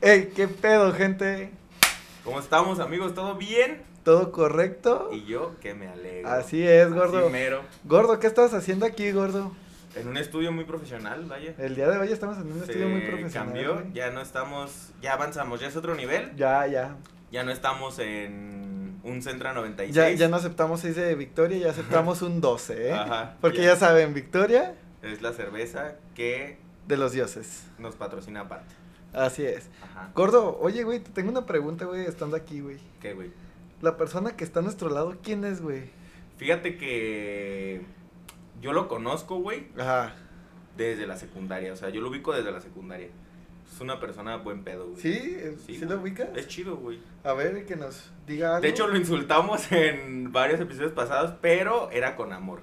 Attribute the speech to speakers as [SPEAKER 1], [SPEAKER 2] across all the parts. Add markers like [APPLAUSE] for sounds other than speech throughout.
[SPEAKER 1] Ey, qué pedo, gente.
[SPEAKER 2] ¿Cómo estamos, amigos? ¿Todo bien?
[SPEAKER 1] ¿Todo correcto?
[SPEAKER 2] Y yo que me alegro.
[SPEAKER 1] Así es, gordo.
[SPEAKER 2] Así mero.
[SPEAKER 1] Gordo, ¿qué estás haciendo aquí, gordo?
[SPEAKER 2] En un estudio muy profesional, vaya.
[SPEAKER 1] El día de hoy estamos en un estudio
[SPEAKER 2] Se
[SPEAKER 1] muy profesional.
[SPEAKER 2] Cambió,
[SPEAKER 1] güey.
[SPEAKER 2] ya no estamos, ya avanzamos, ya es otro nivel.
[SPEAKER 1] Ya, ya.
[SPEAKER 2] Ya no estamos en un Centra 96.
[SPEAKER 1] Ya, ya no aceptamos 6 de Victoria, ya aceptamos un 12, ¿eh?
[SPEAKER 2] Ajá,
[SPEAKER 1] Porque
[SPEAKER 2] ya.
[SPEAKER 1] ya saben, Victoria
[SPEAKER 2] Es la cerveza que
[SPEAKER 1] de los dioses.
[SPEAKER 2] nos patrocina aparte.
[SPEAKER 1] Así es.
[SPEAKER 2] Ajá.
[SPEAKER 1] Gordo, oye, güey, te tengo una pregunta, güey, estando aquí, güey.
[SPEAKER 2] ¿Qué, güey?
[SPEAKER 1] La persona que está a nuestro lado, ¿quién es, güey?
[SPEAKER 2] Fíjate que yo lo conozco, güey,
[SPEAKER 1] Ajá.
[SPEAKER 2] desde la secundaria. O sea, yo lo ubico desde la secundaria. Es una persona buen pedo, güey.
[SPEAKER 1] ¿Sí? ¿Sí, lo
[SPEAKER 2] güey.
[SPEAKER 1] ubicas?
[SPEAKER 2] Es chido, güey.
[SPEAKER 1] A ver, que nos diga algo.
[SPEAKER 2] De hecho, lo insultamos en varios episodios pasados, pero era con amor.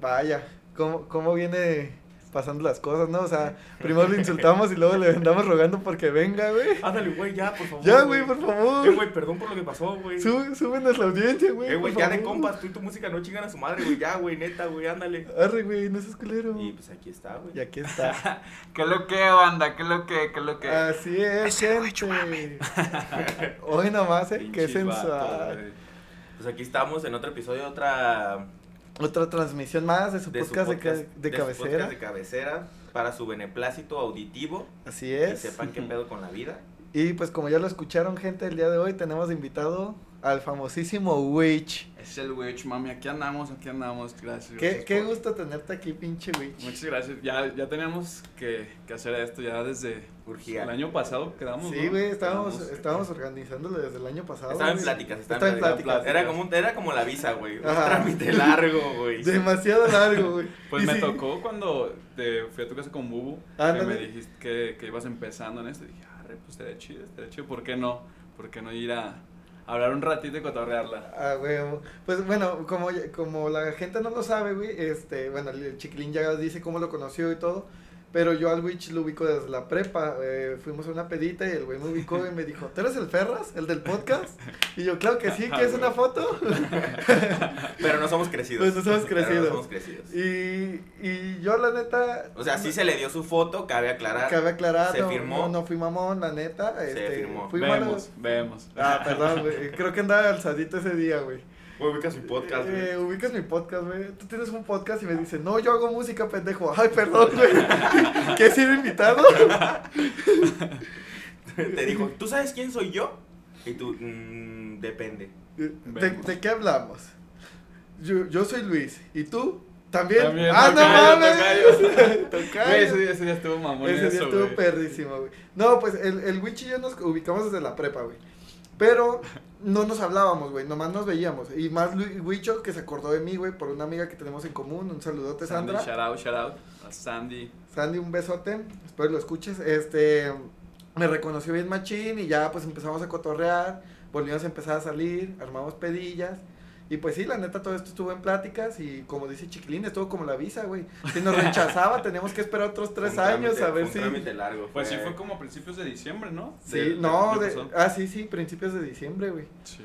[SPEAKER 1] Vaya, ¿cómo, cómo viene pasando las cosas, ¿no? O
[SPEAKER 2] [LAUGHS]
[SPEAKER 1] sea, primero lo insultamos y luego le andamos rogando porque venga, güey.
[SPEAKER 2] Ándale, güey, ya, por favor.
[SPEAKER 1] Ya, güey, por
[SPEAKER 2] Eh,
[SPEAKER 1] favor.
[SPEAKER 2] güey, perdón por lo que pasó, güey.
[SPEAKER 1] Sú- súbenos la audiencia, güey.
[SPEAKER 2] Eh, güey,
[SPEAKER 1] por
[SPEAKER 2] ya de
[SPEAKER 1] favor.
[SPEAKER 2] compas, tú y tu música no chingan a su madre, güey. Ya, güey, neta, güey, ándale.
[SPEAKER 1] Arre, güey, no seas culero.
[SPEAKER 2] Y pues aquí está, güey.
[SPEAKER 1] Y
[SPEAKER 2] [LAUGHS]
[SPEAKER 1] aquí está.
[SPEAKER 3] ¿Qué lo que, banda? ¿Qué lo que? ¿Qué lo que?
[SPEAKER 1] Así es, gente.
[SPEAKER 2] [LAUGHS]
[SPEAKER 1] Hoy nomás, ¿eh? Qué
[SPEAKER 2] Pinches vatos,
[SPEAKER 1] sensual.
[SPEAKER 2] güey. Pues aquí estamos en otro episodio, otra.
[SPEAKER 1] Otra transmisión más de su
[SPEAKER 2] de su
[SPEAKER 1] podcast de, ca-
[SPEAKER 2] podcast-
[SPEAKER 1] de
[SPEAKER 2] de su podcast
[SPEAKER 1] cabecera.
[SPEAKER 2] de cabecera para su beneplácito auditivo.
[SPEAKER 1] Así
[SPEAKER 2] Que
[SPEAKER 1] es.
[SPEAKER 2] sepan qué pedo con la vida.
[SPEAKER 1] Y pues como ya lo escucharon, gente, el día de hoy tenemos de invitado al famosísimo Witch.
[SPEAKER 3] Es el Witch, mami. Aquí andamos, aquí andamos. Gracias.
[SPEAKER 1] Qué,
[SPEAKER 3] gracias
[SPEAKER 1] qué
[SPEAKER 3] por-
[SPEAKER 1] gusto tenerte aquí, pinche Witch.
[SPEAKER 3] Muchas gracias. Ya, ya teníamos que, que hacer esto ya desde
[SPEAKER 2] Urgía.
[SPEAKER 3] el año pasado. Quedamos.
[SPEAKER 1] Sí,
[SPEAKER 3] ¿no?
[SPEAKER 1] güey, estábamos,
[SPEAKER 3] Quedamos.
[SPEAKER 1] estábamos organizándolo desde el año pasado.
[SPEAKER 2] Estaba en
[SPEAKER 1] güey.
[SPEAKER 2] pláticas, estaba,
[SPEAKER 1] Estaba en pláticas.
[SPEAKER 2] Era como, un- era como la visa, güey. Un
[SPEAKER 1] Ajá.
[SPEAKER 2] trámite largo, güey.
[SPEAKER 1] Demasiado largo, güey.
[SPEAKER 3] Pues
[SPEAKER 1] Y
[SPEAKER 3] me
[SPEAKER 1] sí,
[SPEAKER 3] tocó cuando te fui a tu casa con Bubu. Que
[SPEAKER 1] Ándale.
[SPEAKER 3] me dijiste que, que ibas empezando en esto. Y dije, arre, pues estaría chido, estaría chido. ¿Por qué no? ¿Por qué no ir a hablar un ratito y cotorrearla?
[SPEAKER 1] Ah, güey. Pues bueno, como, ya- como la gente no lo sabe, güey, este, bueno, el chiquilín ya dice cómo lo conoció y todo. Pero yo al Witch lo ubico desde la prepa. eh, fuimos a una pedita y el güey me ubicó y me dijo, ¿tú eres el Ferras? ¿El del podcast? Y yo, claro que sí, que es una foto. [LAUGHS]
[SPEAKER 2] Pero no somos crecidos.
[SPEAKER 1] Pues no somos
[SPEAKER 2] Pero
[SPEAKER 1] crecidos.
[SPEAKER 2] somos crecidos.
[SPEAKER 1] Y, y yo, la neta.
[SPEAKER 2] O sea, sí se le dio su foto, cabe aclarar.
[SPEAKER 1] Cabe aclarar,
[SPEAKER 2] Se
[SPEAKER 1] no,
[SPEAKER 2] firmó.
[SPEAKER 1] No, no fui mamón, la neta.
[SPEAKER 2] Se
[SPEAKER 1] este,
[SPEAKER 2] firmó.
[SPEAKER 1] Fui malo.
[SPEAKER 3] vemos, vemos.
[SPEAKER 2] [LAUGHS]
[SPEAKER 1] Ah, perdón, güey. Creo que andaba alzadito ese día, güey.
[SPEAKER 2] Güey, ubica su podcast, güey.
[SPEAKER 1] Eh, ubicas mi podcast, güey. Tú tienes un podcast y me dices, no, yo hago música, pendejo. Ay, perdón, güey.
[SPEAKER 2] [LAUGHS]
[SPEAKER 1] ¿Qué he sido invitado?
[SPEAKER 2] Te dijo, ¿tú sabes quién soy yo? Y tú, "Mm, depende.
[SPEAKER 1] ¿De,
[SPEAKER 3] Vemos.
[SPEAKER 1] de qué hablamos? Yo, yo soy Luis. ¿Y tú? ¿También?
[SPEAKER 3] También,
[SPEAKER 1] ¡Ah,
[SPEAKER 3] tocayo,
[SPEAKER 1] no [LAUGHS] mames! Tocayo.
[SPEAKER 3] Güey, ese día, ese día estuvo mamón.
[SPEAKER 1] Ese día
[SPEAKER 3] eso,
[SPEAKER 1] estuvo
[SPEAKER 3] güey.
[SPEAKER 1] perrísimo, güey. No, pues el, el Witch y yo nos ubicamos desde la prepa, güey. Pero no nos hablábamos, güey, nomás nos veíamos. Y más Lu- Wicho que se acordó de mí, güey, por una amiga que tenemos en común. Un saludote,
[SPEAKER 3] Sandy,
[SPEAKER 1] Sandra.
[SPEAKER 3] shout out, shout out a Sandy.
[SPEAKER 1] Sandy, un besote. Espero que lo escuches. Este, me reconoció bien machín y ya pues empezamos a cotorrear. Volvimos a empezar a salir, armamos pedillas. Y pues sí, la neta, todo esto estuvo en pláticas y como dice Chiquilín, estuvo como la visa, güey. Si nos rechazaba, [LAUGHS] teníamos que esperar otros tres
[SPEAKER 2] Un
[SPEAKER 1] años
[SPEAKER 2] trámite-
[SPEAKER 1] a ver
[SPEAKER 2] un
[SPEAKER 1] si...
[SPEAKER 2] trámite largo.
[SPEAKER 3] Pues sí, fue como a principios de diciembre, ¿no?
[SPEAKER 1] Sí,
[SPEAKER 3] De- de-
[SPEAKER 1] no,
[SPEAKER 3] ¿qué
[SPEAKER 1] de-
[SPEAKER 3] pasó?
[SPEAKER 1] ah, sí, sí, principios de diciembre, güey.
[SPEAKER 3] Sí.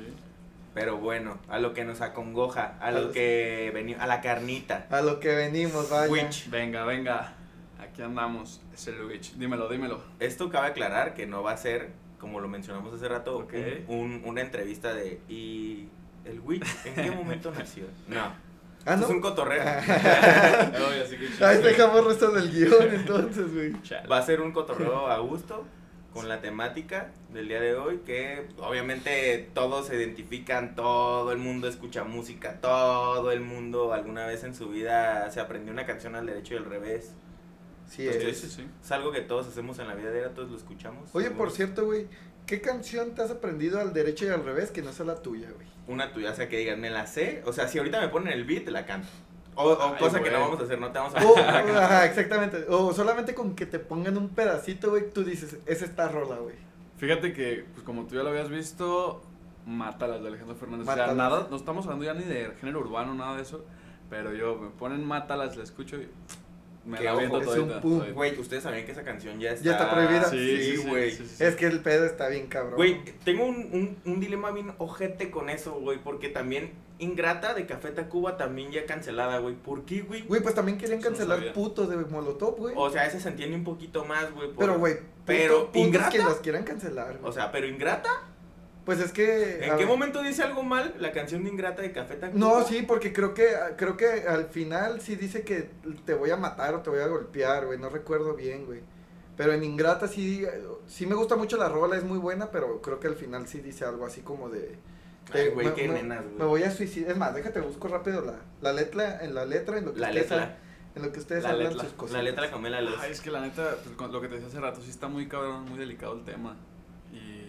[SPEAKER 2] Pero bueno, a lo que nos acongoja, a
[SPEAKER 1] A
[SPEAKER 2] lo
[SPEAKER 1] los-
[SPEAKER 2] que venimos, a la carnita.
[SPEAKER 1] A lo que venimos, vaya.
[SPEAKER 2] Witch.
[SPEAKER 3] Venga, venga. Aquí andamos. Es el Witch. Dímelo, dímelo.
[SPEAKER 2] Esto cabe aclarar que no va a ser, como lo mencionamos hace rato,
[SPEAKER 3] Ok.
[SPEAKER 2] un- un- una entrevista de. ¿Y el witch en qué momento nació? No.
[SPEAKER 1] Ah,
[SPEAKER 2] Es un
[SPEAKER 1] ¿no?
[SPEAKER 2] cotorreo.
[SPEAKER 3] [LAUGHS] Ay, así
[SPEAKER 1] [LAUGHS]
[SPEAKER 3] que
[SPEAKER 1] Ahí dejamos resto del guión, entonces, güey.
[SPEAKER 3] Chale.
[SPEAKER 2] Va a ser un cotorreo a gusto con la temática del día de hoy, que obviamente todos se identifican, todo el mundo escucha música, todo el mundo alguna vez en su vida se aprendió una canción al derecho y al revés.
[SPEAKER 1] Sí,
[SPEAKER 3] Sí,
[SPEAKER 1] es.
[SPEAKER 3] sí, sí.
[SPEAKER 2] Es algo que todos hacemos en la vida diaria, todos lo escuchamos.
[SPEAKER 1] Oye,
[SPEAKER 2] seguro.
[SPEAKER 1] por cierto, güey, ¿qué canción te has aprendido al derecho y al revés que no sea la tuya,
[SPEAKER 2] [LAUGHS]
[SPEAKER 1] güey?
[SPEAKER 2] Una tuya, o sea, que digan, me la sé, o sea, si ahorita me ponen el beat, la canto. O, o
[SPEAKER 3] Ay,
[SPEAKER 2] cosa que
[SPEAKER 3] güey.
[SPEAKER 2] no vamos a hacer, no te vamos a
[SPEAKER 1] O,
[SPEAKER 2] la canción.
[SPEAKER 1] Oh, ajá, exactamente. O solamente con que te pongan un pedacito, güey, tú dices, es esta rola, güey.
[SPEAKER 3] Fíjate que, pues como tú ya lo habías visto, Mátalas de Alejandro Fernández. O
[SPEAKER 1] Mátalas.
[SPEAKER 3] sea, nada, no estamos hablando ya ni de género urbano, nada de eso. Pero yo, me ponen Mátalas, la escucho y me
[SPEAKER 2] Qué
[SPEAKER 3] la
[SPEAKER 2] ojo,
[SPEAKER 3] viento
[SPEAKER 1] es
[SPEAKER 3] todita.
[SPEAKER 1] un pum.
[SPEAKER 3] todita.
[SPEAKER 2] Güey, ustedes sabían que esa canción ya está.
[SPEAKER 1] Ya está prohibida.
[SPEAKER 2] Sí, güey.
[SPEAKER 3] sí, sí, sí.
[SPEAKER 1] Es que el pedo está bien cabrón.
[SPEAKER 2] Güey, tengo un, un, un dilema bien ojete con eso, güey, porque también Ingrata de Café Tacuba también ya cancelada, güey. ¿Por qué, güey?
[SPEAKER 1] Güey, pues también querían
[SPEAKER 3] Eso no
[SPEAKER 1] cancelar
[SPEAKER 3] sabía.
[SPEAKER 1] putos de Molotov, güey.
[SPEAKER 2] O sea, ese se entiende un poquito más, güey. por-
[SPEAKER 1] Pero, güey,
[SPEAKER 2] pero,
[SPEAKER 1] puto- putos
[SPEAKER 2] ¿ingrata?
[SPEAKER 1] que las quieran cancelar. güey.
[SPEAKER 2] O sea, pero Ingrata.
[SPEAKER 1] pues es que.
[SPEAKER 2] ¿En
[SPEAKER 1] a
[SPEAKER 2] qué
[SPEAKER 1] ver.
[SPEAKER 2] momento dice algo mal la canción de Ingrata de Café Tacuba?
[SPEAKER 1] No, sí, porque creo que creo que al final sí dice que te voy a matar o te voy a golpear, güey, no recuerdo bien, güey. Pero en Ingrata sí sí me gusta mucho la rola, es muy buena, pero creo que al final sí dice algo así como de
[SPEAKER 2] Ay,
[SPEAKER 1] te-
[SPEAKER 2] güey,
[SPEAKER 1] me-
[SPEAKER 2] qué
[SPEAKER 1] me-
[SPEAKER 2] nenas, güey.
[SPEAKER 1] me voy a suicidar. Es más, déjate busco rápido la, la letra, en la letra en lo que
[SPEAKER 2] La
[SPEAKER 1] ustedes
[SPEAKER 2] letra.
[SPEAKER 1] en lo que ustedes
[SPEAKER 2] La
[SPEAKER 1] hablan
[SPEAKER 2] letra.
[SPEAKER 1] sus cosas.
[SPEAKER 2] La letra Camela Loz.
[SPEAKER 3] Ay, es que la neta, pues, con lo que te decía hace rato, sí está muy cabrón, muy delicado el tema. Y...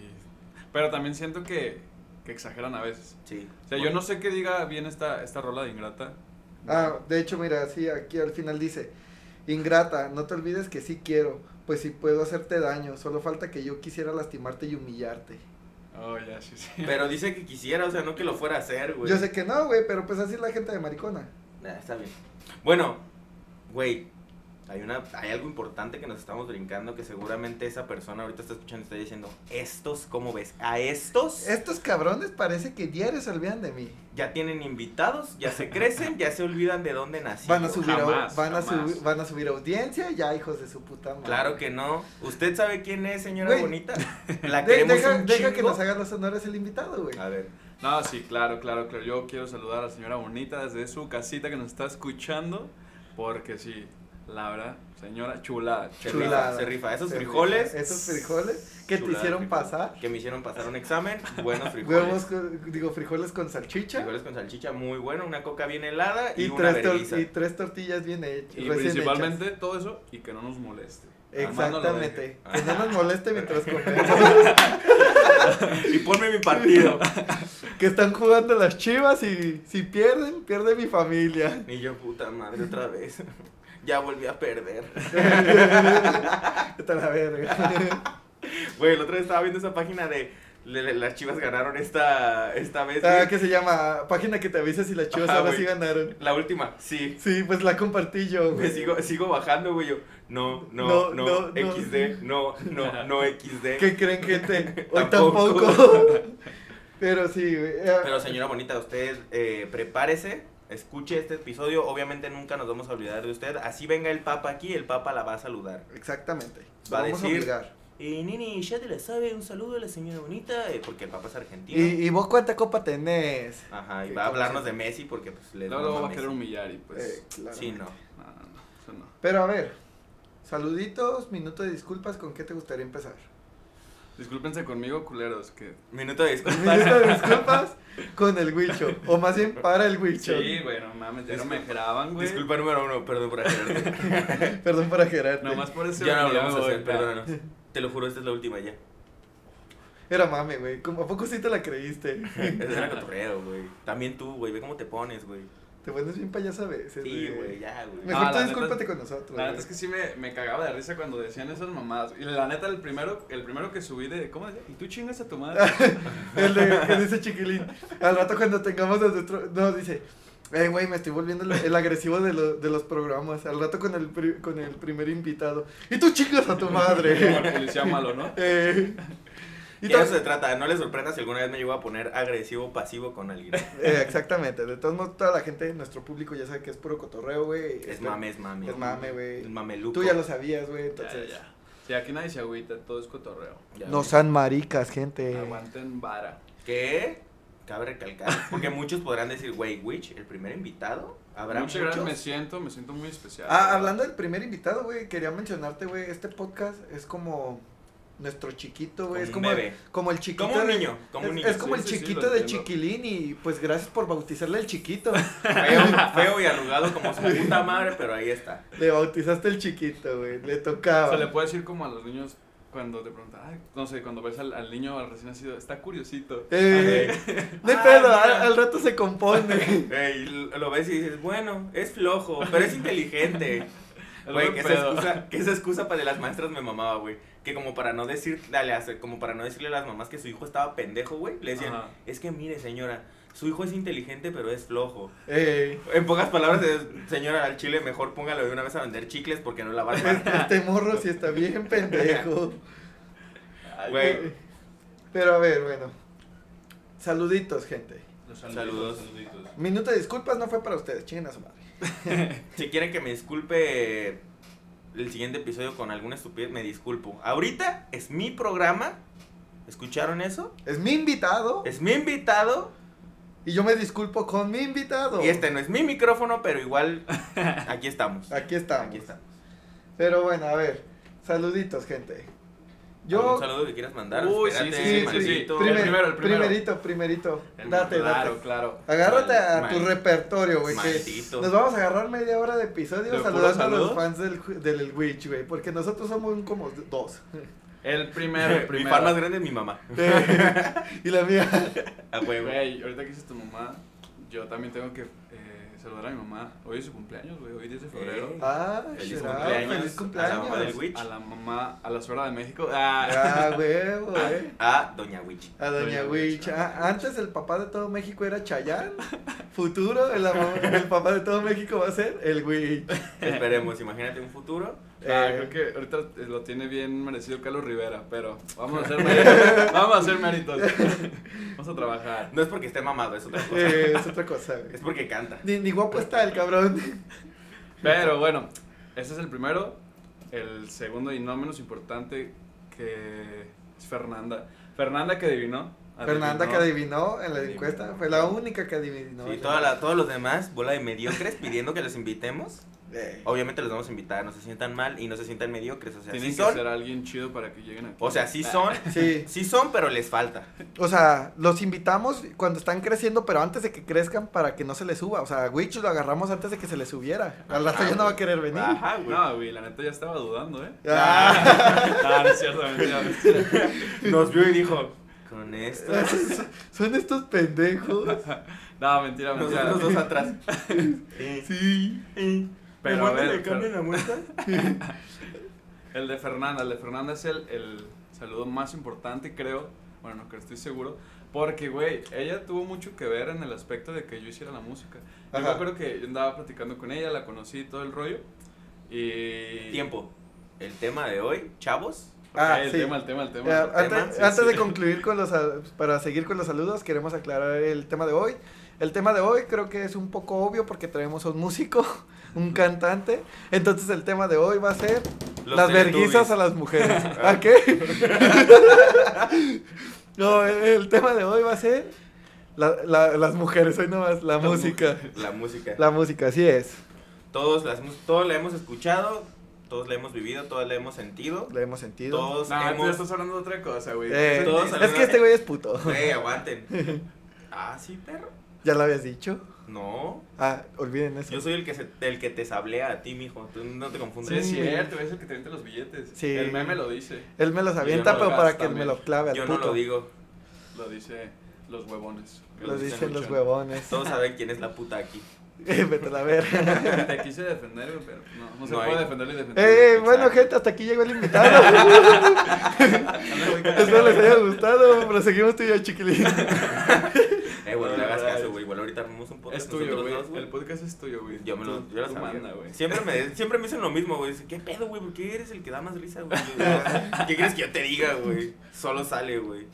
[SPEAKER 3] Pero también siento que, que exageran a veces.
[SPEAKER 2] Sí.
[SPEAKER 3] O sea, yo no sé qué diga bien esta, esta rola de Ingrata.
[SPEAKER 1] Ah, de hecho, mira, sí, aquí al final dice, Ingrata, no te olvides que sí quiero, pues sí puedo hacerte daño, solo falta que yo quisiera lastimarte y humillarte.
[SPEAKER 3] Oh, ya, sí, sí.
[SPEAKER 2] Pero dice que quisiera, o sea, no que lo fuera a hacer, güey.
[SPEAKER 1] Yo sé que no, güey, pero pues así es la gente de maricona.
[SPEAKER 2] Nah, está bien. Bueno, güey, hay, una, hay algo importante que nos estamos brincando que seguramente esa persona ahorita está escuchando y está diciendo, estos, ¿cómo ves? A estos
[SPEAKER 1] Estos cabrones parece que diario se olvidan de mí.
[SPEAKER 2] ya tienen invitados, ya se crecen, ya se olvidan de dónde nacieron.
[SPEAKER 1] Van a subir, a-
[SPEAKER 3] jamás,
[SPEAKER 1] van a
[SPEAKER 3] jamás.
[SPEAKER 1] subir, van a subir audiencia, ya hijos de su puta madre.
[SPEAKER 2] Claro que no. ¿Usted sabe quién es, señora
[SPEAKER 1] Güey. [LAUGHS]
[SPEAKER 2] bonita? La
[SPEAKER 1] De-
[SPEAKER 2] queremos
[SPEAKER 1] deja
[SPEAKER 2] un
[SPEAKER 1] deja
[SPEAKER 2] chingo.
[SPEAKER 1] que nos hagan los honores el invitado, güey.
[SPEAKER 2] A ver,
[SPEAKER 3] No, sí, claro, claro, claro. Yo quiero saludar a la señora Bonita desde su casita que nos está escuchando. Porque sí, la verdad, señora chulada.
[SPEAKER 2] se
[SPEAKER 3] chulada.
[SPEAKER 1] Chulada.
[SPEAKER 2] rifa, se rifa. Esos
[SPEAKER 1] Se
[SPEAKER 2] frijoles.
[SPEAKER 1] rifa. Esos frijoles que te
[SPEAKER 2] Chulada,
[SPEAKER 1] hicieron
[SPEAKER 2] frijoles.
[SPEAKER 1] pasar.
[SPEAKER 2] Que me hicieron pasar un examen.
[SPEAKER 1] [LAUGHS]
[SPEAKER 2] Buenos frijoles.
[SPEAKER 1] Huevos, con- digo, frijoles con salchicha.
[SPEAKER 2] Frijoles con salchicha muy bueno, una coca bien helada y,
[SPEAKER 1] Y,
[SPEAKER 2] una
[SPEAKER 1] tres tor-
[SPEAKER 2] vergüenza.
[SPEAKER 1] y tres tortillas bien hechas.
[SPEAKER 3] Y
[SPEAKER 1] recién
[SPEAKER 3] principalmente todo eso y que no nos moleste.
[SPEAKER 1] hechas.
[SPEAKER 3] Además, no lo deje.
[SPEAKER 1] [LAUGHS] Exactamente. que no nos moleste mientras comemos. [LAUGHS]
[SPEAKER 2] Y ponme mi [LAUGHS] partido.
[SPEAKER 1] que están jugando las chivas y si pierden, pierde mi familia. [LAUGHS]
[SPEAKER 2] Y yo, puta madre, [LAUGHS] otra vez. Ya volví a perder.
[SPEAKER 1] Está la verga.
[SPEAKER 2] Güey, el otro día estaba viendo esa página de le- le- las chivas ganaron esta, esta vez.
[SPEAKER 1] Ah,
[SPEAKER 2] güey.
[SPEAKER 1] que se llama página que te avisa si las chivas
[SPEAKER 2] Ajá,
[SPEAKER 1] ahora
[SPEAKER 2] güey.
[SPEAKER 1] sí ganaron.
[SPEAKER 2] La última, sí.
[SPEAKER 1] Sí, pues la compartí yo,
[SPEAKER 2] Me
[SPEAKER 1] güey.
[SPEAKER 2] sigo, sigo bajando, güey. Yo, no, no,
[SPEAKER 1] No,
[SPEAKER 2] no,
[SPEAKER 1] no, no.
[SPEAKER 2] XD, no, no, no, XD.
[SPEAKER 1] [LAUGHS] ¿Qué creen,
[SPEAKER 2] [LAUGHS]
[SPEAKER 1] gente? Hoy
[SPEAKER 2] Tampoco.
[SPEAKER 1] tampoco.
[SPEAKER 2] [LAUGHS]
[SPEAKER 1] Pero sí, güey. Ah,
[SPEAKER 2] Pero señora bonita, usted eh, prepárese, escuche este episodio. Obviamente nunca nos vamos a olvidar de usted. Así venga el papa aquí, el papa la va a saludar.
[SPEAKER 1] Exactamente.
[SPEAKER 2] Va a
[SPEAKER 1] Vamos
[SPEAKER 2] decir-
[SPEAKER 1] a obligar.
[SPEAKER 2] Y Nini, ya te la sabe, un saludo a la señora bonita, eh, porque el papa es argentino.
[SPEAKER 1] ¿Y, y vos cuánta copa tenés?
[SPEAKER 2] Ajá, y
[SPEAKER 1] Que
[SPEAKER 2] va a
[SPEAKER 1] como
[SPEAKER 2] hablarnos de
[SPEAKER 1] siempre.
[SPEAKER 2] Messi porque pues le
[SPEAKER 3] Luego, luego
[SPEAKER 2] mama
[SPEAKER 3] va a querer
[SPEAKER 2] Messi.
[SPEAKER 3] humillar y pues.
[SPEAKER 1] Eh, claro.
[SPEAKER 2] Sí, no.
[SPEAKER 3] No, no, no, eso no.
[SPEAKER 1] Pero a ver, saluditos, minuto de disculpas, ¿con qué te gustaría
[SPEAKER 2] [LAUGHS]
[SPEAKER 1] empezar?
[SPEAKER 3] Discúlpense conmigo, culeros, que.
[SPEAKER 2] Minuto de
[SPEAKER 1] Minuto
[SPEAKER 2] disculpas.
[SPEAKER 1] de disculpas con el huicho, o más bien para el huicho.
[SPEAKER 3] Sí, güey, no mames, ya no me graban, güey.
[SPEAKER 2] Disculpa número uno, perdón por
[SPEAKER 1] [LAUGHS]
[SPEAKER 2] hacerte.
[SPEAKER 1] Perdón para Gerardo.
[SPEAKER 3] Nomás por eso.
[SPEAKER 2] ya no lo vamos a hacer, perdónanos.
[SPEAKER 1] [LAUGHS]
[SPEAKER 2] Te lo juro, esta es la última ya.
[SPEAKER 1] Era mame, güey. ¿Cómo- ¿A poco sí te la creíste?
[SPEAKER 2] Es una cotorreo, güey. También tú, güey, ve cómo te pones, güey.
[SPEAKER 1] Te pones bien payaso a veces,
[SPEAKER 2] Sí, güey, ya, güey.
[SPEAKER 1] Mejor
[SPEAKER 3] Ah,
[SPEAKER 1] tú
[SPEAKER 3] la
[SPEAKER 1] discúlpate
[SPEAKER 3] neta-
[SPEAKER 1] con nosotros.
[SPEAKER 3] La
[SPEAKER 1] güey.
[SPEAKER 3] neta es que sí me, me cagaba de risa cuando decían esas mamadas. Y la neta, el primero, el primero que subí de. ¿Cómo decía? Y tú chingas a
[SPEAKER 2] [LAUGHS]
[SPEAKER 3] tu madre.
[SPEAKER 1] El de el de ese chiquilín. Al rato cuando tengamos a nuestro... No, dice... Eh, güey, me estoy volviendo el, el agresivo de, lo- de los programas. Al rato con el, pri- con el primer invitado. Y tú chingas a tu
[SPEAKER 3] [LAUGHS] Como el
[SPEAKER 1] madre.
[SPEAKER 3] policía
[SPEAKER 2] [LAUGHS]
[SPEAKER 3] malo, ¿no?
[SPEAKER 1] Eh,
[SPEAKER 2] Y
[SPEAKER 1] y
[SPEAKER 2] de
[SPEAKER 1] todo-
[SPEAKER 2] eso se trata, no les sorprenda si alguna vez me llego a poner agresivo pasivo con
[SPEAKER 1] [LAUGHS]
[SPEAKER 2] alguien.
[SPEAKER 1] eh, exactamente. De todos modos, toda la gente, nuestro público ya sabe que es puro cotorreo, güey.
[SPEAKER 2] Es
[SPEAKER 1] Este,
[SPEAKER 2] mame, es mame.
[SPEAKER 1] Es mame, güey.
[SPEAKER 2] Es mameluco.
[SPEAKER 1] Tú ya lo sabías, güey.
[SPEAKER 3] Ya,
[SPEAKER 1] Entonces...
[SPEAKER 3] ya. Sí, aquí nadie se agüita, todo es cotorreo.
[SPEAKER 2] Ya,
[SPEAKER 1] No
[SPEAKER 2] güey.
[SPEAKER 1] sean maricas,
[SPEAKER 2] eh.
[SPEAKER 3] Ah,
[SPEAKER 1] gente.
[SPEAKER 3] Aguanten vara.
[SPEAKER 2] Que cabe recalcar, porque muchos podrán decir, güey, Witch, el primer invitado. Habrá
[SPEAKER 3] Muchas
[SPEAKER 2] muchos.
[SPEAKER 3] gracias, me siento, me siento muy especial.
[SPEAKER 1] Ah, hablando del primer invitado, güey, quería mencionarte, güey, este podcast es como nuestro chiquito, güey, es
[SPEAKER 2] Como
[SPEAKER 1] como
[SPEAKER 2] un bebé.
[SPEAKER 1] como el chiquito
[SPEAKER 2] Como un
[SPEAKER 1] de-
[SPEAKER 2] niño, como un
[SPEAKER 1] es-
[SPEAKER 2] niño.
[SPEAKER 1] Es, como
[SPEAKER 3] Sí,
[SPEAKER 1] el
[SPEAKER 3] sí, sí,
[SPEAKER 1] chiquito
[SPEAKER 3] lo
[SPEAKER 1] de
[SPEAKER 3] entiendo.
[SPEAKER 1] Chiquilín y pues gracias por bautizarle al chiquito. [LAUGHS]
[SPEAKER 2] Feo, [LAUGHS] feo y arrugado como su puta madre, pero ahí está.
[SPEAKER 1] le bautizaste el chiquito, güey, le tocaba.
[SPEAKER 3] Se le puede decir como a los niños cuando te preguntan, ay, no sé, cuando ves al, al niño recién nacido, está curiosito.
[SPEAKER 1] Eh, de
[SPEAKER 2] Ah,
[SPEAKER 1] pedo,
[SPEAKER 2] mira.
[SPEAKER 1] al, al rato se
[SPEAKER 2] [LAUGHS]
[SPEAKER 1] compone.
[SPEAKER 2] Ey, lo ves y dices, bueno, es flojo, pero es [LAUGHS] inteligente.
[SPEAKER 3] El
[SPEAKER 2] Güey,
[SPEAKER 3] buen
[SPEAKER 2] que esa
[SPEAKER 3] pedo.
[SPEAKER 2] excusa, que esa excusa para de las maestras me mamaba, güey. Que como para no decir, dale, hace- como para no decirle a las mamás que su hijo estaba pendejo, güey, le decían,
[SPEAKER 3] Ajá.
[SPEAKER 2] es que mire, señora, su hijo es inteligente, pero es flojo.
[SPEAKER 1] Eh,
[SPEAKER 2] En pocas palabras, es, señora, al chile mejor póngalo de una vez a vender chicles porque no la va a armar". [LAUGHS]
[SPEAKER 1] este, este morro sí está bien pendejo.
[SPEAKER 3] Ay,
[SPEAKER 2] güey.
[SPEAKER 1] Pero a ver, bueno. Saluditos, gente.
[SPEAKER 4] Los saluditos,
[SPEAKER 2] Saludos.
[SPEAKER 4] saluditos.
[SPEAKER 1] Minuto de disculpas no fue para ustedes, chinguen a su madre.
[SPEAKER 2] Si quieren que me disculpe el siguiente episodio con alguna estupidez, me disculpo. Ahorita es mi programa. ¿Escucharon eso?
[SPEAKER 1] Es mi invitado
[SPEAKER 2] Es mi invitado.
[SPEAKER 1] y yo me disculpo con mi invitado.
[SPEAKER 2] Y este no es mi micrófono, pero igual aquí
[SPEAKER 1] [LAUGHS]
[SPEAKER 2] estamos.
[SPEAKER 1] Aquí estamos.
[SPEAKER 2] Aquí estamos.
[SPEAKER 1] Pero bueno, a ver, saluditos, gente. Yo
[SPEAKER 2] ¿Algún saludo que quieras mandar?
[SPEAKER 3] Uy, sí,
[SPEAKER 2] Espérate,
[SPEAKER 1] sí, sí,
[SPEAKER 2] Manuelito.
[SPEAKER 1] primer-
[SPEAKER 3] El primero, el primero.
[SPEAKER 1] primerito, primerito.
[SPEAKER 3] El-
[SPEAKER 1] Date,
[SPEAKER 3] claro,
[SPEAKER 1] date.
[SPEAKER 3] claro.
[SPEAKER 1] Agárrate a
[SPEAKER 2] Mal-
[SPEAKER 1] tu
[SPEAKER 2] mal-
[SPEAKER 1] repertorio, güey. que
[SPEAKER 2] Maldito.
[SPEAKER 1] Nos vamos a agarrar media hora de
[SPEAKER 3] ¿De
[SPEAKER 1] episodio
[SPEAKER 3] puros
[SPEAKER 1] saludando a los
[SPEAKER 3] saludos?
[SPEAKER 1] fans del, ju- del Witch, güey. Porque nosotros somos un como dos.
[SPEAKER 3] El
[SPEAKER 2] [LAUGHS]
[SPEAKER 3] primero, el
[SPEAKER 2] Mi
[SPEAKER 3] primero.
[SPEAKER 2] fan más grande es mi mamá.
[SPEAKER 1] y la mía.
[SPEAKER 2] A huevo.
[SPEAKER 3] Güey, ahorita que dices tu mamá, yo también tengo que eh, saludar a mi mamá. Hoy es su cumpleaños, güey, hoy 10 de febrero.
[SPEAKER 2] Eh,
[SPEAKER 1] Ah,
[SPEAKER 2] Feliz
[SPEAKER 1] Gerardo,
[SPEAKER 2] cumpleaños
[SPEAKER 1] feliz
[SPEAKER 2] a la mamá del
[SPEAKER 1] cumpleaños.
[SPEAKER 2] Witch.
[SPEAKER 3] A la mamá, a la suegra de México. Ah,
[SPEAKER 1] Ah, huevo, eh.
[SPEAKER 2] A Doña Witch.
[SPEAKER 1] A Doña
[SPEAKER 3] Doña
[SPEAKER 1] Witch.
[SPEAKER 3] Witch,
[SPEAKER 1] Ah, antes el papá de todo México era Chayán. Futuro, el, amor- el papá de todo México va a ser el Witch.
[SPEAKER 2] Esperemos, imagínate un futuro.
[SPEAKER 3] Ah,
[SPEAKER 1] Eh,
[SPEAKER 3] creo que ahorita eh, lo tiene bien merecido Carlos Rivera, pero vamos
[SPEAKER 1] [LAUGHS]
[SPEAKER 3] a hacer méritos. vamos a hacer méritos. [LAUGHS] Vamos a trabajar.
[SPEAKER 2] No es porque esté mamado, es otra
[SPEAKER 1] [LAUGHS]
[SPEAKER 2] cosa.
[SPEAKER 1] Eh, es otra cosa, güey.
[SPEAKER 2] Es porque canta.
[SPEAKER 1] Ni, ni guapo está el cabrón.
[SPEAKER 3] Pero bueno, ese es el primero. El segundo y no menos importante que es Fernanda. Fernanda que adivinó.
[SPEAKER 1] Fernanda que adivinó en la
[SPEAKER 3] Adivinó.
[SPEAKER 1] encuesta. Fue la única que adivinó.
[SPEAKER 2] Sí, toda la- todos los demás, bola de mediocres, pidiendo que los invitemos.
[SPEAKER 1] Eh,
[SPEAKER 2] Obviamente los vamos a invitar, no se sientan mal y no se sientan mediocres. O sea,
[SPEAKER 3] Tienen
[SPEAKER 2] sí
[SPEAKER 3] que ser
[SPEAKER 2] son.
[SPEAKER 3] alguien chido para que lleguen aquí.
[SPEAKER 2] O sea,
[SPEAKER 1] Ah.
[SPEAKER 2] sí son.
[SPEAKER 1] Sí.
[SPEAKER 2] Sí son, pero les falta.
[SPEAKER 1] O sea, los invitamos cuando están creciendo, pero antes de que crezcan para que no se les suba. O sea, Witch lo agarramos antes de que se le subiera. Al rato ya no va a querer venir.
[SPEAKER 2] Ajá, güey.
[SPEAKER 3] No, güey, la neta ya estaba dudando, ¿eh?
[SPEAKER 1] Ah,
[SPEAKER 3] [LAUGHS] No, no es cierto, mentira, mentira.
[SPEAKER 2] Nos vio y dijo, con esto.
[SPEAKER 1] [LAUGHS] Son estos pendejos.
[SPEAKER 3] No, mentira, mentira.
[SPEAKER 2] Nosotros dos atrás.
[SPEAKER 1] Sí.
[SPEAKER 3] Pero a ver, pero-
[SPEAKER 2] la vuelta?
[SPEAKER 3] El de Fernanda, el de Fernanda es el, el saludo más importante, creo. Bueno, no creo, estoy seguro. Porque, güey, ella tuvo mucho que ver en el aspecto de que yo hiciera la música. Yo me
[SPEAKER 1] Ajá.
[SPEAKER 3] acuerdo que yo andaba platicando con ella, la conocí, todo el rollo. Y.
[SPEAKER 2] Tiempo. El tema de hoy, chavos.
[SPEAKER 3] Ok,
[SPEAKER 1] Ah,
[SPEAKER 3] el
[SPEAKER 1] sí.
[SPEAKER 3] tema, el tema, el tema.
[SPEAKER 1] Ya,
[SPEAKER 3] el tema,
[SPEAKER 1] antes
[SPEAKER 3] sí,
[SPEAKER 1] antes
[SPEAKER 3] sí.
[SPEAKER 1] de concluir con los sal- para seguir con los saludos, queremos aclarar el tema de hoy. El tema de hoy creo que es un poco obvio porque traemos a un músico, [LAUGHS] un cantante. Entonces el tema de hoy va a ser
[SPEAKER 2] Los
[SPEAKER 1] las
[SPEAKER 2] Teletubbies.
[SPEAKER 1] verguizas a las mujeres. ¿A qué? [LAUGHS] no, el, el tema de hoy va a ser la- la- las mujeres, hoy nomás, la música.
[SPEAKER 2] La música.
[SPEAKER 1] La música, así es.
[SPEAKER 2] Todos, las, mus- todos la hemos escuchado, todos la hemos vivido, todos la hemos sentido.
[SPEAKER 1] La hemos sentido.
[SPEAKER 2] Todos
[SPEAKER 3] No, tú ya
[SPEAKER 2] hemos.
[SPEAKER 3] estás hablando de otra cosa, güey.
[SPEAKER 1] Eh,
[SPEAKER 2] todos
[SPEAKER 1] es
[SPEAKER 2] alguna-
[SPEAKER 1] que este güey es puto. [LAUGHS]
[SPEAKER 3] [LAUGHS]
[SPEAKER 2] Güey, aguanten. Ah, sí, perro.
[SPEAKER 1] ¿Ya lo habías dicho?
[SPEAKER 2] No.
[SPEAKER 1] Ah, olviden eso.
[SPEAKER 2] Yo soy el que, se- el que te sablea a ti, mijo. Tú no te confundas.
[SPEAKER 3] Sí, es cierto, güey, es el que te vende los billetes.
[SPEAKER 1] Sí.
[SPEAKER 3] El meme lo dice.
[SPEAKER 1] Él me los avienta,
[SPEAKER 2] no lo
[SPEAKER 1] pero
[SPEAKER 3] gas
[SPEAKER 1] para que
[SPEAKER 3] también.
[SPEAKER 1] me lo clave al
[SPEAKER 2] Yo no
[SPEAKER 1] puto.
[SPEAKER 2] lo digo.
[SPEAKER 3] Lo dice los huevones. que
[SPEAKER 1] Lo
[SPEAKER 3] los
[SPEAKER 1] dicen los
[SPEAKER 3] luchando.
[SPEAKER 2] [LAUGHS]
[SPEAKER 1] huevones. [LAUGHS]
[SPEAKER 2] Todos saben quién es la puta aquí.
[SPEAKER 1] Eh, Vete a la verga.
[SPEAKER 3] [LAUGHS] Te quise defender, güey, pero no, no se
[SPEAKER 2] No hay.
[SPEAKER 3] puede defenderlo y defenderlo.
[SPEAKER 1] Eh,
[SPEAKER 3] [LAUGHS]
[SPEAKER 2] Exacto.
[SPEAKER 1] bueno, gente, hasta aquí llegó el invitado. [LAUGHS] Espero les haya gustado. Proseguimos tú y yo, chiquilín.
[SPEAKER 2] Eh, güey, no le
[SPEAKER 3] Ay,
[SPEAKER 2] hagas
[SPEAKER 3] ay.
[SPEAKER 2] caso, güey. Igual ahorita armamos un podcast.
[SPEAKER 3] Es tuyo,
[SPEAKER 2] nosotros
[SPEAKER 3] güey.
[SPEAKER 2] dos, güey.
[SPEAKER 3] El podcast es tuyo, güey.
[SPEAKER 2] Yo me lo
[SPEAKER 3] Tú-
[SPEAKER 2] yo las
[SPEAKER 3] tú
[SPEAKER 2] mando.
[SPEAKER 3] manda, güey.
[SPEAKER 2] Siempre
[SPEAKER 3] [LAUGHS]
[SPEAKER 2] me, siempre me dicen lo mismo, güey. Dicen, ¿Qué pedo, güey? ¿Por qué eres el que da más risa,
[SPEAKER 3] [LAUGHS]
[SPEAKER 2] güey? ¿Qué quieres que yo te diga, güey? Solo sale, güey.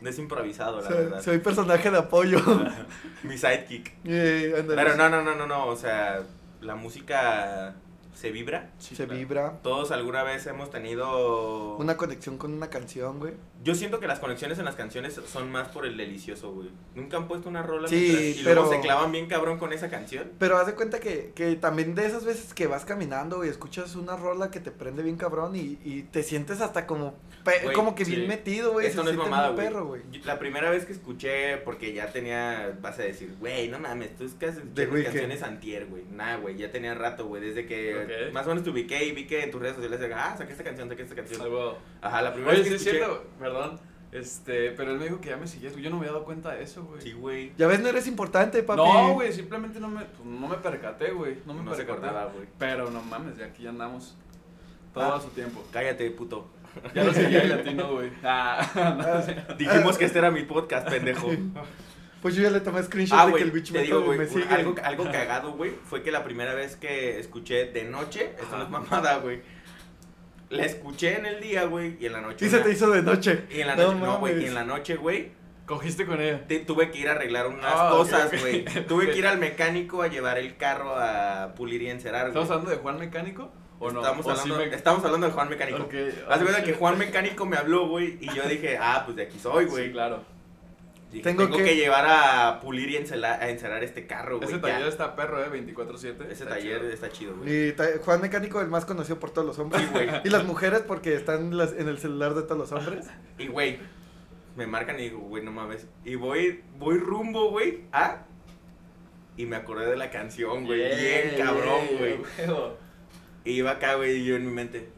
[SPEAKER 2] No Es improvisado, la
[SPEAKER 1] Soy,
[SPEAKER 2] verdad.
[SPEAKER 1] soy personaje de apoyo. [LAUGHS]
[SPEAKER 2] Mi sidekick.
[SPEAKER 1] Eh, ándale.
[SPEAKER 2] Pero no, no, no, no, no. O sea, la música se vibra.
[SPEAKER 3] Sí,
[SPEAKER 1] Se
[SPEAKER 3] claro.
[SPEAKER 1] vibra.
[SPEAKER 2] Todos alguna vez hemos tenido.
[SPEAKER 1] Una conexión con una canción, güey.
[SPEAKER 2] Yo siento que las conexiones en las canciones son más por el delicioso, güey. Nunca han puesto una rola
[SPEAKER 1] Sí,
[SPEAKER 2] mientras- y luego
[SPEAKER 1] pero-
[SPEAKER 2] se clavan bien cabrón con esa canción.
[SPEAKER 1] Pero haz de cuenta que, que también de esas veces que vas caminando y escuchas una rola que te prende bien cabrón y, y te sientes hasta como pe-
[SPEAKER 2] Güey,
[SPEAKER 1] como que
[SPEAKER 3] sí.
[SPEAKER 1] bien metido, güey.
[SPEAKER 2] Eso
[SPEAKER 1] se
[SPEAKER 2] no es
[SPEAKER 1] siente
[SPEAKER 2] mamada,
[SPEAKER 1] muy
[SPEAKER 2] güey.
[SPEAKER 1] perro, güey.
[SPEAKER 2] Yo- La primera vez que escuché, porque ya tenía, vas a decir, güey, no mames, tú escuchas
[SPEAKER 1] The
[SPEAKER 2] escuchando
[SPEAKER 1] Weeknd.
[SPEAKER 2] canciones antier, güey. Nah, güey, ya tenía rato, güey, desde que
[SPEAKER 3] Ok.
[SPEAKER 2] más o menos te ubiqué y vi que en tus redes sociales, ah, saqué esta canción, saqué esta
[SPEAKER 3] Ay,
[SPEAKER 2] canción.
[SPEAKER 3] güey.
[SPEAKER 2] Ajá, la primera
[SPEAKER 3] Oye,
[SPEAKER 2] vez
[SPEAKER 3] sí
[SPEAKER 2] que
[SPEAKER 3] es
[SPEAKER 2] escuché.
[SPEAKER 3] cierto, perdón. Este, pero él me dijo que ya me seguías, güey. Yo no me había dado cuenta de eso, güey.
[SPEAKER 2] Sí, güey.
[SPEAKER 1] Ya ves, no eres importante, papi.
[SPEAKER 3] No, güey, simplemente no me, pues, no me percaté, güey. No me
[SPEAKER 2] No se
[SPEAKER 3] percaté.
[SPEAKER 2] acordaba, güey.
[SPEAKER 3] pero no mames, de aquí andamos. Todo
[SPEAKER 1] Ah.
[SPEAKER 3] a su tiempo.
[SPEAKER 2] Cállate, puto.
[SPEAKER 3] Ya lo seguía el latino, güey. [LAUGHS] Ah, no.
[SPEAKER 1] Ah,
[SPEAKER 2] Dijimos que este era mi podcast,
[SPEAKER 3] [LAUGHS]
[SPEAKER 2] pendejo.
[SPEAKER 1] Pues yo ya le tomé screenshot de
[SPEAKER 2] Ah,
[SPEAKER 1] que
[SPEAKER 2] güey,
[SPEAKER 1] el Witch
[SPEAKER 2] te
[SPEAKER 1] Metal
[SPEAKER 2] digo, güey,
[SPEAKER 1] me
[SPEAKER 2] un-
[SPEAKER 1] sigue.
[SPEAKER 2] algo, algo cagado, güey, fue que la primera vez que escuché de noche, esto no es mamada, güey, la escuché en el día, güey, y en la noche.
[SPEAKER 1] Y se
[SPEAKER 2] una-
[SPEAKER 1] te hizo de noche.
[SPEAKER 2] Y en la noche, no, güey,
[SPEAKER 1] mames.
[SPEAKER 2] y en la noche, güey,
[SPEAKER 3] Cogiste con ella.
[SPEAKER 2] Te- tuve que ir a arreglar unas
[SPEAKER 3] Ah, ok,
[SPEAKER 2] cosas,
[SPEAKER 3] ok.
[SPEAKER 2] güey. Tuve
[SPEAKER 3] Ok.
[SPEAKER 2] que ir al mecánico a llevar el carro a pulir y encerar, Ah, güey.
[SPEAKER 3] ¿Estamos hablando de Juan Mecánico? ¿O no?
[SPEAKER 2] Estamos
[SPEAKER 3] ¿O sí
[SPEAKER 2] hablando,
[SPEAKER 3] me-
[SPEAKER 2] estamos hablando de Juan Mecánico.
[SPEAKER 3] Ok,
[SPEAKER 2] Haz de cuenta
[SPEAKER 3] ok.
[SPEAKER 2] que Juan Mecánico me habló, güey, y yo dije, ah, pues de aquí soy, güey.
[SPEAKER 3] Sí, claro.
[SPEAKER 2] Dije,
[SPEAKER 1] Tengo
[SPEAKER 2] tengo,
[SPEAKER 1] que-
[SPEAKER 2] que... llevar a pulir y encerar, a encerar este carro, güey.
[SPEAKER 3] Ese
[SPEAKER 2] ya.
[SPEAKER 3] taller está perro, ¿eh? 24-7.
[SPEAKER 2] Ese
[SPEAKER 3] Está
[SPEAKER 2] taller
[SPEAKER 3] chido.
[SPEAKER 2] está chido, güey.
[SPEAKER 1] Y ta- Juan Mecánico, el más conocido por todos los hombres.
[SPEAKER 2] Sí, güey.
[SPEAKER 1] Y las mujeres porque están las- en el celular de todos los
[SPEAKER 2] [LAUGHS]
[SPEAKER 1] hombres.
[SPEAKER 2] Y, güey, me marcan y digo, güey, no mames. Y voy, voy rumbo, güey, a... Y me acordé de la canción, güey.
[SPEAKER 3] Yeah,
[SPEAKER 2] Bien cabrón,
[SPEAKER 3] yeah,
[SPEAKER 2] güey.
[SPEAKER 3] huevo.
[SPEAKER 2] Y iba acá, güey, y yo en mi mente.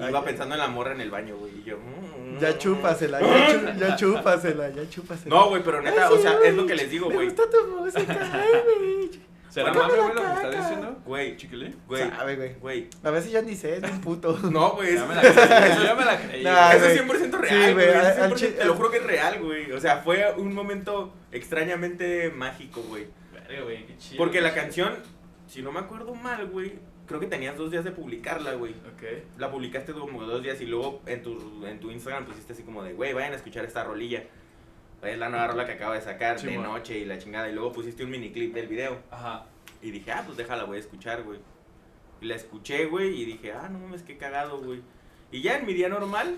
[SPEAKER 1] Ay,
[SPEAKER 2] Iba
[SPEAKER 1] ya.
[SPEAKER 2] pensando en la morra en el baño, güey. Y yo. mm,
[SPEAKER 1] Ya
[SPEAKER 2] mm,
[SPEAKER 1] chúpasela, ya, chu- ya chúpasela, ya chúpasela.
[SPEAKER 2] No, güey, pero neta,
[SPEAKER 1] Ay,
[SPEAKER 2] o sea,
[SPEAKER 1] sí,
[SPEAKER 2] es lo que les digo,
[SPEAKER 1] Me
[SPEAKER 2] güey.
[SPEAKER 1] gusta tu música, ay, güey.
[SPEAKER 3] ¿Será
[SPEAKER 2] Sácame
[SPEAKER 3] mame,
[SPEAKER 1] la
[SPEAKER 3] güey, lo que está
[SPEAKER 1] caca.
[SPEAKER 3] diciendo?
[SPEAKER 2] Güey,
[SPEAKER 3] ¿Chiquilín?
[SPEAKER 2] güey,
[SPEAKER 1] Sabe, güey.
[SPEAKER 2] güey.
[SPEAKER 1] A veces ya ni sé, es un puto.
[SPEAKER 2] No, güey,
[SPEAKER 3] Ya
[SPEAKER 2] eso,
[SPEAKER 3] me la creí, eso ya me la creí.
[SPEAKER 1] Nah,
[SPEAKER 2] eso
[SPEAKER 1] güey.
[SPEAKER 2] es 100% real,
[SPEAKER 1] Sí, güey,
[SPEAKER 2] güey. eso es
[SPEAKER 1] al- al
[SPEAKER 2] 100%
[SPEAKER 1] chi-
[SPEAKER 2] te lo juro que es real, güey. O sea, fue un momento extrañamente mágico, güey.
[SPEAKER 3] Verga, güey, qué chido.
[SPEAKER 2] Porque la
[SPEAKER 3] qué chido.
[SPEAKER 2] canción, si no me acuerdo mal, güey, creo que tenías dos días de publicarla, güey.
[SPEAKER 3] Ok.
[SPEAKER 2] la publicaste como dos días y luego en tu, en tu Instagram pusiste así como de, güey, vayan a escuchar esta rolilla. Es la nueva rola que acaba de sacar de
[SPEAKER 3] Simón.
[SPEAKER 2] noche y la chingada. Y luego pusiste un miniclip del video.
[SPEAKER 3] Ajá.
[SPEAKER 2] Y dije, ah, pues déjala, voy a escuchar, güey. Y la escuché, güey, y dije, ah, no mames, qué cagado, güey. Y ya en mi día normal,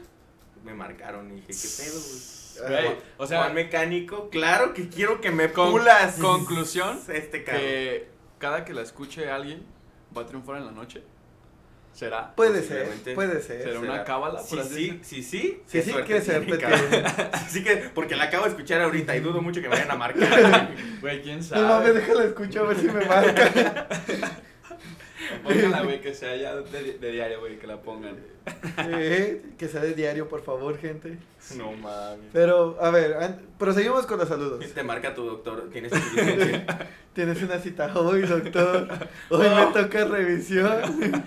[SPEAKER 2] me marcaron y dije, qué pedo, [LAUGHS] güey.
[SPEAKER 3] Güey, o sea,
[SPEAKER 2] Juan Mecánico, claro que quiero que me
[SPEAKER 3] Con-
[SPEAKER 2] pulas.
[SPEAKER 3] conclusión,
[SPEAKER 2] [LAUGHS] Este cabrón.
[SPEAKER 3] que cada que la escuche alguien va a triunfar en la noche. ¿Será?
[SPEAKER 1] Puede ser,
[SPEAKER 2] posiblemente.
[SPEAKER 1] puede ser.
[SPEAKER 3] Será una cábala, por
[SPEAKER 2] Sí,
[SPEAKER 3] así
[SPEAKER 2] sí,
[SPEAKER 3] decirlo.
[SPEAKER 2] sí, sí.
[SPEAKER 1] Sí,
[SPEAKER 2] qué
[SPEAKER 1] sí,
[SPEAKER 2] suerte
[SPEAKER 1] que se
[SPEAKER 2] tiene,
[SPEAKER 1] repete.
[SPEAKER 2] cabrón. [LAUGHS] Así que, porque la acabo de escuchar ahorita y dudo mucho que me vayan a marcar.
[SPEAKER 3] Güey, quién sabe.
[SPEAKER 1] No mames, déjala escucho a ver si me marca. [LAUGHS]
[SPEAKER 3] Pónganla, güey, que sea ya de, de diario, güey, que la pongan.
[SPEAKER 1] Eh, que sea de diario, por favor, gente.
[SPEAKER 2] [LAUGHS] no mames.
[SPEAKER 1] Pero, a ver, an- proseguimos con los saludos.
[SPEAKER 2] Te marca tu doctor, tienes tu [LAUGHS] licencia.
[SPEAKER 1] Tienes una cita hoy,
[SPEAKER 3] [LAUGHS]
[SPEAKER 1] doctor. Hoy me toca revisión.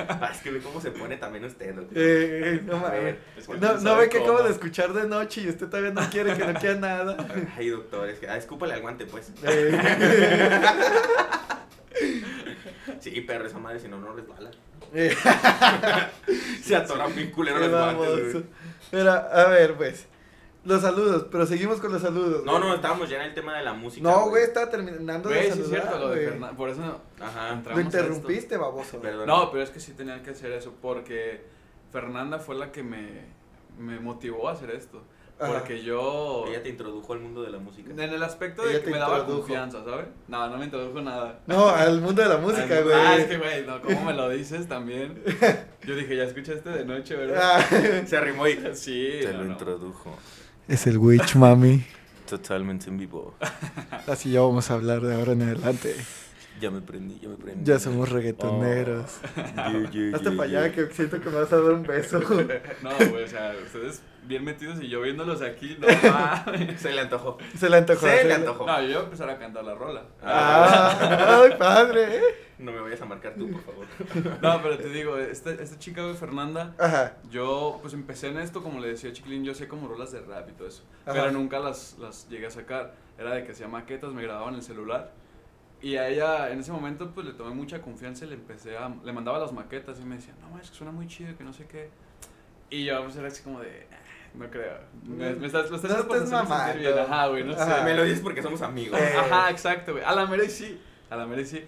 [SPEAKER 2] Ah, es que ve cómo se pone también usted, doctor.
[SPEAKER 1] Eh, no
[SPEAKER 2] A
[SPEAKER 1] mames.
[SPEAKER 2] ver,
[SPEAKER 3] Es que
[SPEAKER 1] No,
[SPEAKER 3] quién
[SPEAKER 1] no
[SPEAKER 3] sabe
[SPEAKER 1] ve que acabo
[SPEAKER 3] cómo.
[SPEAKER 1] de escuchar de noche y usted todavía no quiere que no quiera
[SPEAKER 3] [LAUGHS]
[SPEAKER 1] nada.
[SPEAKER 2] Ay, doctor, es que, ah, escúpale al guante, pues.
[SPEAKER 1] Eh, [LAUGHS]
[SPEAKER 2] Sí, pero esa madre, si no, no resbala.
[SPEAKER 1] eh,
[SPEAKER 2] [LAUGHS] Se atora bien culero
[SPEAKER 1] qué
[SPEAKER 2] los guantes,
[SPEAKER 1] baboso.
[SPEAKER 2] güey.
[SPEAKER 1] Pero, a ver, pues. Los saludos, pero seguimos con los saludos.
[SPEAKER 2] No, no, estábamos ya en el tema de la música.
[SPEAKER 1] No, güey, estaba terminando de
[SPEAKER 3] Güey, sí es
[SPEAKER 1] saludar,
[SPEAKER 3] cierto, lo de
[SPEAKER 1] güey.
[SPEAKER 3] Fernan- Por eso no-
[SPEAKER 2] Ajá.
[SPEAKER 1] Lo
[SPEAKER 3] entramos a esto.
[SPEAKER 1] interrumpiste, baboso.
[SPEAKER 2] Perdón.
[SPEAKER 3] No, pero es que sí tenían que hacer eso porque Fernanda fue la que me, me motivó a hacer esto.
[SPEAKER 1] Ajá.
[SPEAKER 3] Porque yo...
[SPEAKER 2] Ella te introdujo al mundo de la música.
[SPEAKER 3] En el aspecto de
[SPEAKER 1] Ella
[SPEAKER 3] que
[SPEAKER 1] te
[SPEAKER 3] me daba
[SPEAKER 1] introdujo.
[SPEAKER 3] confianza, ¿sabes? No, no me introdujo nada.
[SPEAKER 1] No, al mundo de la música,
[SPEAKER 2] Al-
[SPEAKER 1] güey.
[SPEAKER 3] Ah, es que, güey, no, ¿cómo me lo dices también?
[SPEAKER 1] [LAUGHS]
[SPEAKER 3] Yo dije, ya escuchaste de noche, ¿verdad? [LAUGHS]
[SPEAKER 1] Ah, [LAUGHS]
[SPEAKER 2] Se arrimó [LAUGHS] y.
[SPEAKER 3] Sí. no, no.
[SPEAKER 2] introdujo.
[SPEAKER 1] es el witch, mami.
[SPEAKER 2] Totalmente en vivo.
[SPEAKER 1] Así ya vamos a hablar de ahora en adelante.
[SPEAKER 2] Ya me prendí, ya me prendí.
[SPEAKER 1] Ya somos reggaetoneros. [LAUGHS]
[SPEAKER 2] Oh.
[SPEAKER 1] Hazte para allá que siento que me vas a dar un
[SPEAKER 2] [LAUGHS]
[SPEAKER 1] beso.
[SPEAKER 3] [LAUGHS] No, güey, o sea, ustedes bien metidos y yo viéndolos aquí, no mames.
[SPEAKER 2] Se le antojó.
[SPEAKER 1] Se le antojó.
[SPEAKER 2] Se le
[SPEAKER 1] hacerlo.
[SPEAKER 2] antojó.
[SPEAKER 3] No, yo iba a empezar a cantar la rola.
[SPEAKER 1] Ah, ay, padre. ¿eh?
[SPEAKER 2] No me vayas a marcar tú, por favor.
[SPEAKER 3] No, pero te digo, esta, esta chica, güey, Fernanda,
[SPEAKER 1] Ajá.
[SPEAKER 3] yo pues empecé en esto, como le decía Chiquilín, yo sé como rolas de rap y todo eso.
[SPEAKER 1] Ajá.
[SPEAKER 3] Pero nunca las, las llegué a sacar. Era de que hacía maquetas, me grababa en el celular. Y a ella, en ese momento, pues le tomé mucha confianza y le empecé a... Le mandaba las maquetas y me decía, no, es que suena muy chido, que no sé qué. Y yo, pues era así como de... "Ah, No creo. Me, me estás, lo estás
[SPEAKER 1] No
[SPEAKER 3] haciendo por
[SPEAKER 1] estés
[SPEAKER 3] hacerme sentir
[SPEAKER 1] mamando.
[SPEAKER 3] bien. Ajá, güey, no
[SPEAKER 1] Ajá.
[SPEAKER 3] sé.
[SPEAKER 2] Me lo dices porque somos amigos.
[SPEAKER 1] Eh.
[SPEAKER 3] Ajá, exacto, güey. A la mera y sí. A la mera y sí.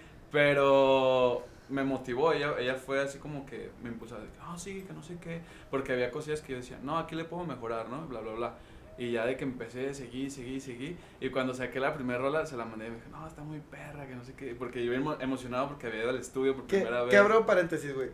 [SPEAKER 3] Pero me motivó. Ella, ella fue así como que me impulsaba. de que, Ah, sí, que no sé qué. Porque había cosillas que yo decía, no, aquí le puedo mejorar, ¿no? Bla, bla, bla. Y ya de que empecé, seguí, seguí, seguí. Y cuando saqué la primera rola, se la mandé y me dijo, no, está muy perra, que no sé qué. Porque yo emo- emocionado porque había ido al estudio por
[SPEAKER 1] Que,
[SPEAKER 3] primera vez.
[SPEAKER 1] que abro paréntesis, güey.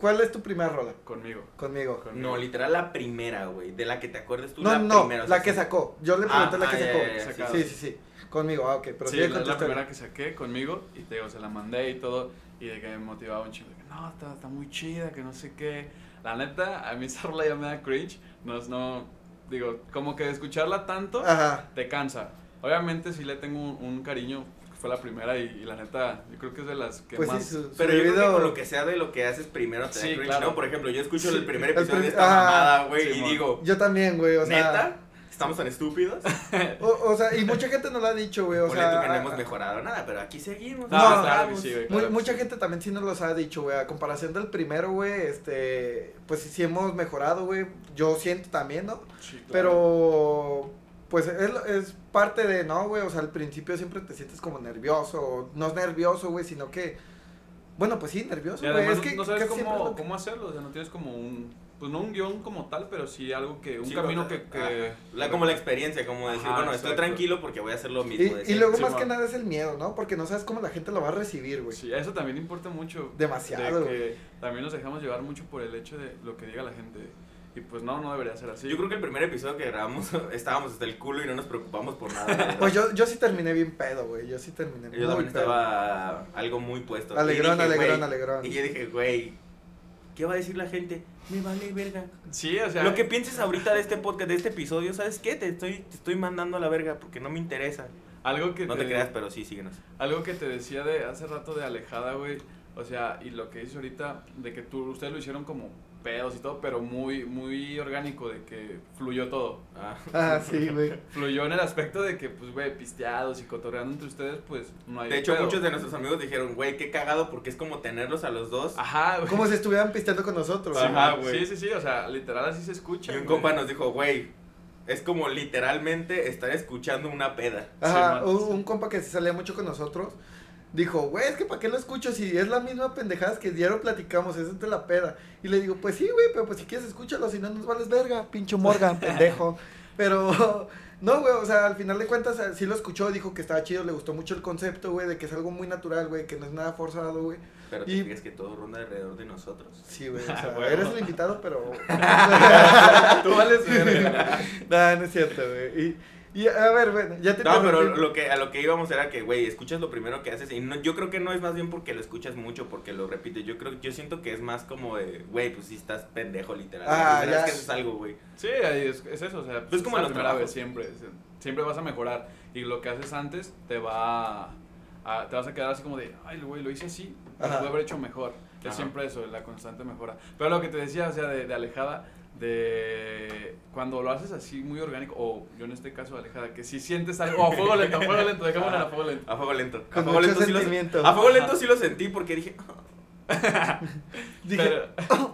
[SPEAKER 1] ¿Cuál es tu primera rola?
[SPEAKER 3] Conmigo.
[SPEAKER 1] Conmigo.
[SPEAKER 3] conmigo.
[SPEAKER 2] No, literal la primera, güey. De la que te acuerdes tú.
[SPEAKER 1] No,
[SPEAKER 2] la
[SPEAKER 1] no,
[SPEAKER 2] primera, o sea,
[SPEAKER 1] la que
[SPEAKER 2] sí.
[SPEAKER 1] sacó. Yo le pregunté la
[SPEAKER 2] Ah,
[SPEAKER 1] que
[SPEAKER 2] ya,
[SPEAKER 1] sacó.
[SPEAKER 2] ya,
[SPEAKER 3] ya,
[SPEAKER 1] sí,
[SPEAKER 3] sí.
[SPEAKER 1] sí, sí. Conmigo, ah, ok. Pero
[SPEAKER 3] Sí,
[SPEAKER 1] sigue
[SPEAKER 3] la,
[SPEAKER 1] con
[SPEAKER 3] es
[SPEAKER 1] tu
[SPEAKER 3] la
[SPEAKER 1] historia.
[SPEAKER 3] primera que saqué conmigo y te digo, se la mandé y todo y de que me motivaba un chingo, de que no, está, está muy chida, que no sé qué. La neta, a mí esa rola ya me da cringe, no, es- no, digo, como que de escucharla tanto
[SPEAKER 1] Ajá.
[SPEAKER 3] te cansa. Obviamente sí le tengo un, un cariño, fue la primera y, y la neta, yo creo que es de las que
[SPEAKER 1] Pues sí,
[SPEAKER 3] más...
[SPEAKER 1] su, su
[SPEAKER 2] Pero yo creo que
[SPEAKER 1] video-
[SPEAKER 2] con lo que sea de lo que haces primero te da
[SPEAKER 3] Sí,
[SPEAKER 2] cringe,
[SPEAKER 3] claro.
[SPEAKER 2] ¿no? Por ejemplo, yo escucho
[SPEAKER 3] Sí.
[SPEAKER 2] el primer
[SPEAKER 1] El
[SPEAKER 2] episodio
[SPEAKER 1] prim-
[SPEAKER 2] de esta
[SPEAKER 1] ah,
[SPEAKER 2] mamada, güey, y
[SPEAKER 3] Simón.
[SPEAKER 2] digo,
[SPEAKER 1] Yo también, güey. O sea,
[SPEAKER 2] ¿neta? ¿Estamos tan estúpidos?
[SPEAKER 1] O, o sea, y mucha gente no lo ha dicho, güey. O
[SPEAKER 2] Ponle
[SPEAKER 1] sea,
[SPEAKER 2] tú que no
[SPEAKER 1] ah,
[SPEAKER 2] hemos
[SPEAKER 1] ah,
[SPEAKER 2] mejorado nada, pero aquí seguimos.
[SPEAKER 3] No,
[SPEAKER 2] aquí
[SPEAKER 1] claro
[SPEAKER 2] estamos.
[SPEAKER 3] que sí, güey.
[SPEAKER 1] Mu-
[SPEAKER 3] Claro que
[SPEAKER 1] mucha
[SPEAKER 3] sí.
[SPEAKER 1] gente también sí nos los ha dicho, güey. A comparación del primero, güey, este. Pues sí, sí hemos mejorado, güey. Yo siento también, ¿no?
[SPEAKER 3] Sí, claro.
[SPEAKER 1] Pero. pues es, es parte de, no, güey, o sea, al principio siempre te sientes como nervioso, o no es nervioso, güey, sino que, bueno, pues sí, nervioso,
[SPEAKER 3] Y
[SPEAKER 1] güey,
[SPEAKER 3] además
[SPEAKER 1] es que
[SPEAKER 3] no sabes
[SPEAKER 1] casi siempre es
[SPEAKER 3] cómo,
[SPEAKER 1] lo que-
[SPEAKER 3] cómo hacerlo, o sea, no tienes como un, pues no un guión como tal, pero sí algo que, un
[SPEAKER 2] Sí,
[SPEAKER 3] camino
[SPEAKER 2] o sea,
[SPEAKER 3] que... que-
[SPEAKER 2] ajá. La- como la experiencia, como decir,
[SPEAKER 3] Ajá,
[SPEAKER 2] bueno,
[SPEAKER 3] exacto.
[SPEAKER 2] estoy tranquilo porque voy a hacer lo mismo. de
[SPEAKER 1] Y, y
[SPEAKER 2] siempre.
[SPEAKER 1] luego
[SPEAKER 3] Sí,
[SPEAKER 1] más
[SPEAKER 3] ma.
[SPEAKER 1] que nada es el miedo, ¿no? Porque no sabes cómo la gente lo va a recibir, güey.
[SPEAKER 3] Sí, eso también importa mucho.
[SPEAKER 1] Demasiado,
[SPEAKER 3] de que también nos dejamos llevar mucho por el hecho de lo que diga la gente. Y pues no, no debería ser así.
[SPEAKER 2] Yo creo que el primer episodio que grabamos [LAUGHS] estábamos hasta el culo y no nos preocupamos
[SPEAKER 1] [LAUGHS]
[SPEAKER 2] por nada. la verdad.
[SPEAKER 1] Pues yo, yo sí terminé bien pedo, güey, yo sí terminé
[SPEAKER 2] Yo
[SPEAKER 1] muy
[SPEAKER 2] también
[SPEAKER 1] pedo.
[SPEAKER 2] estaba algo muy puesto.
[SPEAKER 1] Alegrón,
[SPEAKER 2] Y dije,
[SPEAKER 1] alegrón,
[SPEAKER 2] "Güey",
[SPEAKER 1] alegrón.
[SPEAKER 2] Y yo dije, güey, ¿qué va a decir la gente? Me vale verga.
[SPEAKER 3] Sí, o sea...
[SPEAKER 2] Lo que pienses ahorita de este podcast, de este episodio, ¿sabes qué? Te estoy, te estoy mandando a la verga porque no me interesa.
[SPEAKER 3] Algo que
[SPEAKER 2] No te creas, pero sí, síguenos.
[SPEAKER 3] Algo que te decía de hace rato de alejada, güey. O sea, y lo que dices ahorita, de que tú, ustedes lo hicieron como pedos y todo, pero muy, muy orgánico, de que fluyó todo.
[SPEAKER 2] Ah,
[SPEAKER 1] Ah, sí,
[SPEAKER 3] [LAUGHS]
[SPEAKER 1] güey.
[SPEAKER 3] Fluyó en el aspecto de que, pues, güey, pisteados y cotorreando entre ustedes, pues, no hay
[SPEAKER 2] De hecho,
[SPEAKER 3] pedo.
[SPEAKER 2] muchos de nuestros amigos dijeron, güey, qué cagado porque es como tenerlos a los dos.
[SPEAKER 3] Ajá, güey.
[SPEAKER 1] Como si estuvieran pisteando con nosotros.
[SPEAKER 2] Sí,
[SPEAKER 1] güey.
[SPEAKER 3] Ajá,
[SPEAKER 2] Ajá, güey.
[SPEAKER 3] Sí, sí, sí, o sea, literal así se
[SPEAKER 2] Y
[SPEAKER 3] escucha.
[SPEAKER 2] un
[SPEAKER 3] güey.
[SPEAKER 2] compa nos dijo, güey, es como literalmente estar escuchando una peda.
[SPEAKER 1] Ajá,
[SPEAKER 3] Sí, man.
[SPEAKER 1] un, un compa que se salía mucho con nosotros. Dijo, güey, es que para qué lo escucho si es la misma pendejada que diario platicamos, es entre la peda. Y le digo, pues sí, güey, pero pues si quieres escúchalo, si no nos vales verga, pincho
[SPEAKER 3] [LAUGHS]
[SPEAKER 1] Morgan, pendejo. Pero, [LAUGHS] no, güey, o sea, al final de cuentas eh, sí lo escuchó, dijo que estaba chido, le gustó mucho el concepto, güey, de que es algo muy natural, güey, que no es nada forzado, güey.
[SPEAKER 2] Pero te
[SPEAKER 1] Y-
[SPEAKER 2] fijas que todo ronda alrededor de nosotros.
[SPEAKER 1] Sí, güey, o sea,
[SPEAKER 3] [LAUGHS] Huevo.
[SPEAKER 1] eres el invitado, pero...
[SPEAKER 3] [LAUGHS]
[SPEAKER 1] [LAUGHS]
[SPEAKER 3] Tú vales verga.
[SPEAKER 1] no, no es cierto, güey. Y, y, a ver, bueno, ya te
[SPEAKER 2] No, pero
[SPEAKER 1] interrumpí.
[SPEAKER 2] lo que, a lo que íbamos era que, güey, escuchas lo primero que haces. Y no, yo creo que no es más bien porque lo escuchas mucho, porque lo repites. Yo creo, yo siento que es más como de, güey, pues sí estás pendejo, literal.
[SPEAKER 1] Ah,
[SPEAKER 2] La primera
[SPEAKER 1] ya.
[SPEAKER 2] vez que haces algo, güey.
[SPEAKER 3] Sí, ahí es, es eso, o sea,
[SPEAKER 2] Pues como
[SPEAKER 3] es
[SPEAKER 2] en
[SPEAKER 3] la
[SPEAKER 2] los
[SPEAKER 3] primera vez
[SPEAKER 2] trabajos.
[SPEAKER 3] siempre, es- siempre vas a mejorar y lo que haces antes te va a, te vas a quedar así como de, ay, güey, lo hice así, lo
[SPEAKER 1] Ajá.
[SPEAKER 3] pude haber hecho mejor.
[SPEAKER 2] Ajá.
[SPEAKER 3] Es siempre eso, la constante mejora. Pero lo que te decía, o sea, de, de alejada, de cuando lo haces así muy orgánico, o yo en este caso alejada, que si sientes algo, o a fuego lento, a fuego lento, dejémoslo en a fuego
[SPEAKER 2] [LAUGHS]
[SPEAKER 3] lento.
[SPEAKER 2] A fuego lento. A
[SPEAKER 1] Con
[SPEAKER 2] fuego
[SPEAKER 1] mucho
[SPEAKER 2] lento, sí lo,
[SPEAKER 1] sentimiento.
[SPEAKER 2] a fuego
[SPEAKER 3] Ajá.
[SPEAKER 2] lento sí lo sentí
[SPEAKER 1] [LAUGHS]
[SPEAKER 2] porque dije,
[SPEAKER 1] Dije,
[SPEAKER 3] Pero-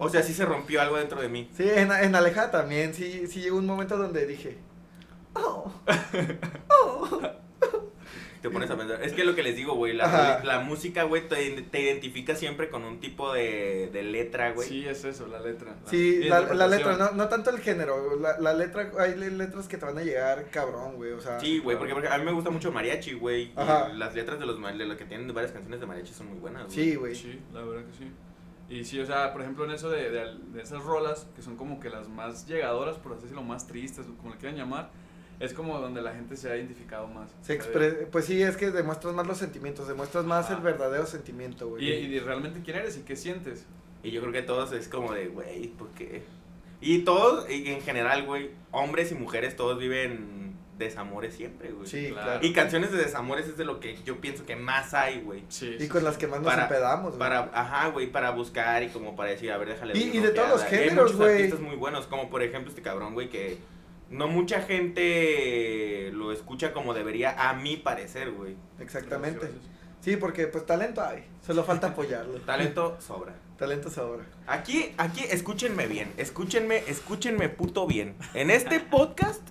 [SPEAKER 2] o sea, sí se rompió algo dentro de mí.
[SPEAKER 1] Sí, en, en Aleja también, sí, sí llegó un momento donde dije, oh,
[SPEAKER 2] Te pones a pensar. Es que lo que les digo, güey, la,
[SPEAKER 1] Ajá.
[SPEAKER 2] la música, güey, te, te identifica siempre con un tipo de, de letra, güey.
[SPEAKER 3] sí, es eso, la letra. la-
[SPEAKER 1] sí,
[SPEAKER 3] y
[SPEAKER 1] la, la
[SPEAKER 3] interpretación.
[SPEAKER 1] letra, no, no tanto el género, la, la letra, hay le- letras que te van a llegar cabrón, güey, o sea,
[SPEAKER 2] Sí, güey, porque, porque a mí me gusta mucho mariachi, güey. y
[SPEAKER 1] ah, Ajá.
[SPEAKER 2] Las letras de los ma- de lo que tienen varias canciones de mariachi son muy buenas, güey.
[SPEAKER 1] sí, güey,
[SPEAKER 3] Sí, la verdad que sí. Y sí, o sea, por ejemplo, en eso de, de, de esas rolas, que son como que las más llegadoras, por así decirlo, más tristes, o como le quieran llamar, es como donde la gente se ha identificado más.
[SPEAKER 1] se
[SPEAKER 3] O sea, de-
[SPEAKER 1] expre- pues sí, es que demuestras más los sentimientos, demuestras más
[SPEAKER 3] Ajá.
[SPEAKER 1] el verdadero sentimiento,
[SPEAKER 3] Y,
[SPEAKER 1] güey.
[SPEAKER 3] y de realmente quién eres y qué sientes.
[SPEAKER 2] Y yo creo que todos es como de, güey, ¿por qué? Y todos, y en general, güey, hombres y mujeres, todos viven desamores siempre, güey.
[SPEAKER 1] Sí,
[SPEAKER 3] claro.
[SPEAKER 1] claro.
[SPEAKER 2] Y canciones de desamores es de lo que yo pienso que más hay, güey.
[SPEAKER 3] Sí.
[SPEAKER 1] Y con las que más nos
[SPEAKER 2] Para-
[SPEAKER 1] empedamos, güey.
[SPEAKER 2] Para, ajá, güey, para buscar y como para decir, a ver, déjale.
[SPEAKER 1] Y-
[SPEAKER 2] doy
[SPEAKER 1] y
[SPEAKER 2] una
[SPEAKER 1] de todos los
[SPEAKER 2] ojeada. Y hay
[SPEAKER 1] géneros,
[SPEAKER 2] muchos
[SPEAKER 1] güey.
[SPEAKER 2] artistas muy buenos, como por ejemplo este cabrón, güey, que no mucha gente lo escucha como debería, a mi parecer, güey.
[SPEAKER 1] Exactamente. Sí, porque pues talento hay, solo falta apoyarlo.
[SPEAKER 2] [LAUGHS] Talento sobra.
[SPEAKER 1] Talentos ahora.
[SPEAKER 2] Aquí, aquí, escúchenme bien, escúchenme, escúchenme puto bien. En este podcast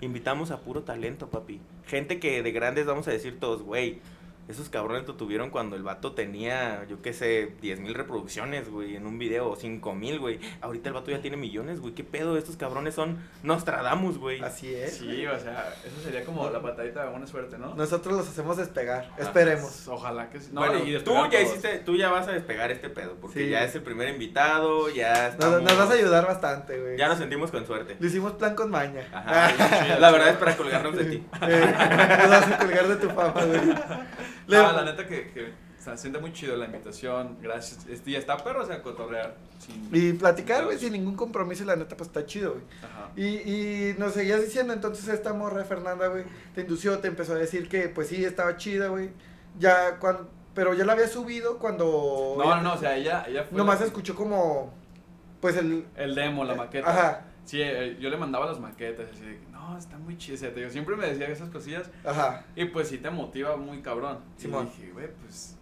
[SPEAKER 2] invitamos a puro talento, papi. Gente que de grandes vamos a decir todos, güey, esos cabrones lo tuvieron cuando el vato tenía, yo qué sé, 10 mil reproducciones, güey, en un video, o 5 mil, güey. Ahorita el vato ya tiene millones, güey, qué pedo, estos cabrones son Nostradamus, güey.
[SPEAKER 1] Así es.
[SPEAKER 3] Sí, o sea, eso sería como la patadita de buena suerte, ¿no?
[SPEAKER 1] Nosotros los hacemos despegar, esperemos.
[SPEAKER 3] Ojalá que sí. No,
[SPEAKER 2] Bueno, tú
[SPEAKER 3] y despegar
[SPEAKER 2] ya
[SPEAKER 3] todos.
[SPEAKER 2] hiciste, tú ya vas a despegar este pedo, porque
[SPEAKER 1] Sí.
[SPEAKER 2] ya es el primer invitado, ya
[SPEAKER 1] Nos,
[SPEAKER 2] estamos,
[SPEAKER 1] nos vas a ayudar bastante, güey.
[SPEAKER 2] Ya nos sentimos con suerte.
[SPEAKER 1] Lo hicimos plan con maña. [LAUGHS]
[SPEAKER 2] Ajá. La verdad es para colgarnos de ti.
[SPEAKER 1] Eh, nos vas a colgar de tu fama, güey. Le-
[SPEAKER 3] Ah, la neta que, que se siente muy chido la invitación. Gracias. Este, y está perro, o sea, cotorrear. sin-
[SPEAKER 1] Y platicar, güey, sin ningún compromiso, y la neta, pues está chido, güey.
[SPEAKER 3] Ajá.
[SPEAKER 1] Y, y nos seguías diciendo, entonces esta morra Fernanda, güey, te indució, te empezó a decir que, pues sí, estaba chida, güey. Ya, cuando, pero ya la había subido cuando. eh,
[SPEAKER 3] No, no, no, o sea, ella, ella fue.
[SPEAKER 1] Nomás
[SPEAKER 3] la-
[SPEAKER 1] escuchó como. Pues el.
[SPEAKER 3] El demo, la maqueta.
[SPEAKER 1] Ajá,
[SPEAKER 3] Sí, eh, yo le mandaba las maquetas, así de que, no, está muy chido. O sea, te digo, siempre me decía esas cosillas
[SPEAKER 1] ajá.
[SPEAKER 3] y pues sí te motiva muy cabrón.
[SPEAKER 1] Simón.
[SPEAKER 3] Y dije, güey, pues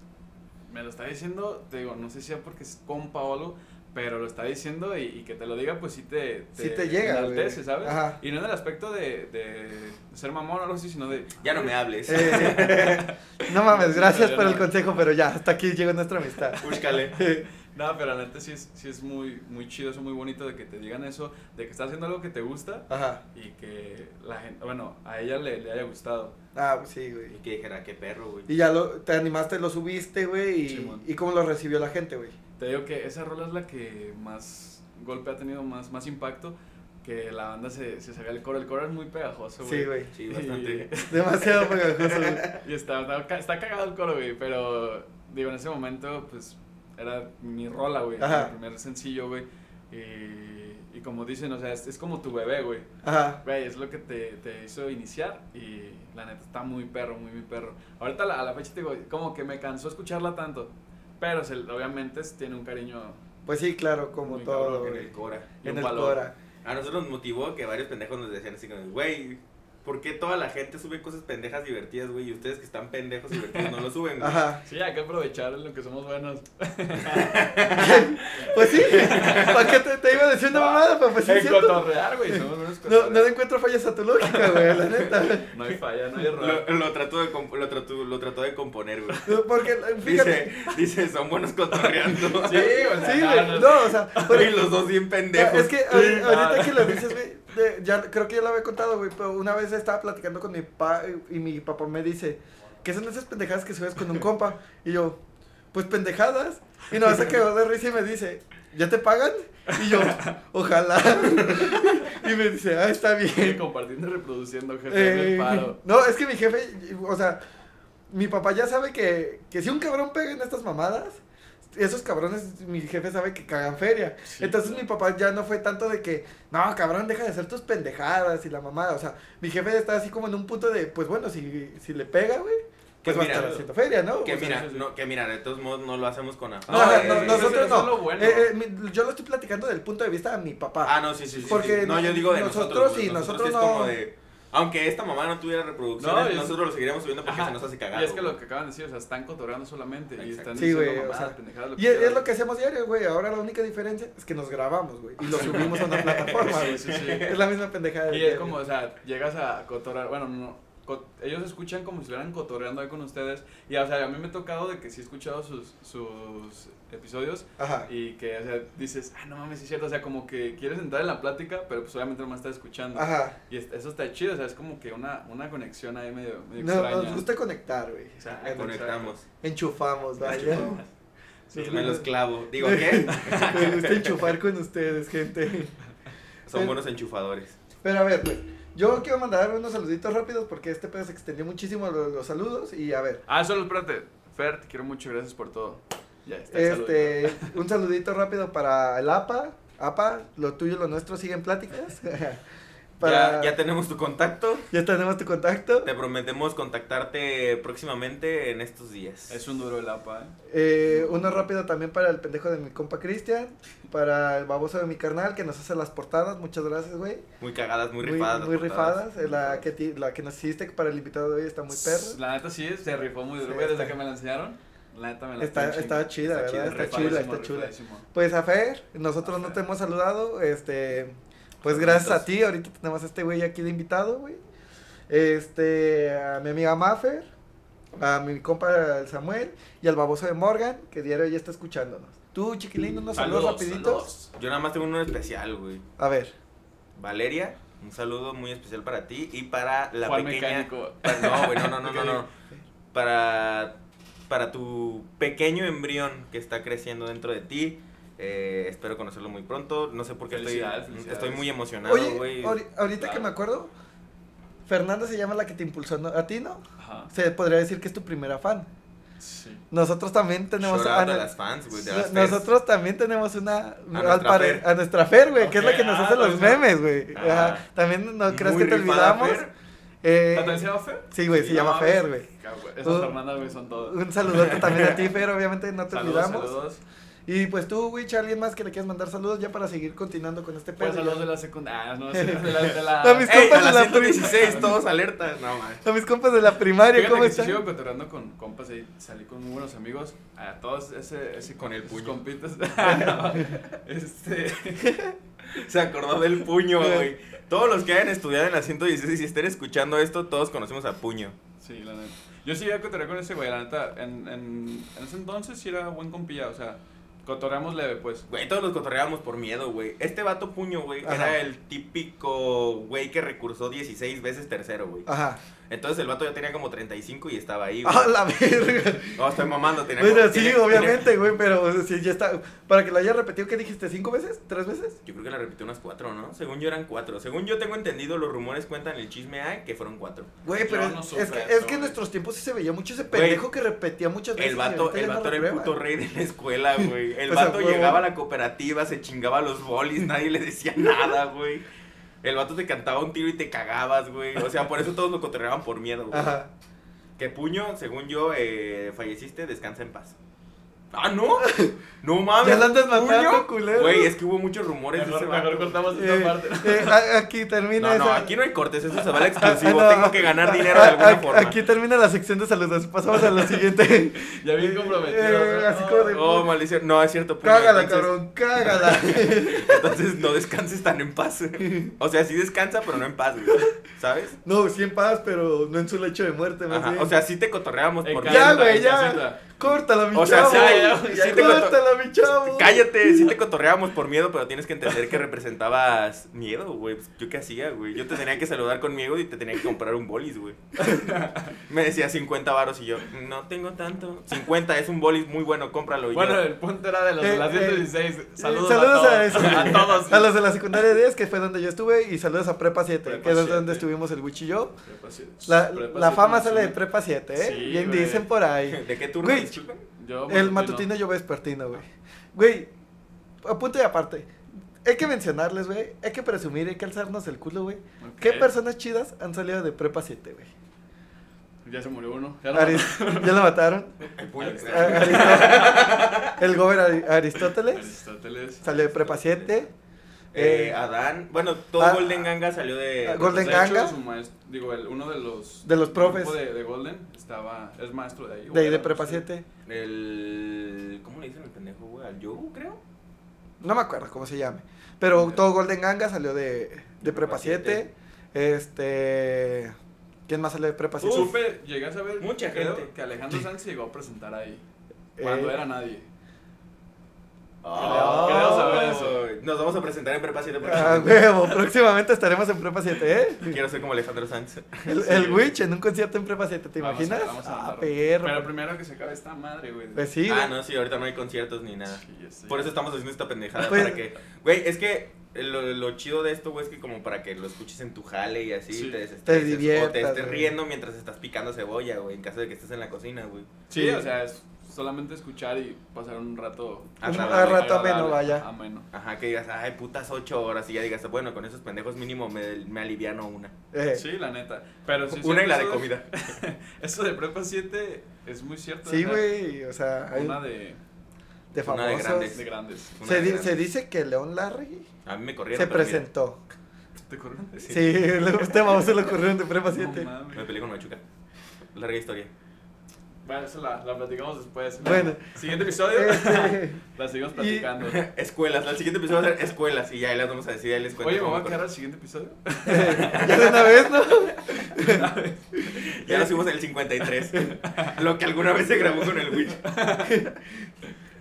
[SPEAKER 3] me lo está diciendo, te digo, no sé si sea porque es compa o algo, pero lo está diciendo y, y que te lo diga, pues sí te,
[SPEAKER 1] Sí te llega, güey.
[SPEAKER 3] enaltece, ¿sabes?
[SPEAKER 1] Ajá.
[SPEAKER 3] Y no en el aspecto de, de ser mamón o algo así, sino de.
[SPEAKER 2] Ya no me hables.
[SPEAKER 1] Eh, [LAUGHS] no
[SPEAKER 3] [LAUGHS]
[SPEAKER 1] mames, gracias
[SPEAKER 3] No,
[SPEAKER 1] por
[SPEAKER 3] no.
[SPEAKER 1] el consejo, pero ya, hasta aquí llegó nuestra amistad.
[SPEAKER 2] Búscale.
[SPEAKER 3] [LAUGHS] No, pero la neta sí es, sí es muy, muy chido, es muy bonito de que te digan eso, de que estás haciendo algo que te gusta
[SPEAKER 1] Ajá.
[SPEAKER 3] y que la gente, bueno, a ella le, le haya gustado.
[SPEAKER 1] Ah, pues sí,
[SPEAKER 2] Y
[SPEAKER 1] güey.
[SPEAKER 2] que dijera, qué perro, güey.
[SPEAKER 1] Y ya lo, te animaste, lo subiste, güey, y,
[SPEAKER 3] Simón.
[SPEAKER 1] y cómo lo recibió la gente, güey.
[SPEAKER 3] Te digo que esa rola es la que más golpe ha tenido, más, más impacto, que la banda se, se sabía el coro, el coro es muy pegajoso, güey.
[SPEAKER 1] Sí, güey.
[SPEAKER 2] Sí, bastante.
[SPEAKER 1] Demasiado pegajoso, güey.
[SPEAKER 3] [LAUGHS] Y, y está, está, ca- está cagado el coro, güey, pero digo, en ese momento, pues, era mi rola, güey,
[SPEAKER 1] Ajá.
[SPEAKER 3] el primer sencillo, güey, y, y como dicen, o sea, es- es como tu bebé, güey.
[SPEAKER 1] Ajá.
[SPEAKER 3] Güey, es lo que te, te hizo iniciar y la neta está muy perro, muy, muy perro. Ahorita a la, a la fecha te digo, como que me cansó escucharla tanto, pero se- obviamente es- tiene un cariño
[SPEAKER 1] Pues sí, claro, como
[SPEAKER 3] Muy
[SPEAKER 1] todo,
[SPEAKER 3] cabrón,
[SPEAKER 2] En
[SPEAKER 1] güey.
[SPEAKER 2] el Cora.
[SPEAKER 3] y
[SPEAKER 1] En
[SPEAKER 3] un
[SPEAKER 1] el
[SPEAKER 3] valor. [LAUGHS]
[SPEAKER 1] Cora.
[SPEAKER 2] A nosotros nos motivó que varios pendejos nos decían así como, güey, ¿por qué toda la gente sube cosas pendejas divertidas, güey? Y ustedes que están pendejos divertidos no lo suben, güey.
[SPEAKER 1] Ajá. [LAUGHS]
[SPEAKER 3] Sí, hay que aprovechar en lo que somos buenos.
[SPEAKER 1] Pues sí. ¿Para qué te, te iba a decir una mamada? Pero pues sí, es
[SPEAKER 3] en
[SPEAKER 1] cierto.
[SPEAKER 3] cotorrear, güey, somos buenos
[SPEAKER 1] [LAUGHS] No, no
[SPEAKER 3] cotorrear.
[SPEAKER 1] le encuentro fallas a tu lógica, güey, la neta.
[SPEAKER 3] No hay falla, no hay error.
[SPEAKER 1] [LAUGHS]
[SPEAKER 2] Lo, lo trató de comp- lo, trató, lo trató de componer, güey.
[SPEAKER 1] Porque, fíjate.
[SPEAKER 2] Dice, dice, son buenos cotorreando.
[SPEAKER 3] Sí, o sea,
[SPEAKER 1] [LAUGHS] Sí,
[SPEAKER 3] no,
[SPEAKER 1] güey.
[SPEAKER 3] no,
[SPEAKER 1] No, o sea,
[SPEAKER 3] [LAUGHS]
[SPEAKER 1] por-
[SPEAKER 2] [LAUGHS] y los dos bien pendejos.
[SPEAKER 1] No, es que ahori-
[SPEAKER 3] Sí.
[SPEAKER 1] ahorita
[SPEAKER 3] Ah.
[SPEAKER 1] que lo dices, güey, de- ya creo que ya lo había contado, güey, pero una vez estaba platicando con mi papá y mi papá me dice, ¿qué son esas pendejadas que subes con un compa? Y yo, pues pendejadas. Y no, se quedó de risa y me dice, ¿ya te pagan? Y yo, ojalá. [LAUGHS] y me dice, ah, está
[SPEAKER 3] Sí,
[SPEAKER 1] bien.
[SPEAKER 3] Compartiendo y reproduciendo, [LAUGHS] jefe,
[SPEAKER 1] Eh,
[SPEAKER 3] me paro.
[SPEAKER 1] no, es que mi jefe, o sea, mi papá ya sabe que, que si un cabrón pega en estas mamadas, esos cabrones, mi jefe sabe que cagan feria.
[SPEAKER 3] Sí,
[SPEAKER 1] Entonces
[SPEAKER 3] claro.
[SPEAKER 1] mi papá ya no fue tanto de que, no, cabrón, deja de hacer tus pendejadas y la mamada. O sea, mi jefe está así como en un punto de, pues bueno, si, si le pega, güey, pues
[SPEAKER 2] Que
[SPEAKER 1] va a
[SPEAKER 2] mira,
[SPEAKER 1] estar haciendo feria, ¿no?
[SPEAKER 2] Que
[SPEAKER 1] O sea,
[SPEAKER 2] mira,
[SPEAKER 3] sí, sí.
[SPEAKER 2] no, que mira, de todos modos no lo hacemos con afán.
[SPEAKER 1] no, ajá,
[SPEAKER 2] Eh,
[SPEAKER 1] no,
[SPEAKER 3] eso-
[SPEAKER 2] eh,
[SPEAKER 1] nosotros
[SPEAKER 3] eso es
[SPEAKER 1] no.
[SPEAKER 3] lo bueno.
[SPEAKER 1] Eh, eh, mi- yo lo estoy platicando del punto de vista de mi papá.
[SPEAKER 2] Ah, no, sí, sí, sí.
[SPEAKER 1] Porque
[SPEAKER 2] sí. No, yo digo de nosotros.
[SPEAKER 1] nosotros
[SPEAKER 2] güey.
[SPEAKER 1] sí, nosotros
[SPEAKER 2] sí
[SPEAKER 1] no.
[SPEAKER 2] Es como de, aunque esta mamá no tuviera reproducciones,
[SPEAKER 3] No, es-
[SPEAKER 2] nosotros lo seguiríamos subiendo porque
[SPEAKER 3] Ajá.
[SPEAKER 2] se nos hace cagado.
[SPEAKER 3] Y es que
[SPEAKER 2] güey.
[SPEAKER 3] lo que acaban de decir, o sea, están cotorreando solamente y
[SPEAKER 2] Exacto.
[SPEAKER 3] están
[SPEAKER 1] Sí,
[SPEAKER 3] diciendo
[SPEAKER 1] güey, o
[SPEAKER 3] mamadas,
[SPEAKER 1] sea,
[SPEAKER 3] pendejadas,
[SPEAKER 1] Y es, es
[SPEAKER 3] quieran.
[SPEAKER 1] lo que hacemos diario, güey. Ahora la única diferencia es que nos grabamos, güey. Y lo subimos a una plataforma,
[SPEAKER 3] Sí,
[SPEAKER 1] güey.
[SPEAKER 3] sí, sí.
[SPEAKER 1] Es la misma pendejada. de
[SPEAKER 3] Y es
[SPEAKER 1] diario.
[SPEAKER 3] como, o sea, llegas a cotorrear, bueno, no, co- ellos escuchan como si estuvieran cotorreando ahí con ustedes. Y, o sea, a mí me ha tocado de que sí he escuchado sus, sus episodios
[SPEAKER 1] Ajá.
[SPEAKER 3] y que, o sea, dices, ah, no mames, sí es cierto, o sea, como que quieres entrar en la plática, pero pues obviamente nomás estás escuchando.
[SPEAKER 1] Ajá.
[SPEAKER 3] Y es- eso está chido, o sea, es como que una, una conexión ahí medio, medio
[SPEAKER 1] No,
[SPEAKER 3] extraña.
[SPEAKER 1] nos gusta conectar, güey.
[SPEAKER 3] Exacto.
[SPEAKER 1] En-
[SPEAKER 2] Conectamos.
[SPEAKER 1] Enchufamos, vaya.
[SPEAKER 2] Enchufamos.
[SPEAKER 3] Sí,
[SPEAKER 2] Me los clavo.
[SPEAKER 3] [LAUGHS]
[SPEAKER 1] [LAUGHS]
[SPEAKER 2] Digo, ¿qué?
[SPEAKER 1] Me gusta enchufar con ustedes, gente.
[SPEAKER 2] Son buenos enchufadores.
[SPEAKER 1] Pero a ver, pues, yo quiero mandar unos saluditos rápidos porque este pedo se extendió muchísimo los, los saludos. Y a ver,
[SPEAKER 3] Ah, solo espérate. Fer, te quiero mucho, gracias por todo. Ya, está el saludo.
[SPEAKER 1] este, un saludito rápido para el APA. APA, lo tuyo y lo nuestro siguen pláticas. [LAUGHS] Para-
[SPEAKER 2] Ya, ya tenemos tu contacto.
[SPEAKER 1] ya tenemos tu contacto.
[SPEAKER 2] Te prometemos contactarte próximamente en estos días.
[SPEAKER 3] Es un duro el APA, ¿eh?
[SPEAKER 1] Eh, uno rápido también para el pendejo de mi compa Cristian, para el baboso de mi carnal que nos hace las portadas, muchas gracias, güey.
[SPEAKER 2] Muy cagadas, muy,
[SPEAKER 1] Muy,
[SPEAKER 2] rifadas. las
[SPEAKER 1] muy
[SPEAKER 2] portadas.
[SPEAKER 1] rifadas, eh, la que, ti- la que nos hiciste para el invitado de hoy está muy perro.
[SPEAKER 3] La neta sí, se rifó muy duro.
[SPEAKER 1] Sí,
[SPEAKER 3] güey,
[SPEAKER 1] está-
[SPEAKER 3] desde que me la enseñaron, la neta me la
[SPEAKER 1] Está-
[SPEAKER 3] estoy
[SPEAKER 1] está
[SPEAKER 3] chingando.
[SPEAKER 1] chida, ¿verdad? Está chula,
[SPEAKER 3] rifadísimo,
[SPEAKER 1] está chula.
[SPEAKER 3] rifadísimo.
[SPEAKER 1] Pues a Fer, nosotros
[SPEAKER 3] A
[SPEAKER 1] no te
[SPEAKER 3] Fer.
[SPEAKER 1] hemos saludado, este, pues
[SPEAKER 2] Saluditos.
[SPEAKER 1] gracias a ti, ahorita tenemos a este güey aquí de invitado, güey. Este, a mi amiga Maffer, a mi compa el Samuel y al baboso de Morgan, que diario ya está escuchándonos. Tú, chiquilín, unos saludos, rapiditos.
[SPEAKER 3] saludos.
[SPEAKER 2] Yo nada más tengo uno especial, güey.
[SPEAKER 1] A ver.
[SPEAKER 2] Valeria, un saludo muy especial para ti y para la
[SPEAKER 3] Juan
[SPEAKER 2] pequeña.
[SPEAKER 3] Mecánico.
[SPEAKER 2] Para- Pues No, güey, no,
[SPEAKER 3] [LAUGHS]
[SPEAKER 2] no, no, no, no. Para, para tu pequeño embrión que está creciendo dentro de ti. eh, espero conocerlo muy pronto. No sé por qué estoy,
[SPEAKER 3] Felicidades, felicidades.
[SPEAKER 2] estoy muy emocionado,
[SPEAKER 1] Oye,
[SPEAKER 2] güey.
[SPEAKER 1] ahori- ahorita que
[SPEAKER 3] Claro.
[SPEAKER 1] me acuerdo, Fernanda se llama la que te impulsó ¿no? a ti, ¿no?
[SPEAKER 3] Ajá.
[SPEAKER 1] Se podría decir que es tu primera fan.
[SPEAKER 3] Sí.
[SPEAKER 1] Nosotros también tenemos
[SPEAKER 2] Shout out a
[SPEAKER 1] na-
[SPEAKER 2] las fans, güey. de
[SPEAKER 1] no-
[SPEAKER 2] las fans.
[SPEAKER 1] nosotros también tenemos una
[SPEAKER 2] nuestra
[SPEAKER 1] al pare-
[SPEAKER 2] Fer.
[SPEAKER 1] a nuestra Fer, güey, que es la
[SPEAKER 3] Ok,
[SPEAKER 1] que nos
[SPEAKER 3] ah,
[SPEAKER 1] hace los
[SPEAKER 3] también.
[SPEAKER 1] memes, güey.
[SPEAKER 2] Ah.
[SPEAKER 1] Ajá, También no creas
[SPEAKER 2] Muy
[SPEAKER 1] que te
[SPEAKER 2] rifada,
[SPEAKER 1] olvidamos.
[SPEAKER 2] Fer.
[SPEAKER 1] Eh,
[SPEAKER 3] ¿La también se llama Fer?
[SPEAKER 1] sí, güey, se
[SPEAKER 3] No,
[SPEAKER 1] llama
[SPEAKER 3] mames.
[SPEAKER 1] Fer, güey.
[SPEAKER 3] Cabrón,
[SPEAKER 1] Uh,
[SPEAKER 3] Esas Fernandas, güey, son todas.
[SPEAKER 1] Un saludote también a ti, Fer, obviamente no te
[SPEAKER 3] Saludos,
[SPEAKER 1] olvidamos.
[SPEAKER 3] saludos.
[SPEAKER 1] Y pues tú, güey, Charlie, es más que le quieres mandar saludos ya para seguir continuando con este
[SPEAKER 3] Pues
[SPEAKER 1] pedo.
[SPEAKER 3] saludos de la secundaria. Ah, no, sí, de
[SPEAKER 1] [LAUGHS]
[SPEAKER 3] la. De la
[SPEAKER 1] A mis
[SPEAKER 2] Ey,
[SPEAKER 1] compas
[SPEAKER 2] a
[SPEAKER 1] de
[SPEAKER 2] las
[SPEAKER 1] la [LAUGHS] prim-
[SPEAKER 2] 116, todos alertas. No, man.
[SPEAKER 1] A mis compas de la primaria,
[SPEAKER 3] Fíjate
[SPEAKER 1] ¿cómo
[SPEAKER 3] que sí
[SPEAKER 1] están?
[SPEAKER 3] sigo cotorreando con compas ahí, salí con muy buenos amigos, a todos ese, ese
[SPEAKER 2] Con el
[SPEAKER 3] esos
[SPEAKER 2] puño.
[SPEAKER 3] compitas. [LAUGHS] Ah, este,
[SPEAKER 2] Se acordó del puño, güey. Todos los que hayan estudiado en la 116 y si estén escuchando esto, todos conocemos a puño.
[SPEAKER 3] sí, la neta. Yo sí iba a cotorrear con ese güey, la neta, en, en, en ese entonces sí era buen compilla, o sea, cotorreamos leve, pues.
[SPEAKER 2] Güey, todos los cotorreábamos por miedo, güey. Este vato puño, güey,
[SPEAKER 1] Ajá.
[SPEAKER 2] era el típico güey que recursó 16 veces tercero, güey.
[SPEAKER 1] Ajá.
[SPEAKER 2] Entonces el vato ya tenía como 35 y estaba ahí, güey.
[SPEAKER 1] A Ah, la verga.
[SPEAKER 2] No, estoy mamando,
[SPEAKER 1] [LAUGHS]
[SPEAKER 2] tenía
[SPEAKER 1] Bueno,
[SPEAKER 2] como-
[SPEAKER 1] sí,
[SPEAKER 2] tenía-
[SPEAKER 1] obviamente, güey, pero o sea, sí, ya está. Para que lo haya repetido, ¿qué dijiste? ¿Cinco veces? ¿Tres veces?
[SPEAKER 2] tenía- Yo creo que la repitió unas cuatro, ¿no? Según yo eran cuatro. Según yo tengo entendido, los rumores cuentan el chisme hay que fueron cuatro.
[SPEAKER 1] Güey,
[SPEAKER 3] Yo
[SPEAKER 1] pero
[SPEAKER 3] no
[SPEAKER 1] es,
[SPEAKER 3] supe
[SPEAKER 1] es que,
[SPEAKER 3] eso,
[SPEAKER 1] es que
[SPEAKER 3] güey.
[SPEAKER 1] en nuestros tiempos sí se veía mucho ese
[SPEAKER 2] Güey,
[SPEAKER 1] pendejo Pues que repetía muchas veces.
[SPEAKER 2] El
[SPEAKER 1] y
[SPEAKER 2] vato,
[SPEAKER 1] ahorita
[SPEAKER 2] el
[SPEAKER 1] ya no
[SPEAKER 2] vato era el
[SPEAKER 1] reprueba.
[SPEAKER 2] puto rey de la escuela, güey. El
[SPEAKER 1] [LAUGHS] Pues, a
[SPEAKER 2] vato
[SPEAKER 1] huevo.
[SPEAKER 2] llegaba a la cooperativa, se chingaba los bolis, nadie
[SPEAKER 1] [LAUGHS]
[SPEAKER 2] le decía nada, güey. El vato te cantaba un tiro y te cagabas, güey. O sea, por eso todos lo cotorreaban por miedo, güey.
[SPEAKER 1] Ajá.
[SPEAKER 2] Que puño, según yo, eh, falleciste, descansa en paz. ¡Ah,
[SPEAKER 1] [LAUGHS]
[SPEAKER 2] no! ¡No mames!
[SPEAKER 1] Ya la andas
[SPEAKER 2] ¿Puño?
[SPEAKER 1] matando, culero.
[SPEAKER 2] Güey, es que hubo muchos rumores de
[SPEAKER 3] Mejor,
[SPEAKER 2] ese
[SPEAKER 3] mejor
[SPEAKER 2] vato.
[SPEAKER 3] cortamos
[SPEAKER 1] Eh,
[SPEAKER 3] esta parte.
[SPEAKER 1] eh,
[SPEAKER 2] [LAUGHS]
[SPEAKER 1] a- aquí termina
[SPEAKER 2] No, no,
[SPEAKER 1] esa-
[SPEAKER 2] aquí no hay cortes, eso se va
[SPEAKER 1] [LAUGHS]
[SPEAKER 2] al
[SPEAKER 1] Ah,
[SPEAKER 2] exclusivo.
[SPEAKER 1] no,
[SPEAKER 2] Tengo que ganar dinero de
[SPEAKER 1] a-
[SPEAKER 2] alguna
[SPEAKER 1] a- [LAUGHS]
[SPEAKER 2] forma. Pues,
[SPEAKER 1] Aquí termina la sección de saludos. Pasamos a
[SPEAKER 2] [LAUGHS]
[SPEAKER 1] la siguiente.
[SPEAKER 3] Ya bien comprometido.
[SPEAKER 1] eh,
[SPEAKER 3] ¿verdad?
[SPEAKER 1] así como de-
[SPEAKER 2] Oh, maldición. No, es cierto,
[SPEAKER 1] [LAUGHS]
[SPEAKER 2] puño.
[SPEAKER 1] Cágala,
[SPEAKER 2] entonces-
[SPEAKER 1] cabrón, cágala.
[SPEAKER 2] [LAUGHS] Entonces no descanses tan en
[SPEAKER 1] [LAUGHS]
[SPEAKER 2] paz. O sea, sí descansa, pero no en paz, güey. ¿Sabes?
[SPEAKER 1] No, sí en paz, pero no en su lecho de muerte, más
[SPEAKER 2] Ajá,
[SPEAKER 1] bien.
[SPEAKER 2] O sea, sí te cotorreamos
[SPEAKER 3] En
[SPEAKER 2] por
[SPEAKER 1] Ya,
[SPEAKER 3] casita,
[SPEAKER 2] miedo.
[SPEAKER 1] güey,
[SPEAKER 3] en
[SPEAKER 1] ya.
[SPEAKER 3] casita.
[SPEAKER 1] córtala, mi
[SPEAKER 2] O sea,
[SPEAKER 1] chavo.
[SPEAKER 2] sí,
[SPEAKER 3] ya, ya,
[SPEAKER 2] te contó-
[SPEAKER 1] córtala, mi chavo.
[SPEAKER 2] Cállate, sí te cotorreamos por miedo, pero tienes que entender que representabas miedo, güey. Pues, ¿Yo qué hacía, güey? Yo te tenía que saludar con miedo y te tenía que comprar un bolis, güey. Me decía 50 varos y yo, no tengo tanto. 50 es un bolis muy bueno, cómpralo. Y
[SPEAKER 3] Bueno,
[SPEAKER 2] yo,
[SPEAKER 3] el punto era de los
[SPEAKER 1] Eh,
[SPEAKER 3] de las
[SPEAKER 1] eh,
[SPEAKER 3] 116. Saludos,
[SPEAKER 1] saludos a
[SPEAKER 3] a,
[SPEAKER 1] eso.
[SPEAKER 3] todos. a todos.
[SPEAKER 1] A los de la secundaria 10, que fue donde yo estuve, y saludos a Prepa 7,
[SPEAKER 3] Prepa
[SPEAKER 1] que es
[SPEAKER 3] 7.
[SPEAKER 1] donde estuvimos el Wichi y yo.
[SPEAKER 3] Prepa siete.
[SPEAKER 1] La,
[SPEAKER 3] Prepa
[SPEAKER 1] la
[SPEAKER 3] siete,
[SPEAKER 1] fama
[SPEAKER 3] sí.
[SPEAKER 1] sale de Prepa 7, ¿eh?
[SPEAKER 3] Sí,
[SPEAKER 1] Bien
[SPEAKER 3] güey.
[SPEAKER 1] dicen por
[SPEAKER 3] [LAUGHS]
[SPEAKER 1] ahí.
[SPEAKER 2] ¿De qué turno?
[SPEAKER 1] Güey.
[SPEAKER 2] disculpen?
[SPEAKER 3] Yo,
[SPEAKER 1] El matutino yo vespertino, güey. Güey, apunte y aparte. Hay que mencionarles, güey. Hay que presumir, hay que alzarnos el culo, güey.
[SPEAKER 3] Ok.
[SPEAKER 1] ¿Qué personas chidas han salido de Prepa 7, güey?
[SPEAKER 3] Ya se murió uno. Ya lo
[SPEAKER 1] Aris- ¿Ya la
[SPEAKER 3] [LAUGHS]
[SPEAKER 1] mataron?
[SPEAKER 2] El puño.
[SPEAKER 1] A- Aristó- El gober Ari- Aristóteles
[SPEAKER 3] Aristóteles.
[SPEAKER 1] salió de Prepa 7.
[SPEAKER 2] Eh, Adán. Bueno, todo
[SPEAKER 1] Ah,
[SPEAKER 2] Golden Ganga salió de.
[SPEAKER 1] ah, Golden
[SPEAKER 3] De hecho,
[SPEAKER 1] Ganga.
[SPEAKER 3] su maestro, digo, el, uno de los.
[SPEAKER 1] De los
[SPEAKER 3] del
[SPEAKER 1] profes.
[SPEAKER 3] grupo De, de Golden estaba. Es maestro de ahí.
[SPEAKER 1] De ahí de
[SPEAKER 3] era
[SPEAKER 1] Prepa
[SPEAKER 3] maestro.
[SPEAKER 1] 7.
[SPEAKER 2] El. ¿Cómo le dicen el pendejo, güey? Al Yogu, creo.
[SPEAKER 1] No me acuerdo cómo se llame. Pero todo Golden Ganga salió de, de Prepa 7. Este. ¿Quién más salió de Prepa 7?
[SPEAKER 3] Supe, llegué a saber.
[SPEAKER 2] Mucha
[SPEAKER 3] creo,
[SPEAKER 2] gente.
[SPEAKER 3] Que Alejandro Sanz llegó a presentar ahí.
[SPEAKER 1] Eh,
[SPEAKER 3] Cuando era nadie.
[SPEAKER 1] Ah,
[SPEAKER 2] Creo
[SPEAKER 3] saber
[SPEAKER 2] eso. Nos vamos a presentar en Prepa 7 porque
[SPEAKER 1] A ah, huevo, próximamente estaremos en Prepa 7, ¿eh?
[SPEAKER 2] quiero ser como Alejandro Sanz.
[SPEAKER 1] El,
[SPEAKER 3] Sí.
[SPEAKER 1] el Witch en un concierto en Prepa 7, ¿te
[SPEAKER 3] Vamos a-
[SPEAKER 1] imaginas?
[SPEAKER 3] vamos a
[SPEAKER 1] ah,
[SPEAKER 3] anotarlo.
[SPEAKER 1] perro.
[SPEAKER 3] Pero primero que se acabe esta madre, güey.
[SPEAKER 1] Pues sí,
[SPEAKER 2] Ah,
[SPEAKER 1] güey.
[SPEAKER 2] no, sí, ahorita no hay conciertos ni nada.
[SPEAKER 3] Sí, ya sé.
[SPEAKER 2] Por eso estamos haciendo esta pendejada.
[SPEAKER 1] Pues-
[SPEAKER 2] para que. Güey, es que lo, lo chido de esto, güey, es que como para que lo escuches en tu jale y así
[SPEAKER 3] Sí.
[SPEAKER 2] te desestreses.
[SPEAKER 1] Te
[SPEAKER 2] O te
[SPEAKER 1] diviertas,
[SPEAKER 2] estés
[SPEAKER 1] güey.
[SPEAKER 2] riendo mientras estás picando cebolla, güey, en caso de que estés en la cocina, güey.
[SPEAKER 3] Sí, o sea, es solamente escuchar y pasar un rato.
[SPEAKER 2] Un
[SPEAKER 3] agradable,
[SPEAKER 2] rato
[SPEAKER 1] ameno,
[SPEAKER 3] agradable,
[SPEAKER 1] vaya.
[SPEAKER 3] Ameno.
[SPEAKER 2] Ajá, que digas, ay, putas ocho horas y ya digas, bueno, con esos pendejos mínimo me, me aliviano una.
[SPEAKER 1] Eh, sí,
[SPEAKER 3] Sí, la neta. Pero sí,
[SPEAKER 2] una
[SPEAKER 3] sí,
[SPEAKER 2] y la
[SPEAKER 3] eso
[SPEAKER 2] de comida.
[SPEAKER 3] Eso de prepa 7 es muy cierto. o sea,
[SPEAKER 1] güey, o sea, hay
[SPEAKER 3] Una de,
[SPEAKER 1] de
[SPEAKER 2] una
[SPEAKER 1] famosos.
[SPEAKER 2] de grandes.
[SPEAKER 3] de grandes.
[SPEAKER 2] Una
[SPEAKER 1] se,
[SPEAKER 2] de
[SPEAKER 1] di-
[SPEAKER 2] grandes.
[SPEAKER 1] se dice que León Larry
[SPEAKER 2] A mí me corrieron.
[SPEAKER 1] se
[SPEAKER 2] pero mira,
[SPEAKER 1] presentó.
[SPEAKER 3] ¿Te corrieron?
[SPEAKER 1] Sí, luego usted vamos se le [LAUGHS] ocurrieron de Prepa 7.
[SPEAKER 3] No mames.
[SPEAKER 2] Me peleé con Machuca. Larga historia. [LAUGHS]
[SPEAKER 3] Bueno, eso la, la platicamos después.
[SPEAKER 1] Bueno.
[SPEAKER 3] Siguiente
[SPEAKER 1] [LAUGHS]
[SPEAKER 3] episodio. [LAUGHS]
[SPEAKER 1] Este,
[SPEAKER 3] la
[SPEAKER 1] [LAUGHS]
[SPEAKER 3] seguimos platicando.
[SPEAKER 2] Escuelas. El siguiente episodio va a ser escuelas. Y ya ahí las vamos a decir. Ahí les cuento.
[SPEAKER 3] Oye, ¿me
[SPEAKER 2] cómo
[SPEAKER 3] voy a
[SPEAKER 2] me
[SPEAKER 3] quedar
[SPEAKER 2] acuerdo.
[SPEAKER 3] al
[SPEAKER 1] [LAUGHS]
[SPEAKER 3] siguiente episodio?
[SPEAKER 1] eh, ya de una vez, ¿no?
[SPEAKER 2] Ya nos fuimos en
[SPEAKER 1] [LAUGHS]
[SPEAKER 2] el 53. lo que alguna vez se grabó con el Witch.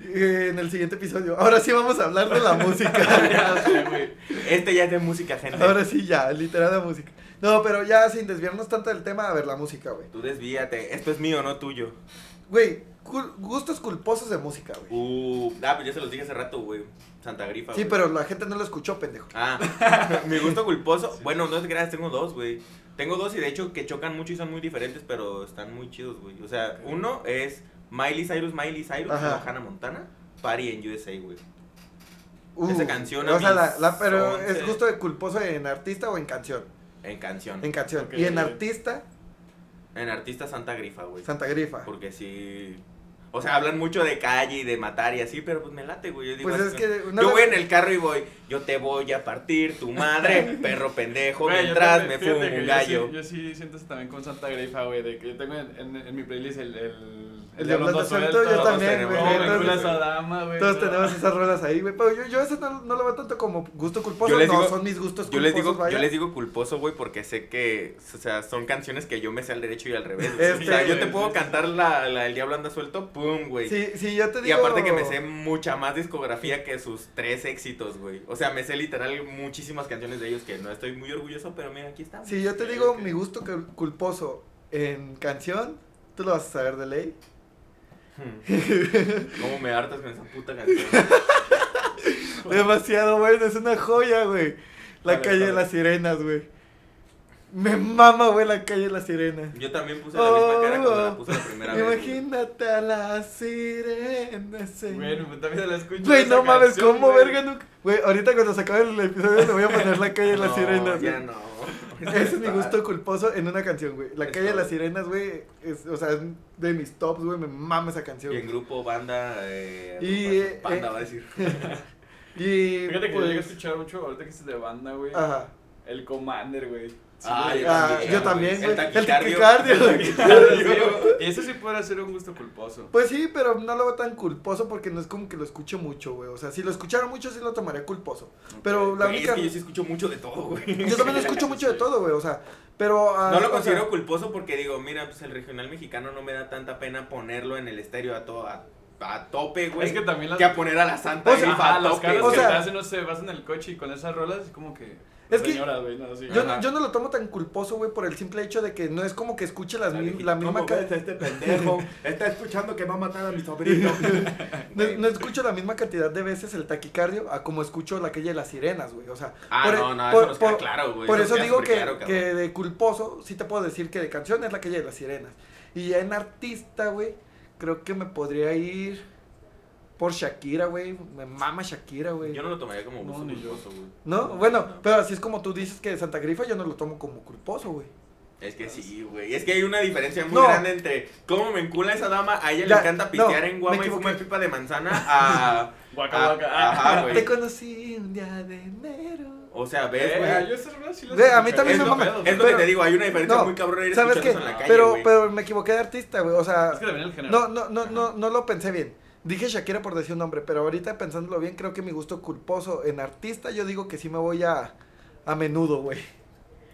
[SPEAKER 1] Eh, en el siguiente episodio. Ahora sí vamos a hablar de la música.
[SPEAKER 3] Ya
[SPEAKER 2] [LAUGHS]
[SPEAKER 3] sé, güey.
[SPEAKER 2] Este ya es de música, gente.
[SPEAKER 1] Ahora sí, ya, literal la música. No, pero ya sin desviarnos tanto del tema, a ver la música, güey.
[SPEAKER 2] Tú desvíate. Esto es mío, no tuyo.
[SPEAKER 1] Güey, cul- gustos culposos de música, güey.
[SPEAKER 2] Uh, ah, pues yo se los dije hace rato, güey. Santa Grifa.
[SPEAKER 1] Sí,
[SPEAKER 2] güey.
[SPEAKER 1] pero la gente no lo escuchó, pendejo.
[SPEAKER 2] Ah, [LAUGHS] mi gusto culposo. Bueno, no es gracias, tengo dos, güey. Tengo dos y de hecho que chocan mucho y son muy diferentes, pero están muy chidos, güey. O sea, uno es Miley Cyrus, Miley Cyrus,
[SPEAKER 1] Ajá.
[SPEAKER 2] o Hannah Montana, Party en USA, güey.
[SPEAKER 1] Uh,
[SPEAKER 2] Esa canción a
[SPEAKER 1] O sea,
[SPEAKER 2] mis
[SPEAKER 1] la, la- pero es
[SPEAKER 2] 11.
[SPEAKER 1] gusto de culposo en artista o en canción.
[SPEAKER 2] En canción.
[SPEAKER 1] En
[SPEAKER 2] En,
[SPEAKER 1] canción.
[SPEAKER 3] Ok.
[SPEAKER 1] Y en artista,
[SPEAKER 2] artista Santa Grifa, güey.
[SPEAKER 1] Santa Grifa.
[SPEAKER 2] Porque sí. O sea, hablan mucho de calle y de matar y así, pero pues me late, güey. Yo digo,
[SPEAKER 1] Pues
[SPEAKER 2] así
[SPEAKER 1] es
[SPEAKER 2] como-
[SPEAKER 1] que una
[SPEAKER 2] yo
[SPEAKER 1] vez-
[SPEAKER 2] voy en el carro y voy, yo te voy a partir,
[SPEAKER 1] [LAUGHS]
[SPEAKER 2] tu madre, perro pendejo,
[SPEAKER 3] Güey, yo
[SPEAKER 2] mientras me
[SPEAKER 3] también-
[SPEAKER 2] fumo
[SPEAKER 3] fíjate que
[SPEAKER 2] un
[SPEAKER 3] yo
[SPEAKER 2] gallo.
[SPEAKER 3] sí- Yo sí, siento eso también con Santa Grifa, güey, de que yo tengo en, en- en mi playlist el... El,
[SPEAKER 1] El de Blanco
[SPEAKER 3] Hondo
[SPEAKER 1] Suelto, yo
[SPEAKER 2] todos
[SPEAKER 1] también,
[SPEAKER 2] tenemos-
[SPEAKER 1] güey.
[SPEAKER 2] Todos
[SPEAKER 3] No, me
[SPEAKER 1] Entonces,
[SPEAKER 3] encula esa dama, güey.
[SPEAKER 1] Todos
[SPEAKER 3] no.
[SPEAKER 1] tenemos esas rolas ahí, güey. Pero yo, yo eso no, no lo veo tanto como gusto culposo.
[SPEAKER 2] Yo les
[SPEAKER 1] no,
[SPEAKER 2] digo-
[SPEAKER 1] son mis gustos
[SPEAKER 2] Yo
[SPEAKER 1] culposos.
[SPEAKER 2] les digo,
[SPEAKER 1] vaya.
[SPEAKER 2] yo les digo culposo, güey, porque sé que, o sea, son canciones que yo me sé al derecho y al revés. o
[SPEAKER 1] Este,
[SPEAKER 2] sea, yo te
[SPEAKER 3] güey,
[SPEAKER 2] puedo
[SPEAKER 3] sí, sí.
[SPEAKER 2] cantar la, la El Diablo Anda Suelto, pum, güey.
[SPEAKER 1] Sí, sí, yo te
[SPEAKER 2] Y
[SPEAKER 1] digo.
[SPEAKER 2] aparte que me sé mucha más discografía que sus tres éxitos, güey. O sea, me sé literal muchísimas canciones de ellos que no estoy muy orgulloso, pero mira, aquí está.
[SPEAKER 1] Si yo te digo mi gusto cul- culposo en canción, tú lo vas a saber de
[SPEAKER 3] [LAUGHS]
[SPEAKER 1] ley. Hmm.
[SPEAKER 2] ¿Cómo me hartas con esa puta canción?
[SPEAKER 1] Demasiado bueno, es una joya, güey. La
[SPEAKER 2] Vale,
[SPEAKER 1] calle de
[SPEAKER 2] vale.
[SPEAKER 1] las sirenas, güey. Me mama, güey, la calle de las sirenas.
[SPEAKER 2] Yo también puse la misma cara cuando
[SPEAKER 1] Oh,
[SPEAKER 2] la puse la primera vez. güey.
[SPEAKER 1] Imagínate a las sirenas.
[SPEAKER 3] Güey,
[SPEAKER 1] señor.
[SPEAKER 3] mi puta vida la escucho.
[SPEAKER 1] este. Güey,
[SPEAKER 3] esa
[SPEAKER 1] no mames,
[SPEAKER 3] canción,
[SPEAKER 1] ¿cómo
[SPEAKER 3] güey.
[SPEAKER 1] verga nunca? Güey, ahorita cuando se acabe el episodio le voy a poner la calle de las
[SPEAKER 2] No,
[SPEAKER 1] sirenas.
[SPEAKER 2] Ya
[SPEAKER 1] güey.
[SPEAKER 2] no.
[SPEAKER 1] [LAUGHS] Ese es mi gusto culposo en una canción, güey. La
[SPEAKER 2] Es
[SPEAKER 1] calle de
[SPEAKER 2] todo.
[SPEAKER 1] las sirenas, güey, es, o sea, es de mis tops, güey, me mama esa canción.
[SPEAKER 2] Y en grupo, banda. Eh,
[SPEAKER 1] Y, eh,
[SPEAKER 2] banda
[SPEAKER 1] eh,
[SPEAKER 2] va a decir.
[SPEAKER 1] Y
[SPEAKER 3] Fíjate que yo
[SPEAKER 1] pues,
[SPEAKER 3] llegué a este escuchar mucho, ahorita que es de banda, güey.
[SPEAKER 1] Ajá.
[SPEAKER 3] El Commander, güey. Sí,
[SPEAKER 2] Ah,
[SPEAKER 3] güey.
[SPEAKER 2] yo
[SPEAKER 1] Ah,
[SPEAKER 2] también,
[SPEAKER 1] yo también, güey. El
[SPEAKER 2] güey. El taquicardio.
[SPEAKER 1] taquicardio. güey.
[SPEAKER 3] Claro,
[SPEAKER 1] [LAUGHS]
[SPEAKER 3] sí, güey. Eso sí podría ser un gusto culposo.
[SPEAKER 1] Pues sí, pero no lo veo tan culposo porque no es como que lo escucho mucho, güey. O sea, si lo escuchara mucho sí lo tomaría culposo. Pero la
[SPEAKER 2] Güey,
[SPEAKER 1] única...
[SPEAKER 2] Es que yo sí escucho mucho de todo, güey.
[SPEAKER 1] Yo también lo escucho mucho de todo, güey. O sea, pero... ah,
[SPEAKER 2] [LAUGHS] No
[SPEAKER 1] o
[SPEAKER 2] lo
[SPEAKER 1] sea,
[SPEAKER 2] considero culposo porque digo, mira, pues el regional mexicano no me da tanta pena ponerlo en el estéreo a todo a, a tope, güey.
[SPEAKER 3] Es que también las-
[SPEAKER 2] que a poner a la santa
[SPEAKER 1] O sea,
[SPEAKER 2] grifa
[SPEAKER 3] Ajá,
[SPEAKER 2] a
[SPEAKER 3] las
[SPEAKER 2] tope,
[SPEAKER 3] caras
[SPEAKER 1] pues. o
[SPEAKER 2] güey.
[SPEAKER 3] que te
[SPEAKER 1] sea-
[SPEAKER 3] hacen, no sé, vas en el coche y con esas rolas, es como que.
[SPEAKER 1] Es que-
[SPEAKER 3] Señoras, güey, no, así.
[SPEAKER 1] Yo,
[SPEAKER 2] Ajá.
[SPEAKER 1] yo no lo tomo tan culposo, güey, por el simple hecho de que no es como que escuche las
[SPEAKER 2] La
[SPEAKER 1] mi-
[SPEAKER 2] viejita,
[SPEAKER 1] la misma... ca-
[SPEAKER 4] este pendejo? Está escuchando que va a matar a mi sobrino.
[SPEAKER 1] No, no escucho la misma cantidad de veces el taquicardio a como escucho la calle de las sirenas, güey. O sea,
[SPEAKER 2] Ah,
[SPEAKER 1] por-
[SPEAKER 2] no, no,
[SPEAKER 1] por-
[SPEAKER 2] eso nos queda
[SPEAKER 1] por-
[SPEAKER 2] claro, güey.
[SPEAKER 1] Por
[SPEAKER 2] nos
[SPEAKER 1] eso
[SPEAKER 2] queda
[SPEAKER 1] digo
[SPEAKER 2] súper
[SPEAKER 1] que,
[SPEAKER 2] claro,
[SPEAKER 1] que
[SPEAKER 2] cabrón.
[SPEAKER 1] de culposo sí te puedo decir que de canción es la calle de las sirenas. Y ya en artista, güey, creo que me podría ir por Shakira, güey. Me mama Shakira, güey.
[SPEAKER 2] Yo no lo tomaría como
[SPEAKER 3] No,
[SPEAKER 2] gusto
[SPEAKER 3] ni yo.
[SPEAKER 2] culposo, güey.
[SPEAKER 1] ¿No? Bueno,
[SPEAKER 2] no.
[SPEAKER 1] pero así es como tú dices que Santa Grifa yo no lo tomo como culposo, güey.
[SPEAKER 2] Es que sí, güey. Es que hay una diferencia muy
[SPEAKER 1] No.
[SPEAKER 2] grande entre cómo me encula esa dama, a ella
[SPEAKER 1] Ya,
[SPEAKER 2] le encanta
[SPEAKER 1] no,
[SPEAKER 2] pistear en
[SPEAKER 1] me
[SPEAKER 2] guama y
[SPEAKER 1] equivoqué.
[SPEAKER 2] fumar pipa de manzana,
[SPEAKER 1] [LAUGHS]
[SPEAKER 2] a.
[SPEAKER 3] [LAUGHS] Guaca,
[SPEAKER 1] Ah,
[SPEAKER 2] a-
[SPEAKER 3] guaca. ah.
[SPEAKER 2] ajá,
[SPEAKER 1] Te
[SPEAKER 2] güey.
[SPEAKER 1] conocí un día de enero.
[SPEAKER 2] O sea, ves, güey.
[SPEAKER 3] Eh, Yo esas rolas sí las
[SPEAKER 1] Güey, a mí
[SPEAKER 3] escucho.
[SPEAKER 1] también
[SPEAKER 2] es,
[SPEAKER 1] me
[SPEAKER 2] lo,
[SPEAKER 1] mama.
[SPEAKER 2] es lo
[SPEAKER 1] Pero-
[SPEAKER 2] que te digo, hay una diferencia
[SPEAKER 1] no,
[SPEAKER 2] muy cabrón. ir
[SPEAKER 1] ¿Sabes qué?
[SPEAKER 2] escuchando eso en la calle,
[SPEAKER 1] pero,
[SPEAKER 2] güey.
[SPEAKER 1] pero me equivoqué de artista, güey. O sea,
[SPEAKER 3] Es que también el género.
[SPEAKER 1] No, no, no, no, no lo pensé bien. Dije Shakira por decir un nombre, pero ahorita pensándolo bien, creo que mi gusto culposo en artista, yo digo que sí me voy a a menudo, güey.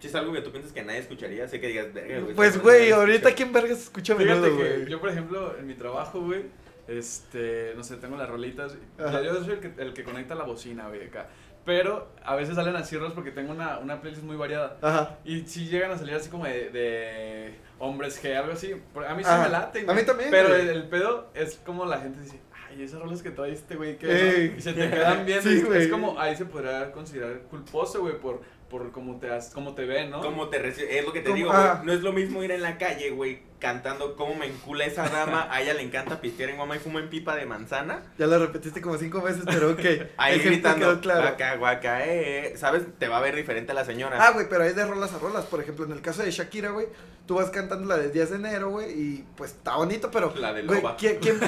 [SPEAKER 2] Si es algo que tú piensas que nadie escucharía, sé que digas, verga, güey.
[SPEAKER 1] Pues,
[SPEAKER 2] esta
[SPEAKER 1] güey,
[SPEAKER 2] madre
[SPEAKER 1] ahorita
[SPEAKER 2] escucha".
[SPEAKER 1] quién vergas escucha a
[SPEAKER 3] Fíjate
[SPEAKER 1] menudo,
[SPEAKER 3] que
[SPEAKER 1] güey.
[SPEAKER 3] yo, por ejemplo, en mi trabajo, güey, este, no sé, tengo las rolitas. y
[SPEAKER 1] Ajá.
[SPEAKER 3] Yo soy el que, el que conecta la bocina, güey, acá. Pero a veces salen así rolas porque tengo una, una playlist muy variada.
[SPEAKER 1] Ajá.
[SPEAKER 3] Y si llegan a salir así como de, de hombres G, algo así. Por- A mí sí
[SPEAKER 1] Ajá.
[SPEAKER 3] me late,
[SPEAKER 1] A
[SPEAKER 3] güey.
[SPEAKER 1] mí también,
[SPEAKER 3] Pero
[SPEAKER 1] güey.
[SPEAKER 3] el, el pedo es como la gente dice, ay, esas rolas que traíste, güey, que
[SPEAKER 1] Ey.
[SPEAKER 3] y se te quedan bien.
[SPEAKER 1] Sí,
[SPEAKER 3] es,
[SPEAKER 1] güey.
[SPEAKER 3] es como, ahí se podrá considerar culposo, güey, por, por cómo te, has- cómo te ven, ¿no?
[SPEAKER 2] ¿Cómo te recibe? Es lo que te
[SPEAKER 1] ¿Cómo?
[SPEAKER 2] digo, güey.
[SPEAKER 1] Ah.
[SPEAKER 2] No es lo mismo ir en la calle, güey, cantando cómo me encula esa dama. A ella le encanta pistear en guama y fuma en pipa de manzana.
[SPEAKER 1] Ya lo repetiste como cinco veces, pero
[SPEAKER 3] [LAUGHS]
[SPEAKER 1] ok.
[SPEAKER 2] Ahí
[SPEAKER 1] El ejemplo
[SPEAKER 2] gritando,
[SPEAKER 1] quedó
[SPEAKER 3] Ah,
[SPEAKER 1] claro.
[SPEAKER 2] guaca, guaca, eh. eh". ¿Sabes? Te va a ver diferente la señora.
[SPEAKER 1] Ah, güey, pero hay de rolas a rolas. Por ejemplo, en el caso de Shakira, güey, tú vas cantando la del 10 de enero, güey, y pues está bonito, pero.
[SPEAKER 2] La de
[SPEAKER 1] güey,
[SPEAKER 2] loba.
[SPEAKER 1] ¿Quién?
[SPEAKER 3] [LAUGHS]
[SPEAKER 1] quién...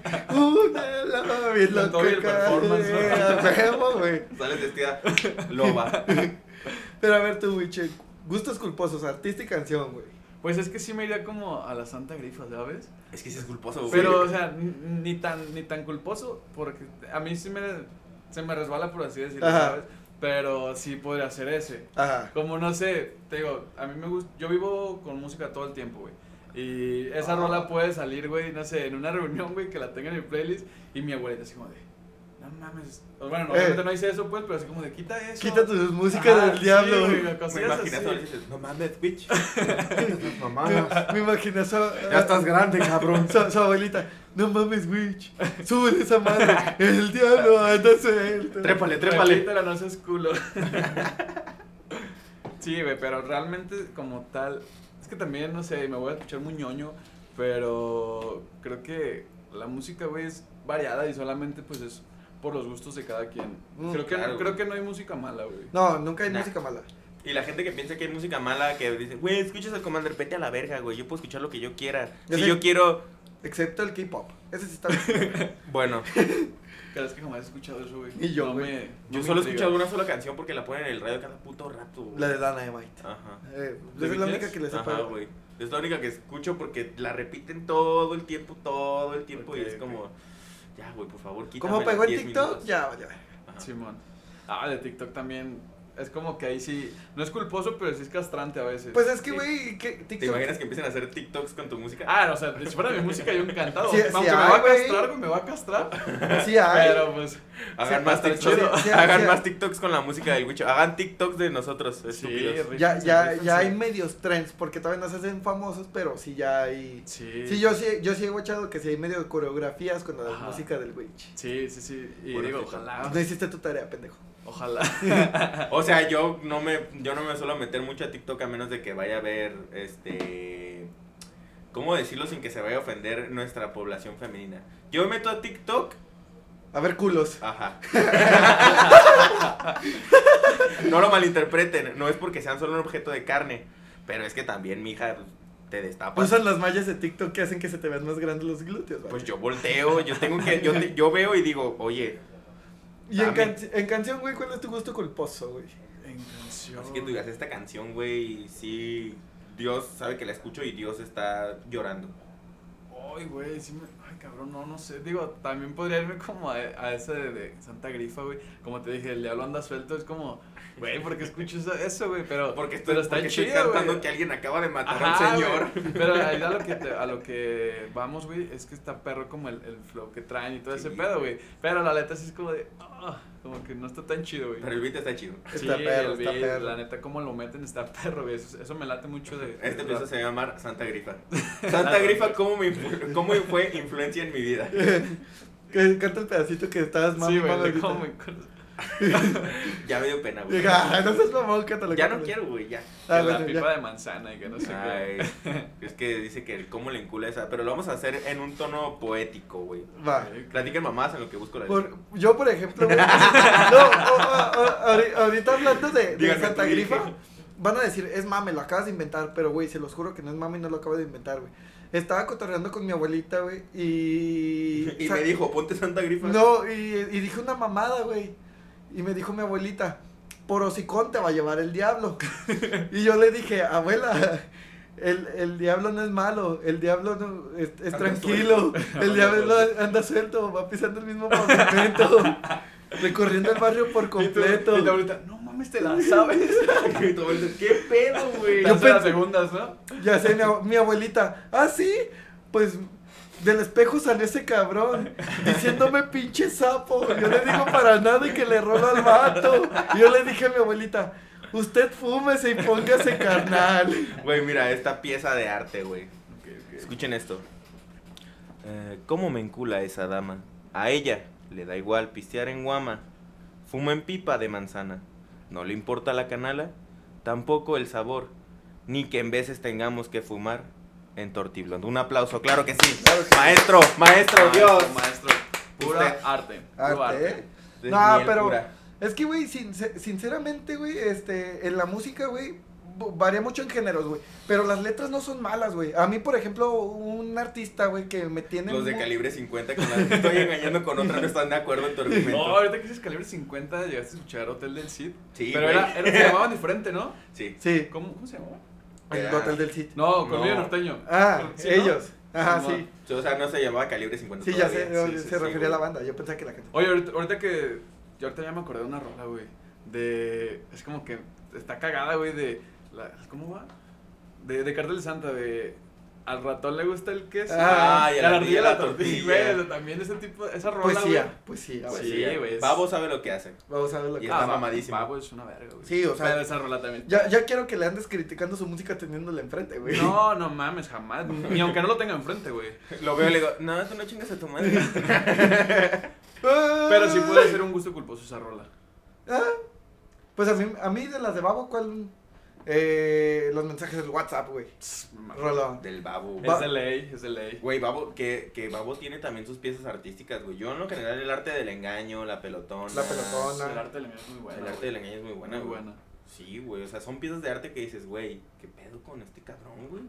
[SPEAKER 1] [LAUGHS] Una loba, bien
[SPEAKER 3] Con todo y el
[SPEAKER 1] loca,
[SPEAKER 3] performance, ¿no?
[SPEAKER 1] eh, a huevo, güey.
[SPEAKER 2] Sales vestida este loba.
[SPEAKER 1] Pero a ver tú, Wiche, gustos culposos, artista y canción, güey.
[SPEAKER 3] Pues es que sí me iría como a la Santa Grifa, ¿sabes?
[SPEAKER 2] Es que Oh, sí es culposo, güey.
[SPEAKER 3] Pero, o sea, n- ni tan, ni tan culposo, porque a mí sí me, se me resbala, por así decirlo,
[SPEAKER 1] Ajá.
[SPEAKER 3] ¿sabes? Pero sí podría ser ese.
[SPEAKER 1] Ajá.
[SPEAKER 3] Como no sé, te digo, a mí me gusta, yo vivo con música todo el tiempo, güey. Y esa
[SPEAKER 1] Ah.
[SPEAKER 3] rola puede salir, güey, no sé, en una reunión, güey, que la tenga en mi playlist y mi abuelita así como de, no mames. O Bueno, no,
[SPEAKER 1] Eh.
[SPEAKER 3] obviamente no hice eso, pues, pero así como de, quita eso.
[SPEAKER 1] Quita tus músicas
[SPEAKER 2] Ah,
[SPEAKER 3] Ajá,
[SPEAKER 1] del
[SPEAKER 3] sí,
[SPEAKER 1] diablo,
[SPEAKER 3] güey,
[SPEAKER 1] güey.
[SPEAKER 2] me
[SPEAKER 3] cosillas
[SPEAKER 2] imaginas
[SPEAKER 3] así.
[SPEAKER 2] ahora y dices, no mames, bitch.
[SPEAKER 1] [LAUGHS]
[SPEAKER 4] Mamá,
[SPEAKER 1] Me imaginas a-
[SPEAKER 4] ya estás grande, cabrón.
[SPEAKER 1] ah, [LAUGHS] Su, su abuelita, no mames, witch, súbele esa madre, el diablo ah, anda suelto.
[SPEAKER 4] Trépale,
[SPEAKER 3] Repítela, no seas culo. [LAUGHS] sí, güey, pero realmente como tal. Es que también, no sé, me voy a escuchar muy ñoño, pero creo que la música, güey, es variada y solamente pues es por los gustos de cada quien.
[SPEAKER 1] Mm,
[SPEAKER 3] creo, que,
[SPEAKER 2] claro,
[SPEAKER 3] creo
[SPEAKER 2] güey.
[SPEAKER 3] que no hay música mala, güey.
[SPEAKER 1] No, nunca hay
[SPEAKER 2] Nah.
[SPEAKER 1] música mala.
[SPEAKER 2] Y la gente que piensa que hay música mala, que dice, güey, escuchas al Commander, vete a la verga, güey. Yo puedo escuchar lo que yo quiera.
[SPEAKER 1] Ya
[SPEAKER 2] si
[SPEAKER 1] sé.
[SPEAKER 2] yo quiero
[SPEAKER 1] Excepto el K-pop. Ese sí está bien.
[SPEAKER 2] Bueno,
[SPEAKER 3] Cada vez que jamás he escuchado eso, güey.
[SPEAKER 1] Ni yo,
[SPEAKER 3] No
[SPEAKER 1] güey.
[SPEAKER 3] me- no
[SPEAKER 2] yo solo
[SPEAKER 3] me
[SPEAKER 2] he
[SPEAKER 3] intriga.
[SPEAKER 2] escuchado una sola canción porque la ponen en el radio cada puto rato. güey.
[SPEAKER 1] La de Dynamite.
[SPEAKER 2] Ajá.
[SPEAKER 1] Eh,
[SPEAKER 2] ¿De
[SPEAKER 1] esa es la
[SPEAKER 2] BTS?
[SPEAKER 1] única que les he
[SPEAKER 2] Ajá,
[SPEAKER 1] parado.
[SPEAKER 2] güey. Es la única que escucho porque la repiten todo el tiempo, todo el tiempo y
[SPEAKER 3] Ok,
[SPEAKER 2] es
[SPEAKER 3] ok.
[SPEAKER 2] como, ya, güey, por favor, quítame.
[SPEAKER 1] ¿Cómo pegó en
[SPEAKER 2] 10
[SPEAKER 1] TikTok?
[SPEAKER 2] minutos".
[SPEAKER 1] Ya, vale, vale.
[SPEAKER 2] Ajá.
[SPEAKER 3] Simón. Ah, de TikTok también. Es como que ahí sí. No es culposo, pero sí es castrante a veces.
[SPEAKER 1] Pues es que,
[SPEAKER 2] Sí.
[SPEAKER 1] güey, que TikTok.
[SPEAKER 2] ¿Te imaginas que empiecen a hacer TikToks con tu música?
[SPEAKER 3] Ah, no, o sea, si fuera mi música yo encantado.
[SPEAKER 1] Sí, sí
[SPEAKER 3] Aunque me va
[SPEAKER 1] hay,
[SPEAKER 3] a
[SPEAKER 1] güey.
[SPEAKER 3] castrar, güey, me va a castrar.
[SPEAKER 1] Sí, hay.
[SPEAKER 3] Pero pues.
[SPEAKER 2] Hagan
[SPEAKER 1] sí,
[SPEAKER 2] más
[SPEAKER 1] está
[SPEAKER 2] TikToks.
[SPEAKER 1] chido. Sí, sí,
[SPEAKER 2] [LAUGHS] Hagan
[SPEAKER 1] sí.
[SPEAKER 2] más TikToks con la música del Wicho. Hagan TikToks de nosotros, estúpidos.
[SPEAKER 3] rífense,
[SPEAKER 1] ya, ya, ya hay
[SPEAKER 3] rífense.
[SPEAKER 1] medios trends, porque todavía no se hacen famosos, pero sí ya hay.
[SPEAKER 3] Sí.
[SPEAKER 1] Sí, yo sí, yo sí he guachado que sí hay medio coreografías con la
[SPEAKER 3] Ajá.
[SPEAKER 1] música del witch.
[SPEAKER 3] Sí, sí, sí. Y
[SPEAKER 2] Puro
[SPEAKER 3] digo,
[SPEAKER 2] TikTok.
[SPEAKER 3] ojalá.
[SPEAKER 1] No hiciste tu tarea, pendejo.
[SPEAKER 3] Ojalá.
[SPEAKER 2] O sea, yo no me yo no me suelo meter mucho a TikTok a menos de que vaya a ver este ¿Cómo decirlo sin que se vaya a ofender nuestra población femenina? Yo me meto a TikTok,
[SPEAKER 1] A ver, culos.
[SPEAKER 2] ajá. [LAUGHS] no lo malinterpreten, no es porque sean solo un objeto de carne, pero es que también mi hija te
[SPEAKER 3] Ah, pues.
[SPEAKER 2] destapa.
[SPEAKER 1] Usan las mallas de TikTok que hacen que se te vean más grandes los glúteos, ¿vale?
[SPEAKER 2] Pues yo volteo, yo tengo que yo te- yo veo y digo, "Oye,
[SPEAKER 1] Y en,
[SPEAKER 2] Dame.
[SPEAKER 1] can- en canción, güey, ¿cuál es tu gusto culposo, güey?
[SPEAKER 3] En canción.
[SPEAKER 2] Así que tú digas, esta canción, güey, sí, Dios sabe que la escucho y Dios está llorando.
[SPEAKER 3] Ay, güey, sí me... Ay, cabrón, no, no sé. Digo, también podría irme como a, a ese de, de Santa Grifa, güey. Como te dije, el diablo anda suelto. Es como, güey, ¿por qué escucho eso- eso, güey? Pero,
[SPEAKER 2] Porque estoy,
[SPEAKER 3] pero está
[SPEAKER 2] porque estoy
[SPEAKER 3] chido,
[SPEAKER 2] cantando
[SPEAKER 3] güey.
[SPEAKER 2] que alguien acaba de matar
[SPEAKER 3] Ajá,
[SPEAKER 2] a un señor.
[SPEAKER 3] güey. [LAUGHS] Pero ahí a lo que, te- a lo que vamos, güey, es que está perro como el, el flow que traen y todo ese
[SPEAKER 2] Sí.
[SPEAKER 3] pedo, güey. Pero la neta sí es como de, ah, como que no está tan chido, güey.
[SPEAKER 2] Pero el beat está chido.
[SPEAKER 3] Sí,
[SPEAKER 1] Está perro,
[SPEAKER 3] el
[SPEAKER 1] está
[SPEAKER 3] beat,
[SPEAKER 1] perro.
[SPEAKER 3] La neta, cómo lo meten está perro, güey. Eso, eso me late mucho de.
[SPEAKER 2] Este
[SPEAKER 3] de-
[SPEAKER 2] episodio se va a llamar Santa
[SPEAKER 3] [LAUGHS]
[SPEAKER 2] Grifa. Santa Grifa, ¿cómo, me influ- cómo fue influencia en mi vida?
[SPEAKER 1] [LAUGHS] Que canta el pedacito que estabas
[SPEAKER 3] Sí, güey,
[SPEAKER 1] mamando
[SPEAKER 3] de
[SPEAKER 1] ahorita.
[SPEAKER 3] cómo me-
[SPEAKER 2] Ya me dio pena, güey.
[SPEAKER 1] Dije, "Ah, no seas mamón, cántalo.
[SPEAKER 2] Ya no
[SPEAKER 1] cántalo".
[SPEAKER 2] quiero, güey, ya.
[SPEAKER 1] Ah,
[SPEAKER 3] que la
[SPEAKER 1] bueno, ya.
[SPEAKER 3] pipa de manzana y que no sé
[SPEAKER 2] Ay, es que dice que el cómo le encula esa. Pero lo vamos a hacer en un tono poético, güey.
[SPEAKER 1] Va.
[SPEAKER 3] qué.
[SPEAKER 2] Platiquen mamás en lo que busco la
[SPEAKER 1] Por-
[SPEAKER 2] letra.
[SPEAKER 1] yo, por ejemplo,
[SPEAKER 2] [LAUGHS]
[SPEAKER 1] güey, no, o- o- o- ahori- ahorita hablando de, de
[SPEAKER 2] Díganme
[SPEAKER 1] Santa
[SPEAKER 2] tú,
[SPEAKER 1] Grifa,
[SPEAKER 2] dije.
[SPEAKER 1] van a decir, es mame, lo acabas de inventar, pero güey, se los juro que no es mame, no lo acabo de inventar, güey. Estaba cotorreando con mi abuelita, güey, y...
[SPEAKER 2] [LAUGHS] Y
[SPEAKER 1] sa-
[SPEAKER 2] me dijo, ponte Santa Grifa.
[SPEAKER 1] No, y, y dije una mamada, güey. Y me dijo mi abuelita, por hocicón te va a llevar el
[SPEAKER 3] [LAUGHS]
[SPEAKER 1] diablo. y yo le dije, abuela, el, el diablo no es malo, el diablo no- es, es
[SPEAKER 2] Anda
[SPEAKER 1] tranquilo, [LAUGHS] el diablo anda suelto, va pisando el mismo
[SPEAKER 3] [LAUGHS]
[SPEAKER 1] pavimento, recorriendo el barrio por completo.
[SPEAKER 3] Y tú ahorita, no mames, te la sabes. [LAUGHS]
[SPEAKER 2] Y tu abuelita, ¿Qué pedo, güey?
[SPEAKER 1] Yo
[SPEAKER 3] Yo las
[SPEAKER 1] pensé-
[SPEAKER 3] segundas, ¿no?
[SPEAKER 1] Ya sé, mi, ab- mi abuelita, ah, sí, pues del espejo salió ese cabrón diciéndome pinche sapo. Yo le digo para nada y que le robo al vato. Y yo le dije a mi abuelita, usted fúmese y póngase carnal.
[SPEAKER 2] Güey, mira, esta pieza de arte, güey. Escuchen esto. Eh, ¿Cómo me encula esa dama? A ella le da igual pistear en guama, fuma en pipa de manzana. No le importa la canala, tampoco el sabor, ni que en veces tengamos que fumar en tortiblón. Un aplauso, claro que sí. Maestro, maestro, Dios.
[SPEAKER 3] Maestro, pura
[SPEAKER 2] Usted-
[SPEAKER 3] arte.
[SPEAKER 1] Arte,
[SPEAKER 3] Puro arte.
[SPEAKER 1] ¿eh?
[SPEAKER 2] De
[SPEAKER 1] No,
[SPEAKER 2] miel
[SPEAKER 1] pero-
[SPEAKER 2] pura.
[SPEAKER 1] Es que, güey, sincer- sinceramente, güey, este, en la música, güey, bu- varía mucho en géneros, güey. Pero las letras no son malas, güey. A mí, por ejemplo, un artista, güey, que me tiene...
[SPEAKER 2] Los de
[SPEAKER 1] mu-
[SPEAKER 2] calibre 50 con las que estoy engañando con otra no están de acuerdo en tu
[SPEAKER 3] No,
[SPEAKER 1] [LAUGHS]
[SPEAKER 2] argumento.
[SPEAKER 3] ahorita que dices calibre 50, llegaste a escuchar Hotel del Cid.
[SPEAKER 2] Sí,
[SPEAKER 3] Pero
[SPEAKER 2] güey.
[SPEAKER 3] era, era, se llamaban diferente, ¿no?
[SPEAKER 2] Sí.
[SPEAKER 1] Sí,
[SPEAKER 3] ¿Cómo, cómo se llamaba?
[SPEAKER 1] el
[SPEAKER 2] Era-
[SPEAKER 1] hotel del sitio.
[SPEAKER 3] No, Colmillo
[SPEAKER 2] No.
[SPEAKER 3] Norteño.
[SPEAKER 1] Ah,
[SPEAKER 3] Sí, ¿no?
[SPEAKER 1] ellos. Ajá,
[SPEAKER 3] Simón.
[SPEAKER 1] sí.
[SPEAKER 2] O sea, no se llamaba calibre 50.
[SPEAKER 1] Sí, ya
[SPEAKER 2] todavía.
[SPEAKER 1] sé, yo-
[SPEAKER 3] sí,
[SPEAKER 1] yo-
[SPEAKER 3] sí,
[SPEAKER 1] se
[SPEAKER 2] sí,
[SPEAKER 1] refería
[SPEAKER 2] güey.
[SPEAKER 1] a la banda, yo pensaba que la gente...
[SPEAKER 3] Oye, ahorita, ahorita que. Yo ahorita ya me acordé de una rola, güey. De. Es como que. Está cagada, güey, de. la- ¿Cómo va? De, de Cartel de Santa, de. Al ratón le gusta el queso.
[SPEAKER 1] Ah,
[SPEAKER 2] y a
[SPEAKER 3] a
[SPEAKER 2] la ardilla
[SPEAKER 3] la ardilla
[SPEAKER 2] la
[SPEAKER 3] la tortilla.
[SPEAKER 2] tortilla.
[SPEAKER 3] Güey, o sea, también ese tipo. Esa rola. güey.
[SPEAKER 1] Poesía, poesía,
[SPEAKER 2] Pues
[SPEAKER 1] güey.
[SPEAKER 3] Sí,
[SPEAKER 2] sí,
[SPEAKER 3] güey, es-
[SPEAKER 2] Babo sabe lo que hace.
[SPEAKER 1] Vamos a ver lo
[SPEAKER 2] Y
[SPEAKER 1] que...
[SPEAKER 2] está
[SPEAKER 3] Ah,
[SPEAKER 2] mamadísimo.
[SPEAKER 3] Babo es una verga, güey.
[SPEAKER 1] Sí, o sea-
[SPEAKER 3] Pero esa rola
[SPEAKER 1] [LAUGHS]
[SPEAKER 3] también.
[SPEAKER 1] Ya, ya quiero que le andes criticando su música teniéndola enfrente, güey. [LAUGHS] Ah.
[SPEAKER 3] No, no mames, jamás. Ni aunque no lo tenga enfrente, güey.
[SPEAKER 2] [LAUGHS] Lo veo y le digo, no, tú no chingas a tu madre. [LAUGHS]
[SPEAKER 3] Pero sí puede ser un gusto culposo esa rola.
[SPEAKER 1] Pues a mí, a mí de las de Babo, ¿cuál? Eh, los mensajes del WhatsApp, güey.
[SPEAKER 3] Pss, me mama.
[SPEAKER 1] Rolón.
[SPEAKER 2] Del babo.
[SPEAKER 1] Ba-
[SPEAKER 3] Es de ley, es de ley.
[SPEAKER 2] Güey, Babo, que, que Babo tiene también sus piezas artísticas, güey. Yo en lo general el arte del engaño, la pelotona.
[SPEAKER 1] La pelotona.
[SPEAKER 3] El arte del engaño es muy bueno.
[SPEAKER 2] El arte del engaño es muy buena,
[SPEAKER 3] muy
[SPEAKER 2] güey.
[SPEAKER 3] buena.
[SPEAKER 2] Sí, güey, o sea, son piezas de arte que dices, güey, ¿qué pedo con este cabrón, güey?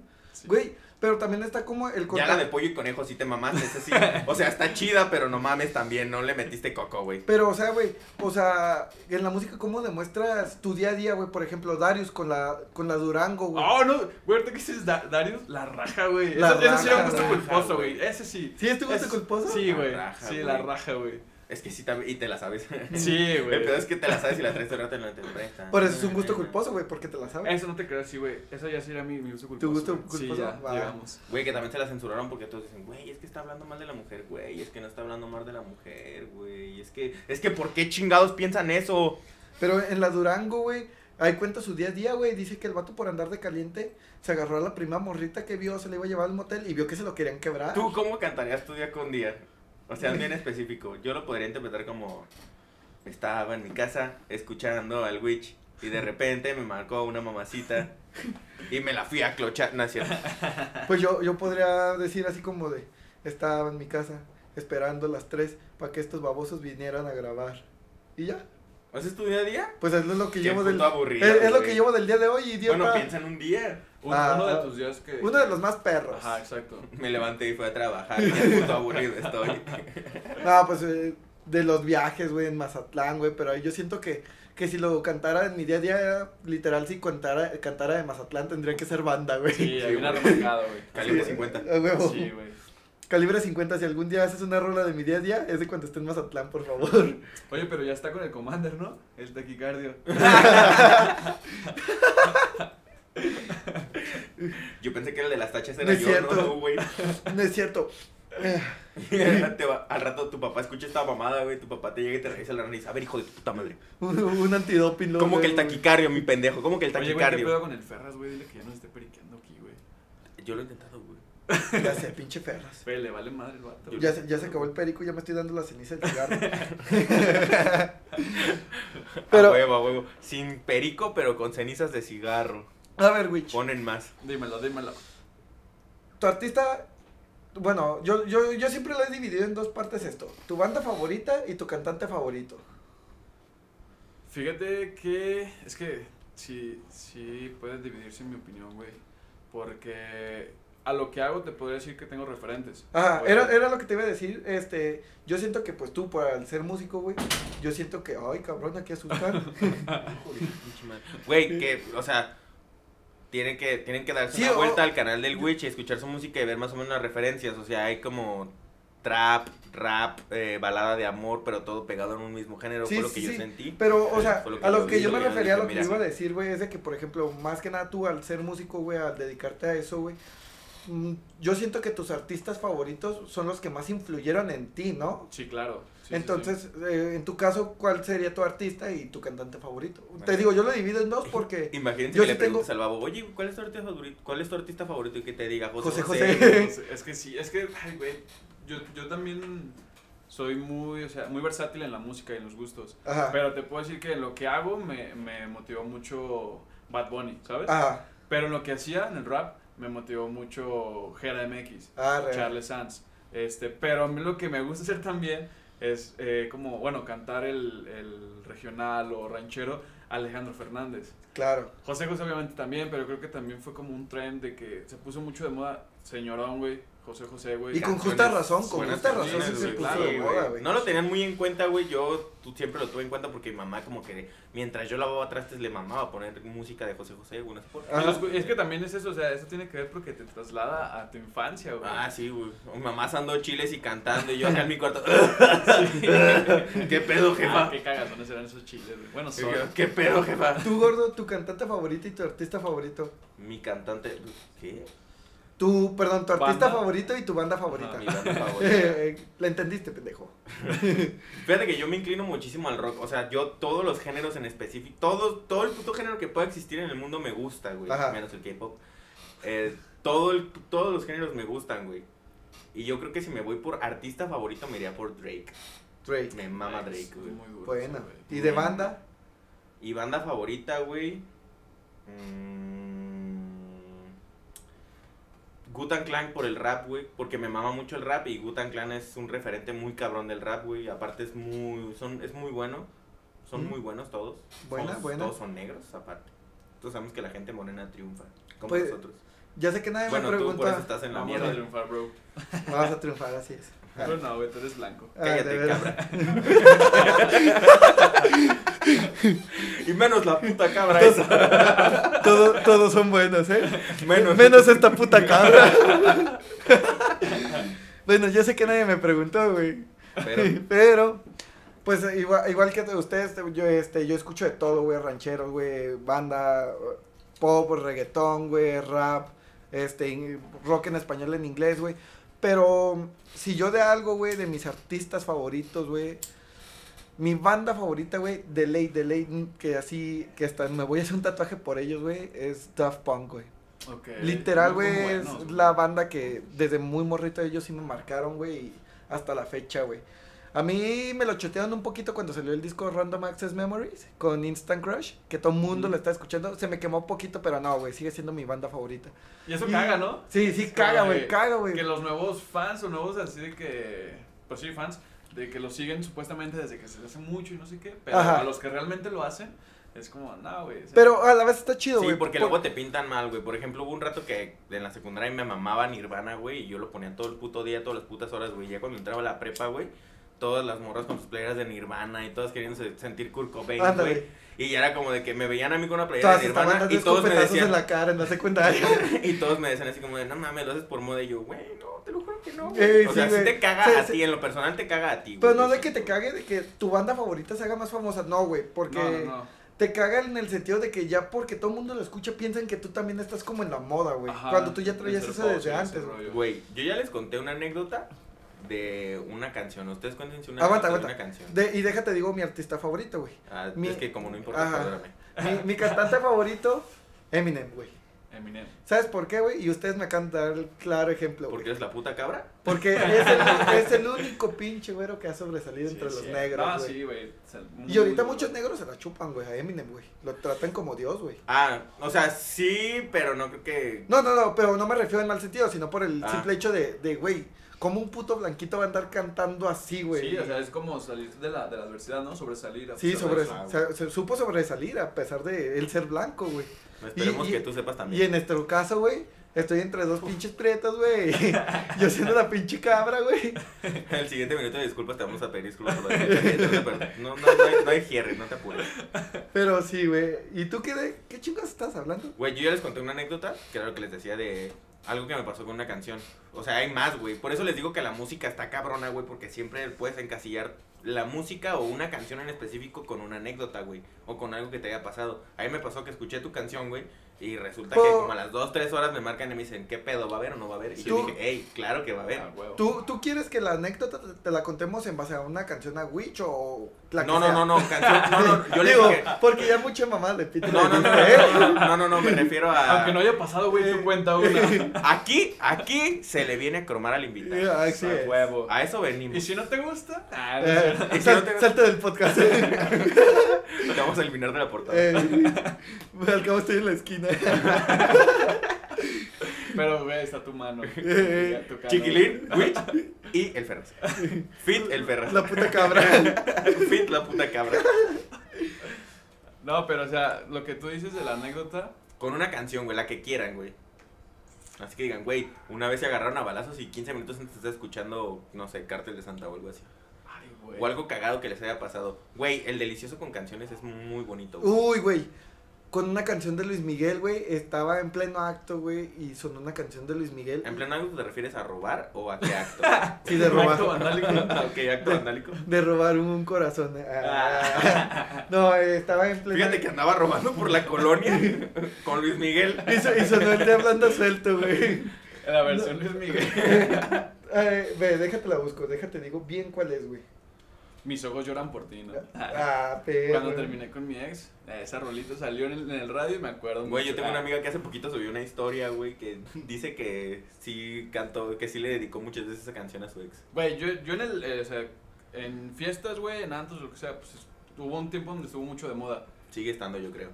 [SPEAKER 1] Güey, pero también está como el
[SPEAKER 2] Ya la de
[SPEAKER 1] contacto.
[SPEAKER 2] pollo y conejo sí te mamaste, ese sí. O sea, está chida, pero no mames también, no le metiste coco, güey.
[SPEAKER 1] Pero, o sea, güey, o sea, en la música, ¿cómo demuestras tu día a día, güey? Por ejemplo, Darius con la, con la Durango, güey.
[SPEAKER 3] Oh, no, güey, ahorita que dices Da- Darius, la raja, güey.
[SPEAKER 1] La
[SPEAKER 3] Eso, eso sí era un
[SPEAKER 1] raja,
[SPEAKER 3] gusto
[SPEAKER 2] la raja,
[SPEAKER 3] culposo,
[SPEAKER 2] güey.
[SPEAKER 3] güey. Ese sí.
[SPEAKER 1] ¿Sí es tu gusto
[SPEAKER 3] Ese-
[SPEAKER 1] culposo?
[SPEAKER 3] Sí,
[SPEAKER 2] La
[SPEAKER 3] güey.
[SPEAKER 2] raja,
[SPEAKER 3] sí,
[SPEAKER 2] güey.
[SPEAKER 3] la raja, güey.
[SPEAKER 2] Es que sí también, y te la sabes.
[SPEAKER 3] Sí,
[SPEAKER 2] [LAUGHS]
[SPEAKER 3] güey.
[SPEAKER 2] El pedo es que te la sabes y la traes de rato en la tempreta.
[SPEAKER 1] Por eso es un gusto culposo, güey, porque te la sabes.
[SPEAKER 3] Eso no te creas, sí, güey. Eso ya sí era mi, mi gusto culposo.
[SPEAKER 1] gusto
[SPEAKER 3] güey. Sí,
[SPEAKER 1] culposo,
[SPEAKER 3] ya,
[SPEAKER 1] va.
[SPEAKER 3] llegamos.
[SPEAKER 2] Güey, que también se la censuraron porque todos dicen, güey, es que está hablando mal de la mujer, güey, es que no está hablando mal de la mujer, güey, es que, es que, ¿por qué chingados piensan eso?
[SPEAKER 1] Pero en la Durango, güey, ahí cuenta su día a día, güey. Dice que el vato por andar de caliente se agarró a la prima morrita que vio, se la iba a llevar al motel y vio que se lo querían quebrar.
[SPEAKER 2] ¿Tú cómo cantarías tu día con día? O sea, bien específico. Yo lo podría interpretar como estaba en mi casa escuchando al witch y de repente me marcó una mamacita y me la fui a clochar. No es cierto.
[SPEAKER 1] Pues yo, yo podría decir así como de, estaba en mi casa esperando las tres para que estos babosos vinieran a grabar. Y ya,
[SPEAKER 2] ¿Ese es tu día a día?
[SPEAKER 1] pues es lo que
[SPEAKER 2] Qué
[SPEAKER 1] llevo del...
[SPEAKER 2] puto aburrido,
[SPEAKER 1] es, es lo
[SPEAKER 2] güey.
[SPEAKER 1] que llevo del día de hoy, idiota.
[SPEAKER 2] Bueno, piensa en un día.
[SPEAKER 3] Uno,
[SPEAKER 1] Ah,
[SPEAKER 3] uno
[SPEAKER 1] ah.
[SPEAKER 3] de tus días que.
[SPEAKER 1] Uno de los más perros.
[SPEAKER 3] Ajá, exacto.
[SPEAKER 2] Me levanté y fui a trabajar. Qué puto aburrido estoy.
[SPEAKER 1] No, pues eh, de los viajes, güey, en Mazatlán, güey, pero ahí yo siento que, que si lo cantara en mi día a día, literal, si cantara, cantara de Mazatlán, tendría que ser banda, güey.
[SPEAKER 3] Sí,
[SPEAKER 2] Sí,
[SPEAKER 3] ahí bien
[SPEAKER 2] güey.
[SPEAKER 3] arrancado, güey.
[SPEAKER 2] Calibre 50.
[SPEAKER 1] A huevo.
[SPEAKER 3] Sí, güey.
[SPEAKER 1] Calibre 50, si algún día haces una rola de mi día a día, es de cuando esté en Mazatlán, por favor.
[SPEAKER 3] Oye, pero ya está con el Commander, ¿no? El taquicardio.
[SPEAKER 2] Yo pensé que el de las tachas era
[SPEAKER 1] No es
[SPEAKER 2] yo,
[SPEAKER 1] cierto.
[SPEAKER 2] no, [LAUGHS] güey.
[SPEAKER 1] No es cierto. Eh,
[SPEAKER 2] Te va- al rato tu papá escucha esta mamada, güey. Tu papá te llega y te revisa la nariz. A ver, hijo de tu puta madre.
[SPEAKER 1] Un, un antidoping, luego,
[SPEAKER 2] ¿Cómo que el
[SPEAKER 1] luego,
[SPEAKER 2] taquicardio, mi pendejo? ¿Cómo que el
[SPEAKER 3] Oye, güey, ¿qué
[SPEAKER 2] taquicardio?
[SPEAKER 3] pedo con el Ferras, güey? Dile que ya no esté periqueando aquí, güey.
[SPEAKER 2] Yo lo he intentado, güey.
[SPEAKER 1] güey. Ya sé, pinche perras.
[SPEAKER 3] Güey, le vale madre el vato. güey.
[SPEAKER 1] Ya se, ya se acabó el perico, ya me estoy dando la ceniza del
[SPEAKER 3] [LAUGHS]
[SPEAKER 1] cigarro.
[SPEAKER 2] Pero...
[SPEAKER 1] Pero-
[SPEAKER 2] A huevo, a huevo. Sin perico, pero con cenizas de cigarro.
[SPEAKER 1] A ver, Witch.
[SPEAKER 2] Ponen más.
[SPEAKER 3] Dímelo, dímelo.
[SPEAKER 1] tu artista, bueno, yo, yo, yo siempre lo he dividido en dos partes esto. Tu banda favorita y tu cantante favorito.
[SPEAKER 3] Fíjate que es que sí, sí puedes dividirse en mi opinión, güey. Porque a lo que hago te podría decir que tengo referentes.
[SPEAKER 1] Ah,
[SPEAKER 3] Oye,
[SPEAKER 1] era, era lo que te iba a decir, este, yo siento que pues tú, por al ser músico, güey, yo siento que, ay, cabrón, aquí
[SPEAKER 2] [LAUGHS]
[SPEAKER 1] asustan.
[SPEAKER 2] Güey, que, o sea, tienen que, tienen que darse
[SPEAKER 1] Sí,
[SPEAKER 2] una
[SPEAKER 1] o-
[SPEAKER 2] vuelta al canal del Witch y escuchar su música y ver más o menos las referencias. O sea, hay como trap, rap, eh, balada de amor, pero todo pegado en un mismo género.
[SPEAKER 1] Sí,
[SPEAKER 2] fue lo
[SPEAKER 1] sí,
[SPEAKER 2] que yo
[SPEAKER 1] sí.
[SPEAKER 2] sentí.
[SPEAKER 1] Pero, o sea,
[SPEAKER 2] Fue lo que
[SPEAKER 1] a
[SPEAKER 2] yo
[SPEAKER 1] lo que
[SPEAKER 2] vi,
[SPEAKER 1] yo
[SPEAKER 2] lo
[SPEAKER 1] me
[SPEAKER 2] que yo
[SPEAKER 1] refería, a lo
[SPEAKER 2] dije,
[SPEAKER 1] que
[SPEAKER 2] mira.
[SPEAKER 1] iba a decir, güey, es de que, por ejemplo, más que nada tú, al ser músico, güey, al dedicarte a eso, güey, mm, yo siento que tus artistas favoritos son los que más influyeron en ti, ¿no?
[SPEAKER 3] Sí, claro. Sí, sí, sí.
[SPEAKER 1] Entonces, eh, en tu caso, ¿cuál sería tu artista y tu cantante favorito?
[SPEAKER 2] Bueno.
[SPEAKER 1] Te digo, yo lo divido en dos porque...
[SPEAKER 2] [LAUGHS] Imagínense
[SPEAKER 1] yo
[SPEAKER 2] que
[SPEAKER 1] sí
[SPEAKER 2] le preguntas
[SPEAKER 1] tengo-
[SPEAKER 2] al babo, oye, ¿cuál es tu artista favorito? ¿Cuál es tu artista favorito? Y que te diga José
[SPEAKER 1] José
[SPEAKER 2] José.
[SPEAKER 1] José.
[SPEAKER 3] Entonces, es que sí, es que, ay, güey, yo, yo también soy muy, o sea, muy versátil en la música y en los gustos.
[SPEAKER 1] Ajá.
[SPEAKER 3] Pero te puedo decir que en lo que hago me, me motivó mucho Bad Bunny, ¿sabes?
[SPEAKER 1] Ajá.
[SPEAKER 3] Pero en lo que hacía en el rap me motivó mucho Gera MX.
[SPEAKER 1] Ah, real.
[SPEAKER 3] Charles Sanz. Este, pero a mí lo que me gusta hacer también es eh, como, bueno, cantar el, el regional o ranchero Alejandro Fernández.
[SPEAKER 1] Claro.
[SPEAKER 3] José José obviamente también, pero creo que también fue como un trend de que se puso mucho de moda señorón, güey, José José, güey.
[SPEAKER 1] Y con
[SPEAKER 2] canciones,
[SPEAKER 1] justa razón, [LAUGHS] con
[SPEAKER 2] buenas
[SPEAKER 1] justa razón
[SPEAKER 2] canciones,
[SPEAKER 1] sí se
[SPEAKER 2] güey,
[SPEAKER 1] puso
[SPEAKER 2] claro,
[SPEAKER 1] de moda, güey.
[SPEAKER 2] No lo tenían muy en cuenta, güey. Yo tú, siempre lo tuve en cuenta porque mi mamá, como que mientras yo lavaba trastes, le mamaba poner música de José José, güey. No sé por qué.
[SPEAKER 1] Ah.
[SPEAKER 3] Y los- es que también es eso, o sea, eso tiene que ver porque te traslada a tu infancia, güey.
[SPEAKER 2] Ah, sí, güey. Mi mamá asando chiles y cantando. Y yo acá en mi cuarto. [LAUGHS] ¿Qué pedo,
[SPEAKER 3] Ah,
[SPEAKER 2] jefa?
[SPEAKER 3] qué cagazones eran esos chiles, güey. Bueno, son.
[SPEAKER 2] ¿Qué pedo, jefa?
[SPEAKER 1] Tú, gordo, tu cantante favorito y tu artista favorito.
[SPEAKER 2] Mi cantante. ¿Qué?
[SPEAKER 1] Tu, perdón, tu artista
[SPEAKER 3] Banda.
[SPEAKER 1] favorito y tu banda favorita. [LAUGHS]
[SPEAKER 2] Mi
[SPEAKER 1] Eh,
[SPEAKER 2] banda favorita.
[SPEAKER 1] eh, La entendiste, pendejo.
[SPEAKER 2] Fíjate que yo me inclino muchísimo al rock. O sea, yo todos los géneros en específico, todo, todo el puto género que pueda existir en el mundo me gusta, güey.
[SPEAKER 1] Ajá.
[SPEAKER 2] Menos el K-pop. Eh, todo el- todos los géneros me gustan, güey. Y yo creo que si me voy por artista favorito, me iría por Drake.
[SPEAKER 1] Drake.
[SPEAKER 2] Me mama
[SPEAKER 3] Ay,
[SPEAKER 2] Drake,
[SPEAKER 3] es
[SPEAKER 2] güey.
[SPEAKER 3] muy duro,
[SPEAKER 1] Buena.
[SPEAKER 3] güey.
[SPEAKER 1] ¿Y de banda?
[SPEAKER 2] Y banda favorita, güey. Mm. Gutan Clan por el rap, güey. Porque me mama mucho el rap y Gutan Clan es un referente muy cabrón del rap, güey. Aparte es muy, son, es muy bueno. Son
[SPEAKER 1] Mm.
[SPEAKER 2] muy buenos todos.
[SPEAKER 1] Buena,
[SPEAKER 2] Todos-
[SPEAKER 1] buena.
[SPEAKER 2] Todos son negros, aparte. Entonces sabemos que la gente morena triunfa. Como
[SPEAKER 1] Pues-
[SPEAKER 2] nosotros.
[SPEAKER 1] Ya sé que nadie
[SPEAKER 2] Bueno,
[SPEAKER 1] me
[SPEAKER 2] tú por eso
[SPEAKER 1] pregunta.
[SPEAKER 2] estás en la
[SPEAKER 3] Vamos a
[SPEAKER 2] mierda.
[SPEAKER 3] triunfar, bro.
[SPEAKER 1] Vamos a triunfar, así es. Ah,
[SPEAKER 3] Pero no, güey, tú eres blanco.
[SPEAKER 1] ah, de
[SPEAKER 2] [LAUGHS] Cállate,
[SPEAKER 1] veras.
[SPEAKER 2] [LAUGHS] cabra. Y menos la puta cabra esa.
[SPEAKER 1] Todo- todos son buenos, ¿eh?
[SPEAKER 2] Menos.
[SPEAKER 1] [LAUGHS] Menos esta
[SPEAKER 2] [LAUGHS]
[SPEAKER 1] puta cabra. bueno, yo sé que nadie me preguntó, güey.
[SPEAKER 2] Pero,
[SPEAKER 1] [LAUGHS] Pero, pues igual, igual que ustedes, yo, este, yo escucho de todo, güey, rancheros, güey, banda, pop, reggaetón, güey, rap, este, en- rock en español, en inglés, güey. Pero si yo de algo, güey, de mis artistas favoritos, güey, mi banda favorita, güey, de ley, de ley, que así, que hasta me voy a hacer un tatuaje por ellos, güey, es Daft Punk, güey.
[SPEAKER 3] Okay.
[SPEAKER 1] Literal,
[SPEAKER 3] Eh, Muy
[SPEAKER 1] güey, es
[SPEAKER 3] buenos, güey.
[SPEAKER 1] la banda que desde muy morrito ellos sí me marcaron, güey, y hasta la fecha, güey. A mí me lo chotearon un poquito cuando salió el disco Random Access Memories con Instant Crush, que todo el mundo
[SPEAKER 3] Ujú.
[SPEAKER 1] lo está escuchando. Se me quemó un poquito, pero no, güey, sigue siendo mi banda favorita.
[SPEAKER 3] Y eso caga, ¿no?
[SPEAKER 1] Sí, sí, caga, güey,
[SPEAKER 3] Ay,
[SPEAKER 1] caga, güey.
[SPEAKER 3] Que los nuevos fans o nuevos así de que. Pues sí, fans. De que lo siguen supuestamente desde que se le hace mucho y no sé qué. Pero
[SPEAKER 1] Ajá.
[SPEAKER 3] a los que realmente lo hacen, es como, no, güey. o sea,
[SPEAKER 1] Pero a la vez está chido,
[SPEAKER 2] sí,
[SPEAKER 1] güey.
[SPEAKER 2] porque
[SPEAKER 1] por-
[SPEAKER 2] luego te pintan mal, güey. Por ejemplo, hubo un rato que en la secundaria me mamaba Nirvana, güey. Y yo lo ponía todo el puto día, todas las putas horas, güey. Ya cuando entraba a la prepa, güey. Todas las morras con sus playeras de Nirvana y todas queriendo se- sentir Kurt Cobain,
[SPEAKER 1] Ándale.
[SPEAKER 2] güey. Y ya era como de que me veían a mí con una playera
[SPEAKER 1] Todas
[SPEAKER 2] de
[SPEAKER 1] estaban
[SPEAKER 2] Nirvana
[SPEAKER 1] dando
[SPEAKER 2] y todos me
[SPEAKER 1] escopetazos
[SPEAKER 2] decían...
[SPEAKER 1] en la cara en la
[SPEAKER 3] [LAUGHS]
[SPEAKER 1] secundaria.
[SPEAKER 2] [LAUGHS] Y todos me decían así como de, no mames, lo haces por moda. Y yo, güey, no, te lo juro que no. güey".
[SPEAKER 1] Ey,
[SPEAKER 2] o
[SPEAKER 1] sí,
[SPEAKER 2] sea, si
[SPEAKER 1] güey.
[SPEAKER 2] te caga
[SPEAKER 1] Sí,
[SPEAKER 2] a
[SPEAKER 1] sí.
[SPEAKER 2] ti, en lo personal te caga a ti,
[SPEAKER 1] [LAUGHS]
[SPEAKER 2] güey.
[SPEAKER 1] Pero no
[SPEAKER 2] Yo
[SPEAKER 1] de
[SPEAKER 2] sí,
[SPEAKER 1] que te
[SPEAKER 2] güey.
[SPEAKER 1] cague de que tu banda favorita se haga más famosa. No, güey, porque...
[SPEAKER 3] No, no, no.
[SPEAKER 1] te caga en el sentido de que ya porque todo el mundo lo escucha piensan que tú también estás como en la moda, güey.
[SPEAKER 3] Ajá,
[SPEAKER 1] Cuando tú ya traías
[SPEAKER 3] el
[SPEAKER 1] eso
[SPEAKER 3] surfboard,
[SPEAKER 1] desde
[SPEAKER 3] sí, ese
[SPEAKER 1] antes, güey.
[SPEAKER 3] rollo.
[SPEAKER 2] Güey, yo ya les conté una anécdota de una canción. Ustedes cuéntense una
[SPEAKER 1] Aguanta,
[SPEAKER 2] anécdota
[SPEAKER 1] aguanta.
[SPEAKER 2] de una canción.
[SPEAKER 1] De- y déjate, digo, mi artista favorito, güey.
[SPEAKER 2] Ah,
[SPEAKER 1] mi-
[SPEAKER 2] Es que como no importa,
[SPEAKER 1] Ajá.
[SPEAKER 2] perdóname.
[SPEAKER 1] Mi,
[SPEAKER 3] [LAUGHS]
[SPEAKER 1] mi cantante favorito, Eminem, güey.
[SPEAKER 3] Eminem.
[SPEAKER 1] ¿Sabes por qué, güey? Y ustedes me acaban de dar el claro ejemplo,
[SPEAKER 2] ¿Por
[SPEAKER 1] güey.
[SPEAKER 2] qué eres la puta cabra?
[SPEAKER 1] Porque es el, es el único pinche güero que ha sobresalido
[SPEAKER 3] Sí,
[SPEAKER 1] entre los
[SPEAKER 3] sí.
[SPEAKER 1] negros,
[SPEAKER 3] Ah,
[SPEAKER 1] güey.
[SPEAKER 3] sí, güey. o sea, muy
[SPEAKER 1] Y ahorita
[SPEAKER 3] bueno.
[SPEAKER 1] muchos negros se la chupan, güey, a Eminem, güey. Lo tratan como Dios, güey.
[SPEAKER 2] Ah, o sea, sí, pero no creo que...
[SPEAKER 1] No, no, no, pero no me refiero en mal sentido, sino por el
[SPEAKER 2] Ah.
[SPEAKER 1] simple hecho de, de, güey, ¿cómo un puto blanquito va a andar cantando así, güey?
[SPEAKER 3] Sí, o sea, es como salir de la, de la adversidad, ¿no? Sobresalir. a
[SPEAKER 1] Sí,
[SPEAKER 3] pesar
[SPEAKER 1] sobre,
[SPEAKER 3] de eso.
[SPEAKER 2] eso.
[SPEAKER 1] se, se supo sobresalir a pesar de él ser blanco, güey.
[SPEAKER 2] Esperemos
[SPEAKER 1] Y- y-
[SPEAKER 2] que tú sepas también.
[SPEAKER 1] Y en nuestro caso, güey, estoy entre dos pinches prietas, güey. [LAUGHS] Yo siendo la pinche cabra, güey.
[SPEAKER 2] [LAUGHS] El siguiente minuto de disculpas te vamos a pedir
[SPEAKER 1] [LAUGHS]
[SPEAKER 2] disculpas por la desviación, pero no, no, no hay, no hay cierre, no te apures.
[SPEAKER 1] Pero sí, güey. ¿Y tú qué, de, qué chingas estás hablando?
[SPEAKER 2] Güey, yo ya les conté una anécdota, que era lo que les decía de algo que me pasó con una canción. O sea, hay más, güey. Por eso les digo que la música está cabrona, güey, porque siempre puedes encasillar la música o una canción en específico con una anécdota, güey, o con algo que te haya pasado. A mí me pasó que escuché tu canción, güey, y resulta que
[SPEAKER 1] Pero-
[SPEAKER 2] como a las 2, 3 horas me marcan y me dicen, ¿qué pedo? ¿Va a haber o no va a haber? Y yo
[SPEAKER 1] Tú-
[SPEAKER 2] dije, hey, claro que va a haber.
[SPEAKER 3] Ah, huevo.
[SPEAKER 1] ¿Tú, ¿Tú quieres que la anécdota te, te la contemos en base a una canción a Witch o la que
[SPEAKER 2] No, no,
[SPEAKER 1] sea?
[SPEAKER 2] no, no, canción, no,
[SPEAKER 1] [LAUGHS]
[SPEAKER 2] no, yo le
[SPEAKER 1] Digo, ¿eh?
[SPEAKER 2] dije...
[SPEAKER 1] porque ya mucha mamá le pita.
[SPEAKER 2] No, no, no, no, no, no, no, no, me refiero a...
[SPEAKER 1] ah,
[SPEAKER 3] Aunque no haya pasado, güey, tú
[SPEAKER 1] [LAUGHS]
[SPEAKER 3] cuenta una.
[SPEAKER 2] Aquí, aquí se le viene a cromar al invitado.
[SPEAKER 1] Así
[SPEAKER 3] A
[SPEAKER 1] es.
[SPEAKER 3] huevo.
[SPEAKER 2] A eso venimos.
[SPEAKER 3] ¿Y si no te gusta? Ah, no sé.
[SPEAKER 1] Eh, sal- salte del podcast. [LAUGHS]
[SPEAKER 2] Te vamos a eliminar de la portada.
[SPEAKER 1] Eh, al cabo estoy en la esquina.
[SPEAKER 3] Pero, güey, está tu mano.
[SPEAKER 1] Eh,
[SPEAKER 3] Ya tocando.
[SPEAKER 2] Chiquilín, Witch y el Ferraz. Fit el Ferraz.
[SPEAKER 1] La puta cabra.
[SPEAKER 2] Fit la puta cabra.
[SPEAKER 3] No, pero, o sea, lo que tú dices de la anécdota.
[SPEAKER 2] Con una canción, güey, la que quieran, güey. Así que digan, güey, una vez se agarraron a balazos y 15 minutos antes estás escuchando, no sé, Cártel de Santa o algo así.
[SPEAKER 3] Ay,
[SPEAKER 2] O
[SPEAKER 3] güey.
[SPEAKER 2] algo cagado que les haya pasado. Güey, el delicioso con canciones es muy bonito. güey.
[SPEAKER 1] Uy, güey. Con una canción de Luis Miguel, güey. Estaba en pleno acto, güey. Y sonó una canción de Luis Miguel.
[SPEAKER 2] ¿En pleno acto te refieres a robar o a qué
[SPEAKER 1] [LAUGHS]
[SPEAKER 2] acto?
[SPEAKER 1] Sí, de
[SPEAKER 3] Un acto
[SPEAKER 1] robar.
[SPEAKER 3] vandálico.
[SPEAKER 2] ¿A qué
[SPEAKER 1] [LAUGHS]
[SPEAKER 2] acto vandálico?
[SPEAKER 1] De robar un corazón. Ah. No, eh, estaba en pleno.
[SPEAKER 2] Fíjate que andaba robando por la colonia
[SPEAKER 1] [LAUGHS]
[SPEAKER 2] con Luis Miguel.
[SPEAKER 1] Y, so- y sonó el de hablando suelto, güey.
[SPEAKER 3] La versión Luis Miguel.
[SPEAKER 1] Eh, ve, déjate la busco. Déjate, digo bien cuál es, güey.
[SPEAKER 3] Mis ojos lloran por ti, ¿no?
[SPEAKER 1] Ah, pero.
[SPEAKER 3] Cuando terminé con mi ex, eh, esa rolita salió en el, en el radio y me acuerdo.
[SPEAKER 2] Güey, yo
[SPEAKER 3] mucho.
[SPEAKER 2] tengo una
[SPEAKER 3] Ah,
[SPEAKER 2] amiga que hace poquito subió una historia, güey, que [LAUGHS] dice que sí cantó, que sí le dedicó muchas veces esa canción a su ex.
[SPEAKER 3] Güey, yo, yo en el. eh, o sea, en fiestas, güey, en antos, lo que sea, pues es- hubo un tiempo donde estuvo mucho de moda.
[SPEAKER 2] Sigue estando, yo creo.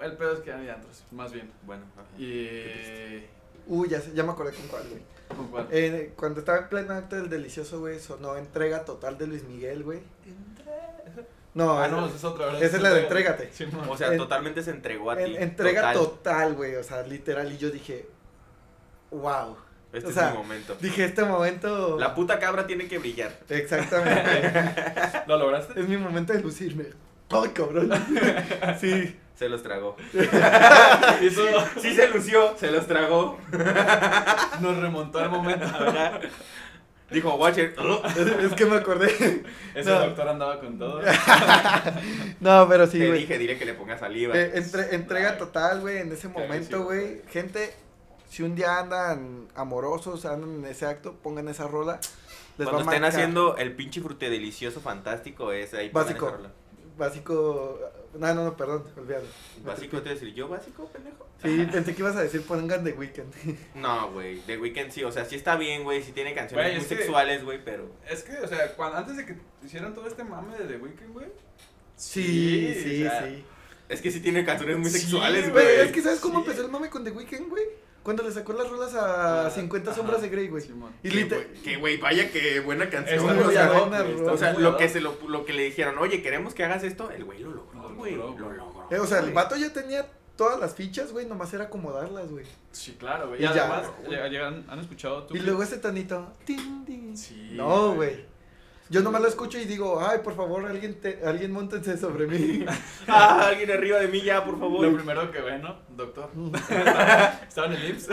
[SPEAKER 3] El pedo es que eran antros, más bien.
[SPEAKER 2] Bueno, ajá.
[SPEAKER 3] Y.
[SPEAKER 1] Uy, ya, sé- ya me acordé con cuál, güey.
[SPEAKER 3] ¿Con cuál?
[SPEAKER 1] Eh, cuando estaba en pleno acto del delicioso, güey, sonó entrega total de Luis Miguel, güey. No,
[SPEAKER 3] ah,
[SPEAKER 1] es-
[SPEAKER 3] no, esa es otra, ¿verdad?
[SPEAKER 1] esa es la de Entrégate.
[SPEAKER 3] Sí, mon.
[SPEAKER 2] o sea,
[SPEAKER 1] en-
[SPEAKER 2] totalmente se entregó a ti.
[SPEAKER 1] En- entrega
[SPEAKER 2] total.
[SPEAKER 1] total, güey, o sea, literal. Y yo dije, wow.
[SPEAKER 2] Este
[SPEAKER 1] O sea,
[SPEAKER 2] es mi momento.
[SPEAKER 1] Dije, este momento...
[SPEAKER 2] La puta cabra tiene que brillar. [LAUGHS]
[SPEAKER 1] Exactamente.
[SPEAKER 3] ¿Lo lograste?
[SPEAKER 1] es mi momento de lucirme. Ay,
[SPEAKER 2] [LAUGHS]
[SPEAKER 1] cabrón. sí.
[SPEAKER 2] Se
[SPEAKER 1] [LAUGHS]
[SPEAKER 2] los tragó.
[SPEAKER 3] [LAUGHS] Eso
[SPEAKER 2] Sí se lució, se los tragó.
[SPEAKER 3] nos remontó al momento.
[SPEAKER 2] Ajá. Dijo Watcher.
[SPEAKER 1] Es, es que me acordé.
[SPEAKER 3] Ese
[SPEAKER 1] No.
[SPEAKER 3] doctor andaba con todo.
[SPEAKER 1] No, pero sí,
[SPEAKER 2] Te
[SPEAKER 1] güey.
[SPEAKER 2] dije, dile que le ponga saliva.
[SPEAKER 1] Eh, entre- entrega
[SPEAKER 3] Ay.
[SPEAKER 1] total, güey, en ese
[SPEAKER 3] Claro,
[SPEAKER 1] momento,
[SPEAKER 3] sí.
[SPEAKER 1] güey. Gente, si un día andan amorosos, andan en ese acto, pongan esa rola. Les va
[SPEAKER 2] Cuando
[SPEAKER 1] a
[SPEAKER 2] estén
[SPEAKER 1] marcar.
[SPEAKER 2] haciendo el pinche frute delicioso fantástico, es ahí pongan
[SPEAKER 1] Básico.
[SPEAKER 2] esa rola.
[SPEAKER 1] Básico. No, no, no, perdón, olvídalo.
[SPEAKER 2] Básico te decir, ¿yo básico, pendejo?
[SPEAKER 1] Sí, pensé que ibas a decir pongan The Weeknd.
[SPEAKER 2] No, güey. The Weeknd sí, o sea, sí está bien, güey. Sí tiene canciones
[SPEAKER 3] Güey,
[SPEAKER 2] muy
[SPEAKER 3] es que-
[SPEAKER 2] sexuales, güey, pero.
[SPEAKER 3] Es que, o sea, cuando, antes de que hicieran todo este mame de The Weeknd, güey.
[SPEAKER 1] Sí, sí,
[SPEAKER 3] o sea,
[SPEAKER 1] sí.
[SPEAKER 2] Es que sí tiene canciones muy
[SPEAKER 3] Sí,
[SPEAKER 2] sexuales,
[SPEAKER 1] Güey,
[SPEAKER 2] güey.
[SPEAKER 1] es que ¿sabes cómo
[SPEAKER 3] Sí.
[SPEAKER 1] empezó el mame con The Weeknd, güey? Cuando le sacó las rolas a
[SPEAKER 3] Ah,
[SPEAKER 1] 50
[SPEAKER 3] ajá.
[SPEAKER 1] sombras de Grey, güey.
[SPEAKER 3] Simón.
[SPEAKER 1] Y
[SPEAKER 2] Que,
[SPEAKER 1] literal.
[SPEAKER 2] güey, Que, güey, vaya que buena canción,
[SPEAKER 3] Está
[SPEAKER 1] muy
[SPEAKER 2] güey. O sea,
[SPEAKER 1] buena,
[SPEAKER 3] buena,
[SPEAKER 1] güey,
[SPEAKER 3] güey,
[SPEAKER 2] O sea,
[SPEAKER 3] está muy
[SPEAKER 2] lo
[SPEAKER 3] buena.
[SPEAKER 2] que, se lo, lo que le dijeron, oye, queremos que hagas esto, el güey lo logró,
[SPEAKER 3] Lo
[SPEAKER 2] güey.
[SPEAKER 3] logró,
[SPEAKER 2] Lo
[SPEAKER 3] güey.
[SPEAKER 2] logró.
[SPEAKER 1] Eh, o sea, el
[SPEAKER 2] güey.
[SPEAKER 1] vato ya tenía todas las fichas, güey, nomás era acomodarlas, güey.
[SPEAKER 3] Sí, claro, güey.
[SPEAKER 1] Y
[SPEAKER 3] Y,
[SPEAKER 1] ya,
[SPEAKER 3] además,
[SPEAKER 2] güey.
[SPEAKER 3] ya- ya han, han escuchado tú.
[SPEAKER 1] Y luego ese tonito. tin, tin.
[SPEAKER 3] Sí.
[SPEAKER 1] No, güey. Yo nomás lo escucho y digo, ay, por favor, alguien, te, alguien montense sobre
[SPEAKER 3] [LAUGHS]
[SPEAKER 1] mí. [LAUGHS]
[SPEAKER 2] Ah, alguien arriba de mí ya, por
[SPEAKER 3] Lo
[SPEAKER 2] favor.
[SPEAKER 3] primero que ve, ¿no? Doctor.
[SPEAKER 1] Mm.
[SPEAKER 3] [LAUGHS] Estaba en el IMSS.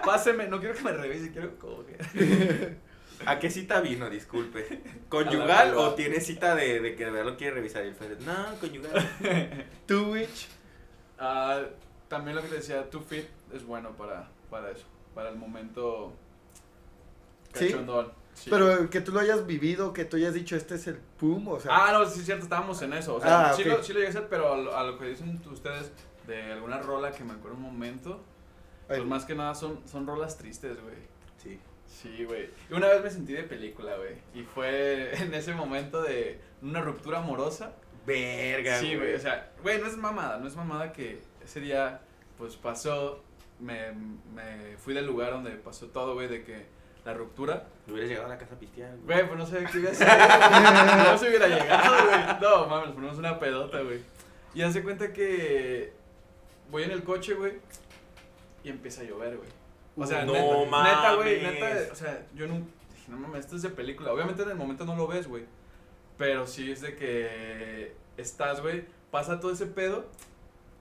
[SPEAKER 3] [LAUGHS] Páseme, no quiero que me revise, quiero como que.
[SPEAKER 2] ¿A qué cita vino? Disculpe.
[SPEAKER 3] A la
[SPEAKER 2] ¿Conyugal
[SPEAKER 3] prueba.
[SPEAKER 2] o tiene cita de, de que de verdad lo quiere revisar? Y el Fede, no, conyugal.
[SPEAKER 1] Two Witch.
[SPEAKER 3] Ah, también lo que te decía, tu fit es bueno para, para eso. Para el momento.
[SPEAKER 1] ¿Sí?
[SPEAKER 3] Cachondón. Sí.
[SPEAKER 1] Pero que tú lo hayas vivido, que tú hayas dicho, este es el pum, o sea.
[SPEAKER 3] ah, no, sí, es cierto, estábamos en eso. O sea,
[SPEAKER 1] Ah,
[SPEAKER 3] sí,
[SPEAKER 1] ok.
[SPEAKER 3] lo, sí lo llegué a hacer, pero a lo, a lo que dicen ustedes de alguna rola que me acuerdo un momento,
[SPEAKER 1] ay,
[SPEAKER 3] pues más que nada son, son rolas tristes, güey.
[SPEAKER 2] Sí.
[SPEAKER 3] Sí, güey. Y una vez me sentí de película, güey. Y fue [LAUGHS] en ese momento de una ruptura amorosa.
[SPEAKER 2] Verga,
[SPEAKER 3] sí, güey. O sea, güey, no es mamada, no es mamada que ese día, pues pasó, me, me fui del lugar donde pasó todo, güey, de que la ruptura.
[SPEAKER 2] Me hubieras llegado a la casa a pistear, güey.
[SPEAKER 3] Güey, pues no sé qué hubiera sido, güey. No se hubiera llegado, güey. No, mames, nos ponemos una pedota, güey. Y hace cuenta que voy en el coche, güey, y empieza a llover, güey. O sea,
[SPEAKER 2] No
[SPEAKER 3] neta, neta, güey,
[SPEAKER 2] mames.
[SPEAKER 3] neta, o sea, yo no dije, no mames, esto es de película. Obviamente en el momento no lo ves, güey. Pero sí es de que estás, güey, pasa todo ese pedo.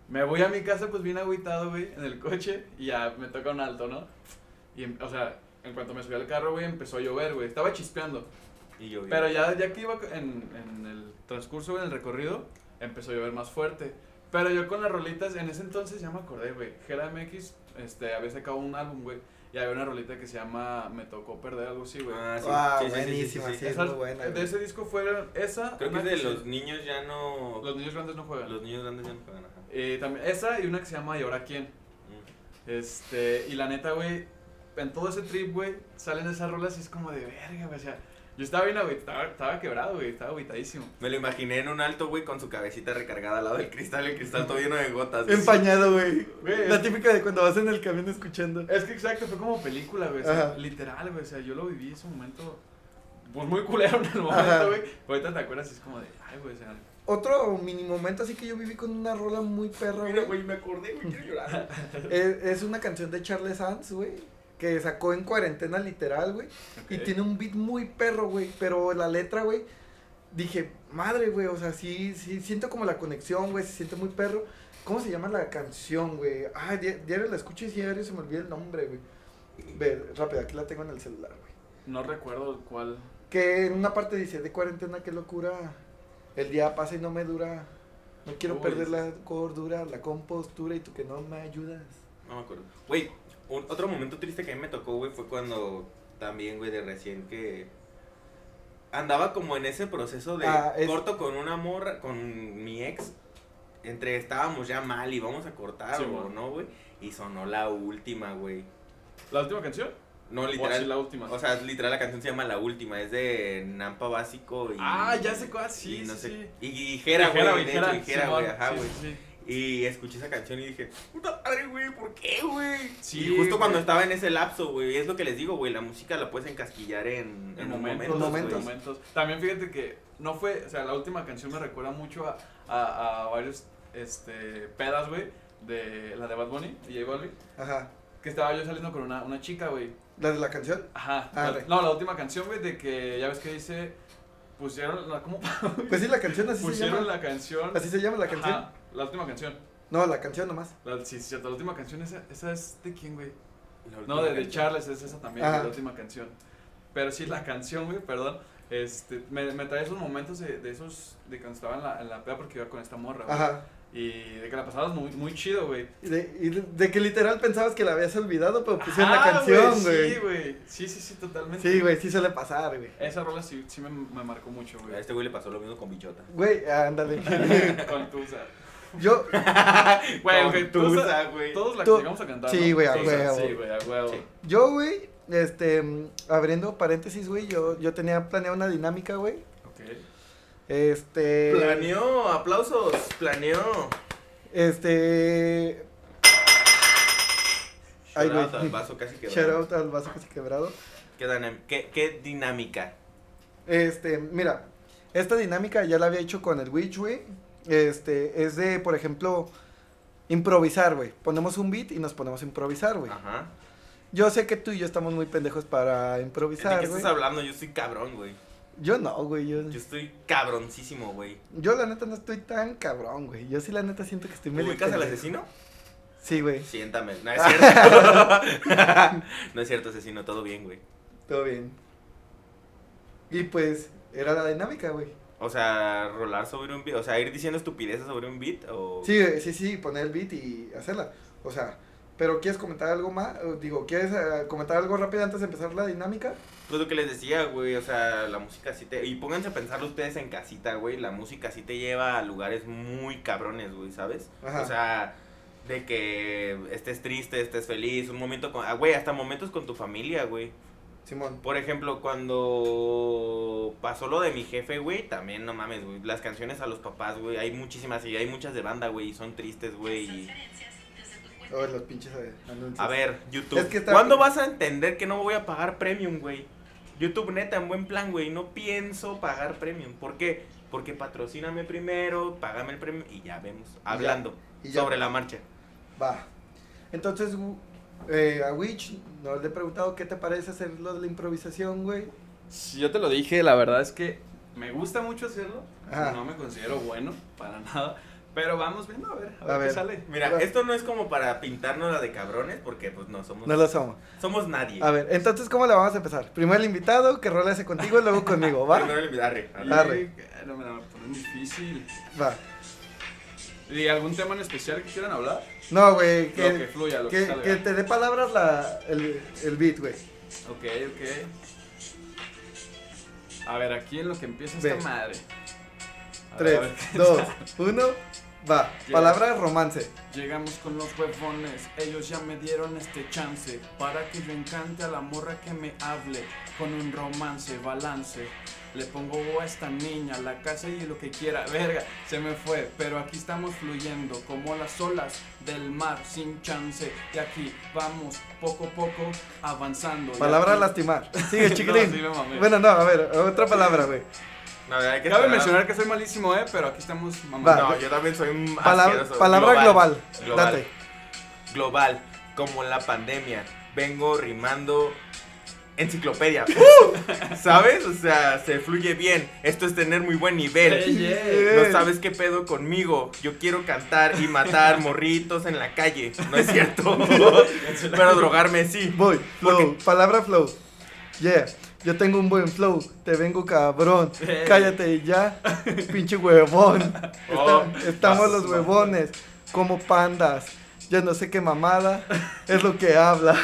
[SPEAKER 3] Me voy a mi casa pues bien agüitado, güey, en el coche y ya me toca un alto, ¿no? Y, em- o sea, en cuanto me subí al carro, güey, empezó a llover, güey. Estaba chispeando.
[SPEAKER 2] Y yo,
[SPEAKER 3] Pero ya, ya que iba en, en el transcurso, güey, en el recorrido, empezó a llover más fuerte. Pero yo con las rolitas, en ese entonces ya me acordé, güey. Gera MX este, había sacado un álbum, güey. Y había una rolita que se llama Me Tocó Perder, algo así, güey.
[SPEAKER 2] Ah, sí.
[SPEAKER 1] Ah,
[SPEAKER 2] Sí, sí, sí, sí,
[SPEAKER 1] buenísima,
[SPEAKER 2] sí, sí.
[SPEAKER 1] es
[SPEAKER 3] Esas-
[SPEAKER 1] muy buena,
[SPEAKER 3] De
[SPEAKER 1] güey.
[SPEAKER 3] ese disco fueron esa.
[SPEAKER 2] Creo que
[SPEAKER 3] una
[SPEAKER 2] es de
[SPEAKER 3] se-
[SPEAKER 2] los niños ya no.
[SPEAKER 3] Los niños grandes no juegan.
[SPEAKER 2] Los niños grandes ya no juegan, ajá.
[SPEAKER 3] Eh, también, esa y una que se llama ¿Y ahora quién?
[SPEAKER 2] Mm.
[SPEAKER 3] Este, y la neta, güey, en todo ese trip, güey, salen esas rolas y es como de verga, güey. O sea, yo estaba bien agüitado, estaba quebrado, güey, estaba agüitadísimo.
[SPEAKER 2] Me lo imaginé en un alto, güey, con su cabecita recargada al lado del cristal, el cristal todo lleno de gotas. güey.
[SPEAKER 1] Empañado, güey.
[SPEAKER 3] Güey,
[SPEAKER 1] La
[SPEAKER 3] es-
[SPEAKER 1] típica de cuando vas en el camión escuchando.
[SPEAKER 3] Es que exacto, fue como película, güey. o sea,
[SPEAKER 1] Ajá.
[SPEAKER 3] literal, güey. O sea, yo lo viví ese momento. Pues muy culero en el
[SPEAKER 1] Ajá.
[SPEAKER 3] momento, güey. Ahorita te acuerdas y es como de, ay, güey, o sea.
[SPEAKER 1] Otro mini momento así que yo viví con una rola muy perra,
[SPEAKER 2] Mira,
[SPEAKER 1] güey.
[SPEAKER 2] güey, me acordé, güey, quiero llorar.
[SPEAKER 1] Es, es una canción de Charles Sands, güey. Que sacó en cuarentena literal, güey.
[SPEAKER 3] ok.
[SPEAKER 1] Y tiene un beat muy perro, güey. Pero la letra, güey. Dije, madre, güey. O sea, sí, sí, siento como la conexión, güey. Se siente muy perro. ¿Cómo se llama la canción, güey? Ah, di- diario la escucho y diario se me olvida el nombre, güey. Ve, rápido, aquí la tengo en el celular, güey.
[SPEAKER 3] No recuerdo cuál.
[SPEAKER 1] Que en una parte dice, de cuarentena, qué locura. El día pasa y no me dura. No quiero
[SPEAKER 3] Uy.
[SPEAKER 1] perder la cordura, la compostura y tú que no me ayudas.
[SPEAKER 2] No me acuerdo. Güey, un- otro momento triste que a mí me tocó, güey, fue cuando también, güey, de recién que andaba como en ese proceso de
[SPEAKER 1] Ah, es-
[SPEAKER 2] corto con una morra, con mi ex. Entre estábamos ya mal y vamos a cortar
[SPEAKER 3] Sí,
[SPEAKER 2] o
[SPEAKER 3] bueno.
[SPEAKER 2] no, güey. Y sonó la última, güey.
[SPEAKER 3] ¿La última canción?
[SPEAKER 2] No,
[SPEAKER 3] O así
[SPEAKER 2] literal.
[SPEAKER 3] la última.
[SPEAKER 2] O sea, literal la canción se llama La Última, es de Nampa Básico y...
[SPEAKER 3] ah, ya sé cuál, sí,
[SPEAKER 2] y no
[SPEAKER 3] sí,
[SPEAKER 2] sé-
[SPEAKER 3] sí.
[SPEAKER 2] Y y Jera, güey, de hecho, y Jera,
[SPEAKER 3] Simón,
[SPEAKER 2] güey, ajá,
[SPEAKER 3] sí,
[SPEAKER 2] güey.
[SPEAKER 3] sí, sí.
[SPEAKER 2] Y escuché esa canción y dije, puta madre, güey, ¿por qué, güey?
[SPEAKER 3] Sí,
[SPEAKER 2] y justo
[SPEAKER 3] güey.
[SPEAKER 2] cuando estaba en ese lapso, güey, es lo que les digo, güey, la música la puedes encasquillar en,
[SPEAKER 3] En
[SPEAKER 2] un
[SPEAKER 3] momentos,
[SPEAKER 1] momentos,
[SPEAKER 3] en
[SPEAKER 2] güey.
[SPEAKER 3] momentos. También fíjate que no fue, o sea, la última canción me recuerda mucho a, a, a varios este, pedas, güey, de la de Bad Bunny y J Balvin.
[SPEAKER 1] Ajá.
[SPEAKER 3] que estaba yo saliendo con una, una chica, güey.
[SPEAKER 1] ¿La de la
[SPEAKER 3] [LAUGHS]
[SPEAKER 1] canción?
[SPEAKER 3] Ajá.
[SPEAKER 1] Ah,
[SPEAKER 3] la-
[SPEAKER 1] re.
[SPEAKER 3] no, la última canción, güey, de que ya ves que dice. Pusieron
[SPEAKER 1] [LAUGHS]
[SPEAKER 3] la. ¿Cómo?
[SPEAKER 1] Pues sí, la canción así se llama.
[SPEAKER 3] pusieron la canción.
[SPEAKER 1] Así se llama la canción.
[SPEAKER 3] Ajá, la última canción.
[SPEAKER 1] No, la canción nomás.
[SPEAKER 3] La, sí, sí, cierto, la última canción, esa, esa es de quién, güey.
[SPEAKER 2] La
[SPEAKER 3] No,
[SPEAKER 2] última
[SPEAKER 3] de, de
[SPEAKER 2] canción.
[SPEAKER 3] Charles, es esa también,
[SPEAKER 1] Ajá.
[SPEAKER 3] la última canción. Pero sí, la canción, güey, perdón. Este, me, me trae esos momentos de, de esos, de cuando estaba en la, en la peda porque iba con esta morra, güey.
[SPEAKER 1] Ajá.
[SPEAKER 3] Y de que la pasabas muy, muy chido, güey.
[SPEAKER 1] Y de, y de- de que literal pensabas que la habías olvidado, pero pusieron
[SPEAKER 3] Ajá,
[SPEAKER 1] Pues la canción,
[SPEAKER 3] Sí,
[SPEAKER 1] güey.
[SPEAKER 3] güey. Eh. Sí, sí, sí, totalmente.
[SPEAKER 1] Sí, güey, sí suele pasar, güey.
[SPEAKER 3] Esa rola sí, sí me, me marcó mucho,
[SPEAKER 2] A [LAUGHS]
[SPEAKER 3] güey.
[SPEAKER 2] este güey le pasó lo mismo con Bichota.
[SPEAKER 1] Güey, ándale.
[SPEAKER 3] [LAUGHS] con Tusa.
[SPEAKER 1] Yo,
[SPEAKER 3] Güey,
[SPEAKER 2] Con
[SPEAKER 3] aunque
[SPEAKER 2] Tusa,
[SPEAKER 3] Tusa,
[SPEAKER 2] güey.
[SPEAKER 3] todos la
[SPEAKER 1] Tú-
[SPEAKER 3] llegamos a cantar,
[SPEAKER 1] sí,
[SPEAKER 3] ¿no?
[SPEAKER 1] güey, a
[SPEAKER 3] Tusa,
[SPEAKER 1] huevo.
[SPEAKER 3] Sí, güey, a huevo.
[SPEAKER 2] Sí.
[SPEAKER 1] yo, güey, este, mm, abriendo paréntesis, güey, yo, yo tenía planeada una dinámica, güey.
[SPEAKER 3] Ok.
[SPEAKER 1] Este.
[SPEAKER 2] Planeó, aplausos, planeó.
[SPEAKER 1] Este. Ay,
[SPEAKER 2] Ay,
[SPEAKER 1] güey.
[SPEAKER 2] vaso casi quedó.
[SPEAKER 1] Shout out al vaso casi quebrado.
[SPEAKER 2] ¿Qué, dinam- qué- qué dinámica?
[SPEAKER 1] Este, mira, esta dinámica ya la había hecho con el Witch, güey. Este, es de, por ejemplo, improvisar, güey. Ponemos un beat y nos ponemos a improvisar, güey.
[SPEAKER 2] Ajá.
[SPEAKER 1] Yo sé que tú y yo estamos muy pendejos para
[SPEAKER 2] ¿De
[SPEAKER 1] improvisar,
[SPEAKER 2] qué
[SPEAKER 1] güey.
[SPEAKER 2] estás hablando? Yo soy cabrón, güey.
[SPEAKER 1] Yo no, güey. Yo,
[SPEAKER 2] Yo estoy cabroncísimo, güey.
[SPEAKER 1] yo la neta no estoy tan cabrón, güey. Yo sí la neta siento que estoy medio
[SPEAKER 2] ¿Ubicas al
[SPEAKER 1] pendejo.
[SPEAKER 2] asesino?
[SPEAKER 1] Sí, güey.
[SPEAKER 2] Siéntame. No es cierto. [LAUGHS] no es cierto, asesino. Todo bien, güey.
[SPEAKER 1] Todo bien. Y pues, era la dinámica, güey.
[SPEAKER 2] O sea, rolar sobre un beat. O sea, ir diciendo estupideces sobre un beat. O...
[SPEAKER 1] Sí, eh, sí, sí, poner el beat y hacerla. O sea, pero ¿quieres comentar algo más? O Digo, ¿quieres eh, comentar algo rápido antes de empezar la dinámica?
[SPEAKER 2] Pues lo que les decía, güey, o sea, la música sí te... Y pónganse a pensarlo ustedes en casita, güey, la música sí te lleva a lugares muy cabrones, güey, ¿sabes?
[SPEAKER 1] Ajá.
[SPEAKER 2] O sea, de que estés triste, estés feliz, un momento con... ah, güey, hasta momentos con tu familia, güey.
[SPEAKER 1] Simón.
[SPEAKER 2] Por ejemplo, cuando pasó lo de mi jefe, güey, también, no mames, güey, las canciones a los papás, güey, hay muchísimas y hay muchas de banda, güey, y son tristes, güey, y...
[SPEAKER 1] A ver, los pinches eh, anuncios.
[SPEAKER 2] A ver, YouTube.
[SPEAKER 1] Es que está-
[SPEAKER 2] ¿Cuándo vas a entender que no voy a pagar premium, güey? YouTube, neta, en buen plan, güey. No pienso pagar premium. ¿Por qué? Porque patrocíname primero, págame el premium y ya vemos. Hablando
[SPEAKER 1] y ya.
[SPEAKER 2] sobre la marcha.
[SPEAKER 1] Va. Entonces, gu- eh, a Witch, nos le he preguntado qué te parece hacer lo de la improvisación, güey.
[SPEAKER 3] Si yo te lo dije, la verdad es que me gusta mucho hacerlo.
[SPEAKER 1] Ajá.
[SPEAKER 3] No me considero bueno para nada. Pero vamos viendo a ver,
[SPEAKER 1] A
[SPEAKER 3] a, ver,
[SPEAKER 1] ver.
[SPEAKER 3] qué sale.
[SPEAKER 2] Mira,
[SPEAKER 1] Claro.
[SPEAKER 2] esto no es como para pintarnos la de cabrones, porque pues no somos.
[SPEAKER 1] No lo somos.
[SPEAKER 2] Somos nadie.
[SPEAKER 1] A ver, entonces, ¿cómo la vamos a empezar? Primero el invitado, que rola ese contigo, luego conmigo, ¿va?
[SPEAKER 2] Primero el- arre, arre.
[SPEAKER 3] Y-
[SPEAKER 1] Arre.
[SPEAKER 3] ay, No me la ponen difícil.
[SPEAKER 1] Va.
[SPEAKER 3] ¿Y algún tema en especial que quieran hablar?
[SPEAKER 1] No, güey,
[SPEAKER 3] Lo que
[SPEAKER 1] que,
[SPEAKER 3] fluya, lo que,
[SPEAKER 1] que,
[SPEAKER 3] salga.
[SPEAKER 1] que te dé palabras la, el, el beat, güey.
[SPEAKER 3] Ok, ok. A ver, aquí en lo que empieza
[SPEAKER 1] Ve.
[SPEAKER 3] esta madre. A ver, a
[SPEAKER 1] [LAUGHS]
[SPEAKER 3] ver.
[SPEAKER 1] 3, 2, 1, va.
[SPEAKER 3] Ya. Pues
[SPEAKER 1] Palabra romance.
[SPEAKER 3] Llegamos con los huevones, ellos ya me dieron este chance Para que yo encante a la morra que me hable Con un romance, balance Le pongo a esta niña, la casa y lo que quiera Verga, se me fue, pero aquí estamos fluyendo Como las olas del mar, sin chance Y aquí vamos, poco a poco, avanzando Y
[SPEAKER 1] Palabra
[SPEAKER 3] aquí-
[SPEAKER 1] lastimar. Sigue,
[SPEAKER 3] [LAUGHS] No, sí
[SPEAKER 1] chiquitín.
[SPEAKER 3] me mamé.
[SPEAKER 1] bueno, no, a ver, otra palabra, güey.
[SPEAKER 2] A ver, hay que
[SPEAKER 3] Cabe
[SPEAKER 2] esperar.
[SPEAKER 3] mencionar que soy malísimo, eh, pero aquí estamos mamando
[SPEAKER 1] Va.
[SPEAKER 2] No, yo también soy
[SPEAKER 3] Ah,
[SPEAKER 2] un.
[SPEAKER 1] Pala-
[SPEAKER 2] asqueroso.
[SPEAKER 1] palabra global.
[SPEAKER 2] Global.
[SPEAKER 1] Date.
[SPEAKER 2] global, como la pandemia. Vengo rimando enciclopedia. Uh, ¿Sabes? O sea, se fluye bien. Esto es tener muy buen nivel.
[SPEAKER 3] Ey, ey.
[SPEAKER 2] No sabes qué pedo conmigo. Yo quiero cantar y matar morritos en la calle. No es [LAUGHS] cierto. Pero drogarme sí.
[SPEAKER 1] Voy, flow. Palabra flow. Yeah. Yo tengo un buen flow. Te vengo cabrón.
[SPEAKER 3] Eh.
[SPEAKER 1] Cállate
[SPEAKER 3] [LAUGHS]
[SPEAKER 1] ya. Pinche huevón.
[SPEAKER 3] Oh,
[SPEAKER 1] Esta- estamos los
[SPEAKER 3] vas,
[SPEAKER 1] huevones. Como pandas. Yo no sé qué mamada es lo que habla.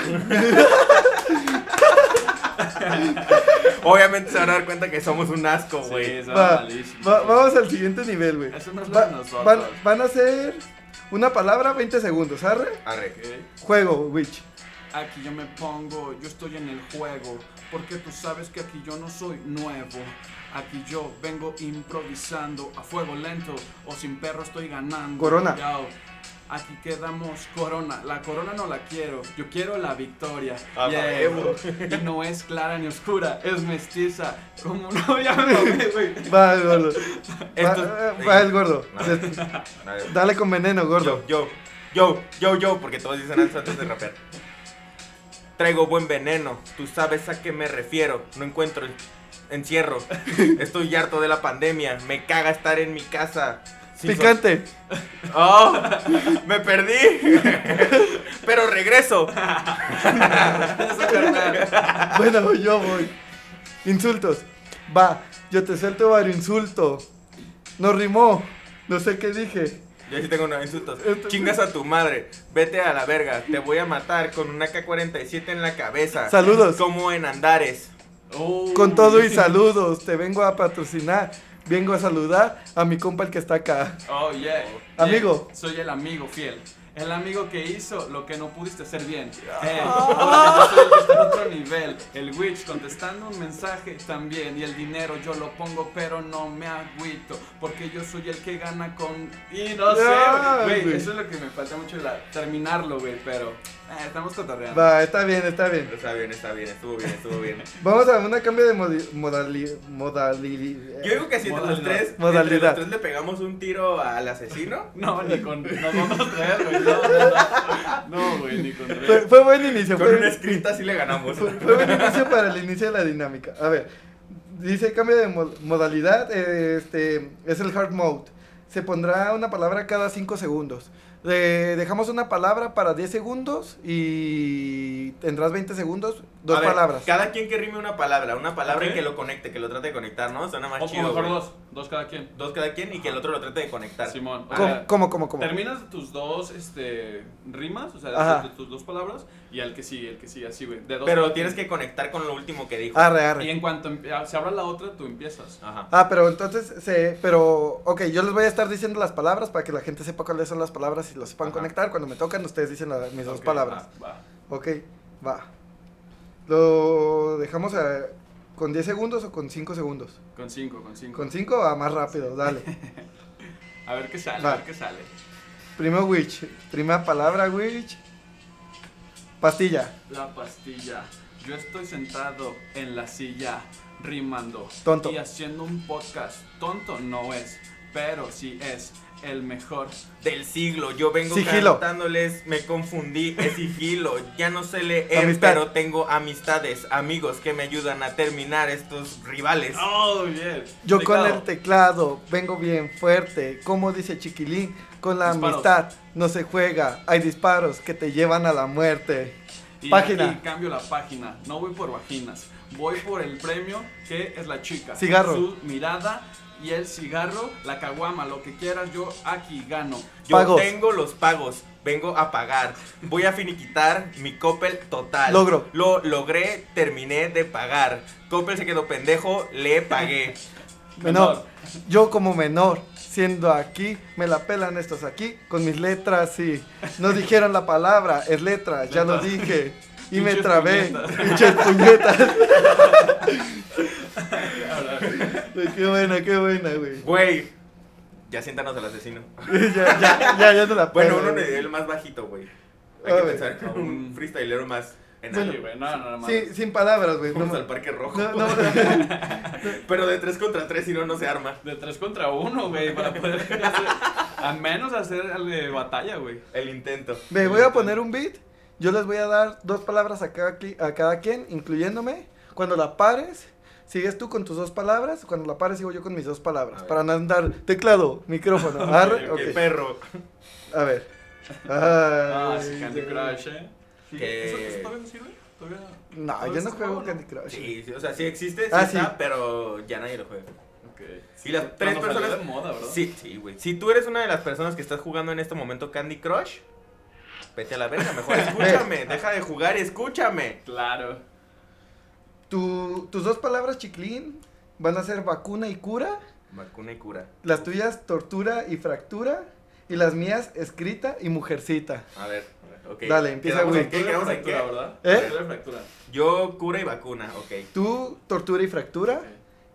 [SPEAKER 2] Obviamente se van a dar cuenta que somos un asco, güey.
[SPEAKER 3] Sí, soy
[SPEAKER 1] Va,
[SPEAKER 3] malísimo.
[SPEAKER 1] va- vamos al siguiente nivel, güey.
[SPEAKER 3] Eso no es lo
[SPEAKER 1] Va-
[SPEAKER 3] de nosotros.
[SPEAKER 1] van, van a ser una palabra, 20 segundos. Arre.
[SPEAKER 2] Arre.
[SPEAKER 3] Ok.
[SPEAKER 1] Juego, witch.
[SPEAKER 3] Aquí yo me pongo, yo estoy en el juego, porque tú sabes que aquí yo no soy nuevo. Aquí yo vengo improvisando a fuego lento o sin perro estoy ganando.
[SPEAKER 1] Corona.
[SPEAKER 3] Yao. Aquí quedamos corona, la corona no la quiero, yo quiero la victoria.
[SPEAKER 2] Ah, huevo.
[SPEAKER 3] Y no es clara ni oscura, es mestiza. Como no,
[SPEAKER 1] [LAUGHS]
[SPEAKER 3] ya me mamé, güey.
[SPEAKER 1] Va, el gordo.
[SPEAKER 2] Esto-
[SPEAKER 1] Va, eh, va el gordo.
[SPEAKER 2] No.
[SPEAKER 1] Se-
[SPEAKER 2] A ver.
[SPEAKER 1] Dale con veneno, gordo.
[SPEAKER 2] Yo, yo, yo, yo, yo, porque todos dicen eso antes de rapear. Traigo buen veneno, tú sabes a qué me refiero. No encuentro el
[SPEAKER 1] [LAUGHS]
[SPEAKER 2] encierro. Estoy harto de la pandemia, me caga estar en mi casa. sin so-
[SPEAKER 1] Picante.
[SPEAKER 2] Oh, [LAUGHS] me perdí. [LAUGHS] Pero regreso.
[SPEAKER 3] Eso, carnal.
[SPEAKER 1] Bueno, yo voy. Insultos. Va, yo te suelto varios insulto. No rimó. No sé qué dije.
[SPEAKER 2] Yo sí tengo unos insultos.
[SPEAKER 1] Esto-
[SPEAKER 2] Chingas a tu madre. Vete a la verga. Te voy a matar con una K-47 en la cabeza.
[SPEAKER 1] Saludos.
[SPEAKER 2] Como en Andares.
[SPEAKER 3] Uy.
[SPEAKER 1] Con todo y
[SPEAKER 3] Oh.
[SPEAKER 1] saludos. Te vengo a patrocinar. Vengo a saludar a mi compa el que está acá.
[SPEAKER 3] Oh, yeah.
[SPEAKER 1] Amigo.
[SPEAKER 3] Yeah, Soy el amigo fiel. El amigo que hizo lo que no pudiste hacer bien. Eh,
[SPEAKER 1] Ah.
[SPEAKER 3] hola, yo soy el que está en otro nivel. El witch contestando un mensaje también. Y el dinero yo lo pongo, pero no me agüito. Porque yo soy el que gana con. Y no sé,
[SPEAKER 1] Ah,
[SPEAKER 3] güey.
[SPEAKER 1] güey.
[SPEAKER 3] Eso es lo que me falta mucho la- terminarlo, güey. Pero eh, estamos cotorreando.
[SPEAKER 1] Va, está bien, está bien.
[SPEAKER 2] Está bien, está bien. Estuvo bien, estuvo bien.
[SPEAKER 1] Vamos a un cambio de modi- modali- modali-
[SPEAKER 2] Yo digo que si entre los
[SPEAKER 3] Modalidad.
[SPEAKER 2] tres, entre
[SPEAKER 1] Modalidad.
[SPEAKER 2] los tres le pegamos un tiro
[SPEAKER 1] [LAUGHS]
[SPEAKER 2] al asesino.
[SPEAKER 3] No, ni con. [LAUGHS] Nos vamos a traer, güey. No, no, no. No, güey, ni con
[SPEAKER 1] Fue,
[SPEAKER 3] tres.
[SPEAKER 1] fue buen inicio.
[SPEAKER 2] Con
[SPEAKER 1] fue-
[SPEAKER 2] una escrita sí le ganamos.
[SPEAKER 1] Fue, fue buen inicio para el inicio de la dinámica. A ver, dice cambio de mo- modalidad, eh, este, es el hard mode. Se pondrá una palabra cada 5 segundos. Eh, dejamos una palabra para 10 segundos y tendrás 20 segundos, dos
[SPEAKER 2] A ver,
[SPEAKER 1] palabras.
[SPEAKER 2] Cada quien que rime una palabra, una palabra y
[SPEAKER 3] Ok.
[SPEAKER 2] que lo conecte, que lo trate de conectar, ¿no? Suena más
[SPEAKER 3] O
[SPEAKER 2] chido.
[SPEAKER 3] mejor
[SPEAKER 2] güey.
[SPEAKER 3] dos. Dos cada quien.
[SPEAKER 2] Dos cada quien y que el otro lo trate de conectar.
[SPEAKER 3] Simón. o
[SPEAKER 1] ¿Cómo,
[SPEAKER 3] sea,
[SPEAKER 1] cómo, cómo? cómo?
[SPEAKER 3] Terminas tus dos este, rimas, o sea,
[SPEAKER 1] Ajá.
[SPEAKER 3] tus, tus dos palabras, y al que sigue, el que sigue, así, güey. de dos
[SPEAKER 2] Pero
[SPEAKER 3] cada
[SPEAKER 2] tienes
[SPEAKER 3] quien.
[SPEAKER 2] que conectar con lo último que dijo.
[SPEAKER 1] Arre, arre.
[SPEAKER 3] Y en cuanto empe- se abra la otra, tú empiezas.
[SPEAKER 2] Ajá.
[SPEAKER 1] Ah, pero entonces, se, pero, ok, yo les voy a estar diciendo las palabras para que la gente sepa cuáles son las palabras y lo sepan
[SPEAKER 2] Ajá.
[SPEAKER 1] conectar. Cuando me tocan, ustedes dicen la- mis dos
[SPEAKER 3] Ok,
[SPEAKER 1] palabras.
[SPEAKER 3] va, va.
[SPEAKER 1] Ok, va. ¿Lo dejamos a- con 10 segundos o con 5 segundos?
[SPEAKER 3] Con cinco, con cinco.
[SPEAKER 1] Con 5 va más rápido, dale.
[SPEAKER 3] A ver qué sale,
[SPEAKER 1] Va.
[SPEAKER 3] a ver qué sale.
[SPEAKER 1] Primero witch, primera palabra witch. Pastilla,
[SPEAKER 3] La pastilla. Yo estoy sentado en la silla, rimando.
[SPEAKER 1] Tonto.
[SPEAKER 3] Y haciendo un podcast. Tonto no es, pero sí es el mejor.
[SPEAKER 2] Del siglo, yo vengo
[SPEAKER 1] Sigilo.
[SPEAKER 2] cantándoles, me confundí, es sigilo. Ya no sé leer,
[SPEAKER 1] Amistad.
[SPEAKER 2] pero tengo amistades, amigos que me ayudan a terminar estos rivales.
[SPEAKER 3] Oh, bien.
[SPEAKER 1] yo con
[SPEAKER 3] Teclado.
[SPEAKER 1] el teclado vengo bien fuerte, como dice Chiquilín, con la
[SPEAKER 3] Disparos.
[SPEAKER 1] amistad no se juega, hay disparos que te llevan a la muerte.
[SPEAKER 3] Y
[SPEAKER 1] Página.
[SPEAKER 3] aquí cambio la página. No voy por vaginas. Voy por el premio que es la chica.
[SPEAKER 1] Cigarro.
[SPEAKER 3] Su mirada y el cigarro, la caguama, lo que quieras, yo aquí gano.
[SPEAKER 2] Yo
[SPEAKER 1] Pagos.
[SPEAKER 2] tengo los pagos, vengo a pagar. Voy a finiquitar mi Coppel total.
[SPEAKER 1] Logro.
[SPEAKER 2] Lo logré, terminé de pagar. Coppel se quedó pendejo,
[SPEAKER 1] [LAUGHS]
[SPEAKER 2] le pagué.
[SPEAKER 1] Menor, yo como menor, siendo aquí, me la pelan estos aquí, con mis letras, sí. No dijeron la palabra, es letra, ya lo dije. Y me
[SPEAKER 3] Pinches
[SPEAKER 1] trabé,
[SPEAKER 3] puñetas.
[SPEAKER 1] pinches puñetas.
[SPEAKER 3] Ahora,
[SPEAKER 1] Güey, Qué buena, qué buena, güey. [LAUGHS]
[SPEAKER 2] Güey, ya siéntanos al asesino.
[SPEAKER 1] Ya, ya, ya, ya te la
[SPEAKER 2] Bueno,
[SPEAKER 1] pelo,
[SPEAKER 2] uno
[SPEAKER 1] güey.
[SPEAKER 2] de el más bajito, güey.
[SPEAKER 1] A
[SPEAKER 2] Hay que
[SPEAKER 1] ver.
[SPEAKER 2] pensar en
[SPEAKER 3] [LAUGHS]
[SPEAKER 2] un freestylero más en
[SPEAKER 3] Bueno,
[SPEAKER 2] algo.
[SPEAKER 3] güey, no, no, no, no.
[SPEAKER 1] Sí, sin palabras, güey. No,
[SPEAKER 2] Vamos al
[SPEAKER 1] no,
[SPEAKER 2] Parque Rojo.
[SPEAKER 1] no,
[SPEAKER 2] Pero de 3 contra 3 si no, no se arma.
[SPEAKER 3] De 3 contra 1, güey, para poder [LAUGHS] hacer- a menos hacer eh, batalla, güey.
[SPEAKER 2] El intento.
[SPEAKER 1] Me voy a poner un beat. Yo les voy a dar dos palabras a cada, cli- a cada quien, incluyéndome. Cuando la pares, sigues tú con tus dos palabras. Cuando la pares, sigo yo con mis dos
[SPEAKER 2] A
[SPEAKER 1] palabras.
[SPEAKER 2] ver.
[SPEAKER 1] Para no andar teclado, micrófono. Arre,
[SPEAKER 2] Ok,
[SPEAKER 1] ok.
[SPEAKER 2] perro.
[SPEAKER 1] A ver.
[SPEAKER 3] Ah,
[SPEAKER 1] Ay,
[SPEAKER 3] sí, Candy Crush, eh. Sí,
[SPEAKER 2] Que-
[SPEAKER 3] ¿Eso, eso todavía no sirve? Todavía.
[SPEAKER 1] No, yo no juego Candy Crush.
[SPEAKER 2] Sí, sí, o sea, sí existe, sí
[SPEAKER 1] Ah,
[SPEAKER 2] está,
[SPEAKER 1] sí.
[SPEAKER 2] pero ya nadie lo juega.
[SPEAKER 3] Ok.
[SPEAKER 2] Y las tres
[SPEAKER 3] Cuando salió
[SPEAKER 2] personas.
[SPEAKER 3] de moda, ¿verdad?
[SPEAKER 2] Sí, sí, güey. Si tú eres una de las personas que estás jugando en este momento Candy Crush, vete a la verga,
[SPEAKER 3] [LAUGHS]
[SPEAKER 2] mejor escúchame, deja de jugar y escúchame.
[SPEAKER 3] Claro.
[SPEAKER 1] Tu- tus dos palabras, Chiclín, van a ser vacuna y cura.
[SPEAKER 2] Vacuna y cura.
[SPEAKER 1] Las tuyas, tortura y fractura. Y las mías, escrita y mujercita.
[SPEAKER 2] A ver, a ver, ok.
[SPEAKER 1] Dale, empieza,
[SPEAKER 2] ¿Quedamos
[SPEAKER 1] güey.
[SPEAKER 2] en qué?
[SPEAKER 3] Fractura,
[SPEAKER 2] ¿Quedamos en
[SPEAKER 3] fractura,
[SPEAKER 2] qué?
[SPEAKER 3] ¿verdad?
[SPEAKER 1] ¿Eh?
[SPEAKER 3] Fractura, fractura.
[SPEAKER 2] Yo cura y vacuna, ok.
[SPEAKER 1] Tú, tortura y fractura.
[SPEAKER 3] Ok.